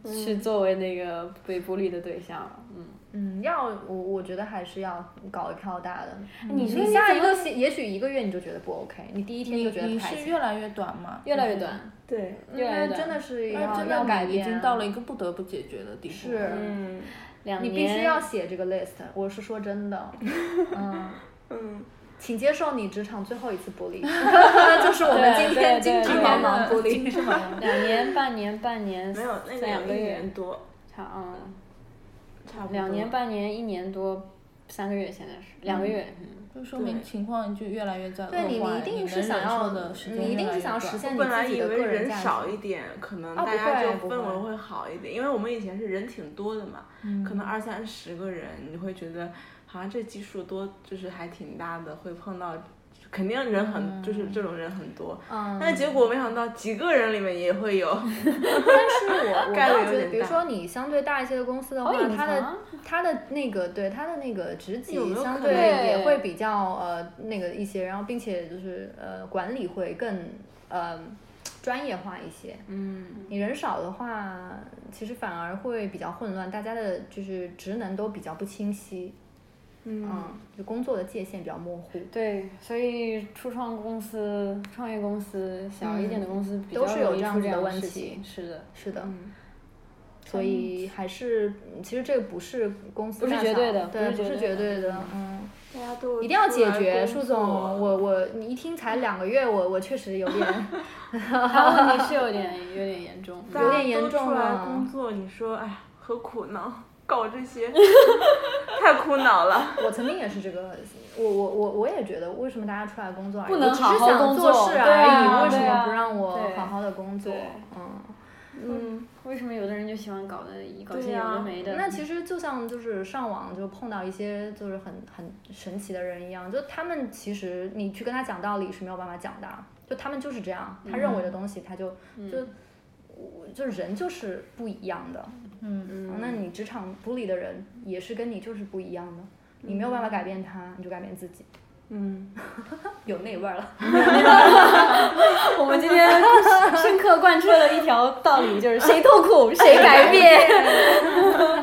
S1: 去
S3: 嗯
S1: 作为那个被bully 的对象了。嗯，
S4: 嗯，要我我觉得还是要搞一票大的。
S3: 哎
S2: 嗯
S1: 你说
S4: 嗯你
S1: 你
S4: 下
S1: 怎
S4: 一
S1: 么
S4: 个星也许一个月你就觉得不 OK，你第一天
S2: 你
S4: 就觉得
S2: 你
S4: 不开
S2: 是
S4: 心，
S2: 越来越短吗？
S1: 越来越短，
S3: 对，
S1: 越来越
S4: 嗯那
S1: 短，
S4: 真的是
S2: 那
S4: 要
S2: 真
S4: 要
S2: 的
S4: 改
S2: 你已
S4: 变，
S2: 经到了一个不得不解决的地步。
S4: 是，
S3: 嗯
S1: 两
S4: 你
S1: 年
S4: 必须要写这个 list。我是说 真的，嗯，
S3: 嗯，
S4: 请接受你职场最后一次玻 璃，就是我们今
S1: 对对对
S4: 天精致
S1: 对
S4: 茫茫玻璃。
S2: 精致茫茫。
S1: 两年、半年、半年，
S3: 没有，那
S1: 三两
S3: 个
S1: 个
S3: 一
S1: 月
S3: 年，多，
S1: 差嗯，
S3: 差不多
S1: 两年、半年、一年多，三个月现在是两个月，嗯，
S2: 就说明
S3: 对
S2: 情况就越来越在恶化，
S4: 对你，你一定是想要，
S2: 能忍受的时间
S4: 你一
S2: 越
S4: 定
S2: 来
S4: 是
S2: 越
S4: 想要
S2: 短
S4: 实现你
S3: 本来
S4: 自己
S3: 以
S4: 的
S3: 为
S4: 个人
S3: 人
S4: 价值。
S3: 少一点，可能
S4: 啊
S3: 大
S4: 不
S3: 家就
S4: 会不
S3: 氛围
S4: 会嗯
S3: 会好一点，因为我们以前是人挺多的嘛，可能二三十个人，你会觉得好像这基数多，就是还挺大的，会碰到，肯定人很，就是这种人很多。
S4: 嗯，
S3: 但结果没想到几个人里面也会有，
S4: 但是我我
S3: 概率
S4: 倒
S3: 有
S4: 觉得，
S3: 点
S4: 比如
S3: 大
S4: 说你相对大一些的公司的话
S1: 好
S2: 哦
S1: 隐，
S4: 它
S1: 藏
S4: 的
S1: 啊。
S4: 它的那个对它的那个职级
S3: 有没有
S4: 相
S3: 可
S4: 对
S1: 能
S4: 也会比较呃那个一些，然后并且就是呃管理会更呃专业化一些。
S1: 嗯，
S4: 你人少的话，其实反而会比较混乱，大家的就是职能都比较不清晰，嗯，就工作的界限比较模糊，
S1: 对，所以初创公司、创业公司、小一点的公司比较
S4: 嗯都是有
S1: 容易
S4: 这样
S1: 出
S4: 子
S1: 这
S4: 的
S1: 样
S4: 问
S1: 事
S4: 题
S1: 情是的，
S4: 是的。
S1: 嗯，
S4: 所以还是，嗯其实这个不是公司
S1: 不是
S4: 大
S1: 绝
S4: 小
S1: 对的
S4: 对，
S1: 不是
S4: 是
S1: 绝
S4: 绝
S1: 对
S4: 对的，嗯。
S3: 大家都
S4: 一定要
S3: 出
S4: 解
S3: 来
S4: 决，
S3: 工
S4: 舒
S3: 作
S4: 总，我我你一听才两个月，我我确实有点
S1: 他问题是有点有点严 重，
S3: 大
S4: 有
S3: 家
S4: 点严
S3: 都
S4: 重
S3: 出来
S4: 了
S3: 工作，你说哎，何苦呢？搞这些太苦恼了。
S4: 我曾经也是这个，我我我我也觉得，为什么大家出来工作而已？
S1: 不能
S4: 我只
S1: 好
S4: 是
S1: 好
S4: 想
S1: 工
S4: 做
S1: 作
S4: 事
S1: 对
S4: 而已，
S1: 啊
S4: 为什
S1: 对
S4: 么
S1: 啊
S4: 不让我
S1: 对
S4: 好好的工作
S1: 对？
S4: 嗯，
S3: 嗯，
S1: 为什么有的人就喜欢搞的搞些
S3: 对
S1: 有
S3: 呀
S1: 的没的？
S4: 啊那其实就像就是上网就碰到一些就是很很神奇的人一样，就他们其实你去跟他讲道理是没有办法讲的，就他们就是这样，他认为的东西他就、
S1: 嗯
S4: 就。我就人就是不一样的，
S2: 嗯，
S4: 那你职场bully 的人也是跟你就是不一样的，你没有办法改变他，你就改变自己。
S3: 嗯，
S4: 有那味儿了，
S1: 我们今 天深刻贯彻了一条道理，就是谁痛 苦谁改变。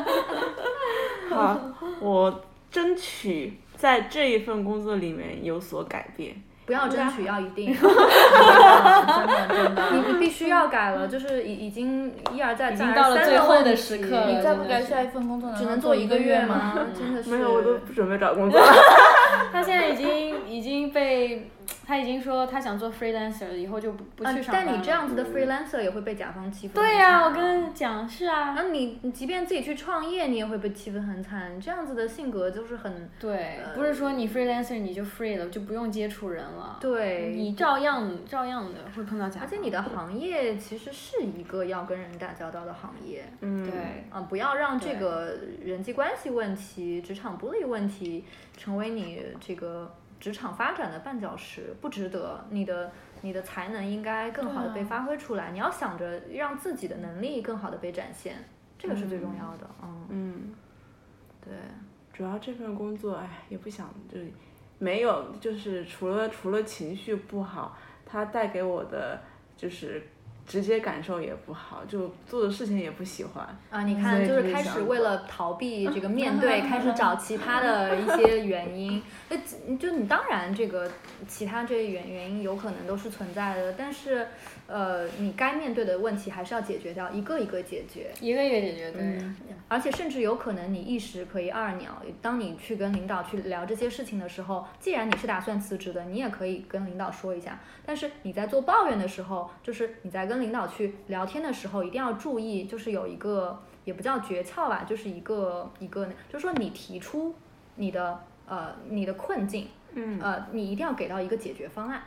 S3: 好，我争取在这一份工作里面有所改变。
S4: 不要争取，要一定，嗯
S2: 真的真的，
S4: 你你必须要改了，就是已已经一而再，
S1: 已
S4: 再
S1: 经
S4: 而
S1: 到了
S4: 三
S1: 最
S4: 地
S1: 后
S4: 问
S1: 的
S4: 题
S1: 时刻了
S2: 你再不
S1: 真的
S2: 改
S1: 是
S2: 下一份工作，
S4: 只
S2: 能
S4: 能
S2: 做
S4: 做
S2: 一
S4: 一
S2: 个
S4: 个
S2: 月
S4: 月
S2: 吗？
S4: 吗？真的是，
S3: 没有，我都不准备找工作了。
S1: 他现在已经已经被他已经说他想做 freelancer，以后就不不
S4: 啊
S1: 去上班
S4: 但
S1: 了。
S4: 你这样子的 freelancer 也会被甲方欺负。
S1: 对呀、我跟你讲是啊，
S4: 啊然后你你即便自己去创业，你也会被欺负很惨。这样子的性格就是很
S1: 对，
S4: 呃
S1: 不是说你 freelancer 你就 free 了，就不用接触人了。
S4: 对，
S1: 你照样照样的会碰到甲方，
S4: 而且你的行业其实是一个要跟人打交道的行业，
S3: 嗯，
S1: 对
S4: 嗯，不要让这
S1: 对
S4: 个人际关系问题、职场不利问题成为你这个职场发展的绊脚石，不值得。你的你的才能应该更好的被
S2: 对啊
S4: 发挥出来，你要想着让自己的能力更好的被展现，这个是最重要的。嗯，
S3: 嗯，
S4: 对，
S3: 主要这份工作，哎，也不想就没有，就是除了除了情绪不好，它带给我的就是直接感受也不好，就做的事情也不喜欢。
S4: 啊，你
S3: 所
S4: 看，
S3: 以
S4: 就
S3: 就是是
S4: 开
S3: 想
S4: 始为了逃避这个 面对，开始找其他的一些原因。那你就你当然这个其他这些原原因有可能都是存在的，但是呃，你该面对的问题还是要解决掉，一个一个解决。
S1: 一个月解决对。
S4: 嗯而且甚至有可能你一时可以二鸟。当你去跟领导去聊这些事情的时候，既然你是打算辞职的，你也可以跟领导说一下。但是你在做抱怨的时候，就是你在跟领导去聊天的时候，一定要注意，就是有一个也不叫诀窍吧，就是一个一个，就是说你提出你的呃你的困境，
S3: 嗯
S4: 呃，你一定要给到一个解决方案。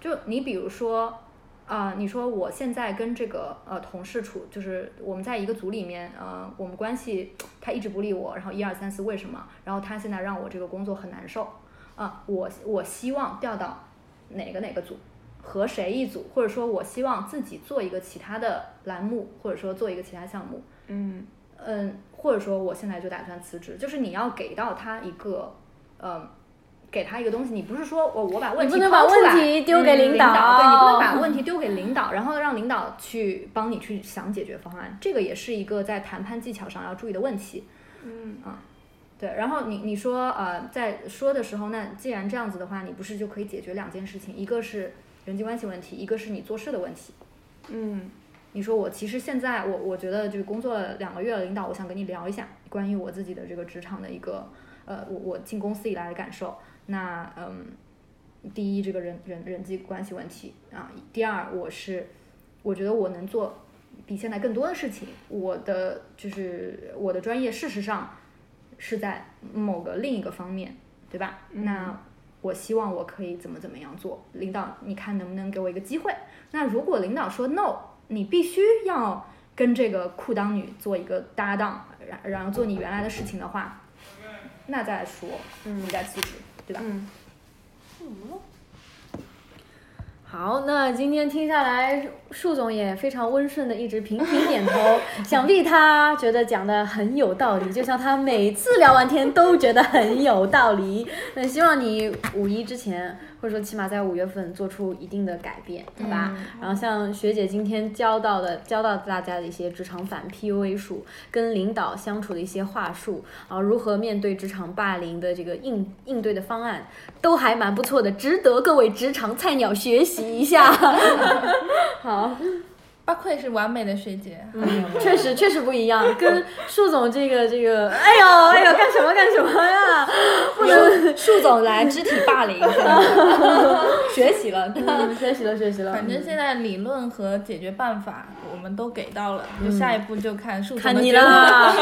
S4: 就你比如说，啊、你说我现在跟这个呃同事处，就是我们在一个组里面，呃，我们关系他一直不理我，然后一二三四为什么？然后他现在让我这个工作很难受，啊、我我希望调到哪个哪个组，和谁一组，或者说我希望自己做一个其他的栏目，或者说做一个其他项目，
S3: 嗯
S4: 嗯，或者说我现在就打算辞职，就是你要给到他一个，嗯，给他一个东西，你不是说我我把
S1: 你
S4: 问
S1: 不
S4: 题
S1: 能把
S4: 抛出
S1: 问
S4: 来
S1: 题丢给
S4: 嗯领
S1: 导，哦嗯
S4: 对你不能把问题丢给领导，然后让领导去帮你去想解决方案，这个也是一个在谈判技巧上要注意的问题。
S3: 嗯
S4: 对，然后你你说呃，在说的时候，那既然这样子的话，你不是就可以解决两件事情，一个是人际关系问题，一个是你做事的问题。
S3: 嗯
S4: 你说我其实现在我我觉得就是工作两个月了，领导，我想跟你聊一下关于我自己的这个职场的一个呃，我我进公司以来的感受。那嗯，第一，这个人人人际关系问题啊；第二，我是我觉得我能做比现在更多的事情。我的就是我的专业，事实上是在某个另一个方面，对吧？那我希望我可以怎么怎么样做，领导，你看能不能给我一个机会？那如果领导说 no，你必须要跟这个裤裆女做一个搭档，然然后做你原来的事情的话，那再说，嗯你再辞职，对吧？
S3: 嗯，
S1: 好，那今天听下来，树总也非常温顺的一直频频点头， 想必他觉得讲的很有道理，就像他每次聊完天都觉得很有道理。那希望你五一之前，或者说起码在五月份做出一定的改变，好吧？然后像学姐今天教到的，教到大家的一些职场反 PUA 术，跟领导相处的一些话术，然后如何面对职场霸凌的这个应应对的方案，都还蛮不错的，值得各位职场菜鸟学习一下。好，
S2: 不愧啊是完美的学姐，
S4: 嗯
S1: 确实确实不一样，跟树总这个这个，哎呦哎呦，干什么干什么呀？不能，
S5: 树总来肢体霸凌，学习了。
S1: 嗯学习了学习了，
S2: 反正现在理论和解决办法我们都给到了，
S4: 嗯
S2: 就下一步就看数
S1: 看你啦。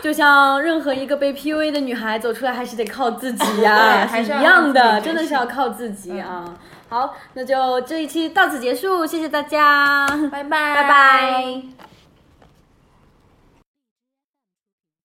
S1: 就像任何一个被 PUA 的女孩走出来，还是得靠自己呀、
S2: 对还是
S1: 是
S2: 要
S1: 一样的，
S2: 靠自己
S1: 真的是要靠自己啊。好，那就这一期到此结束，谢谢大家，
S2: 拜拜
S1: 拜拜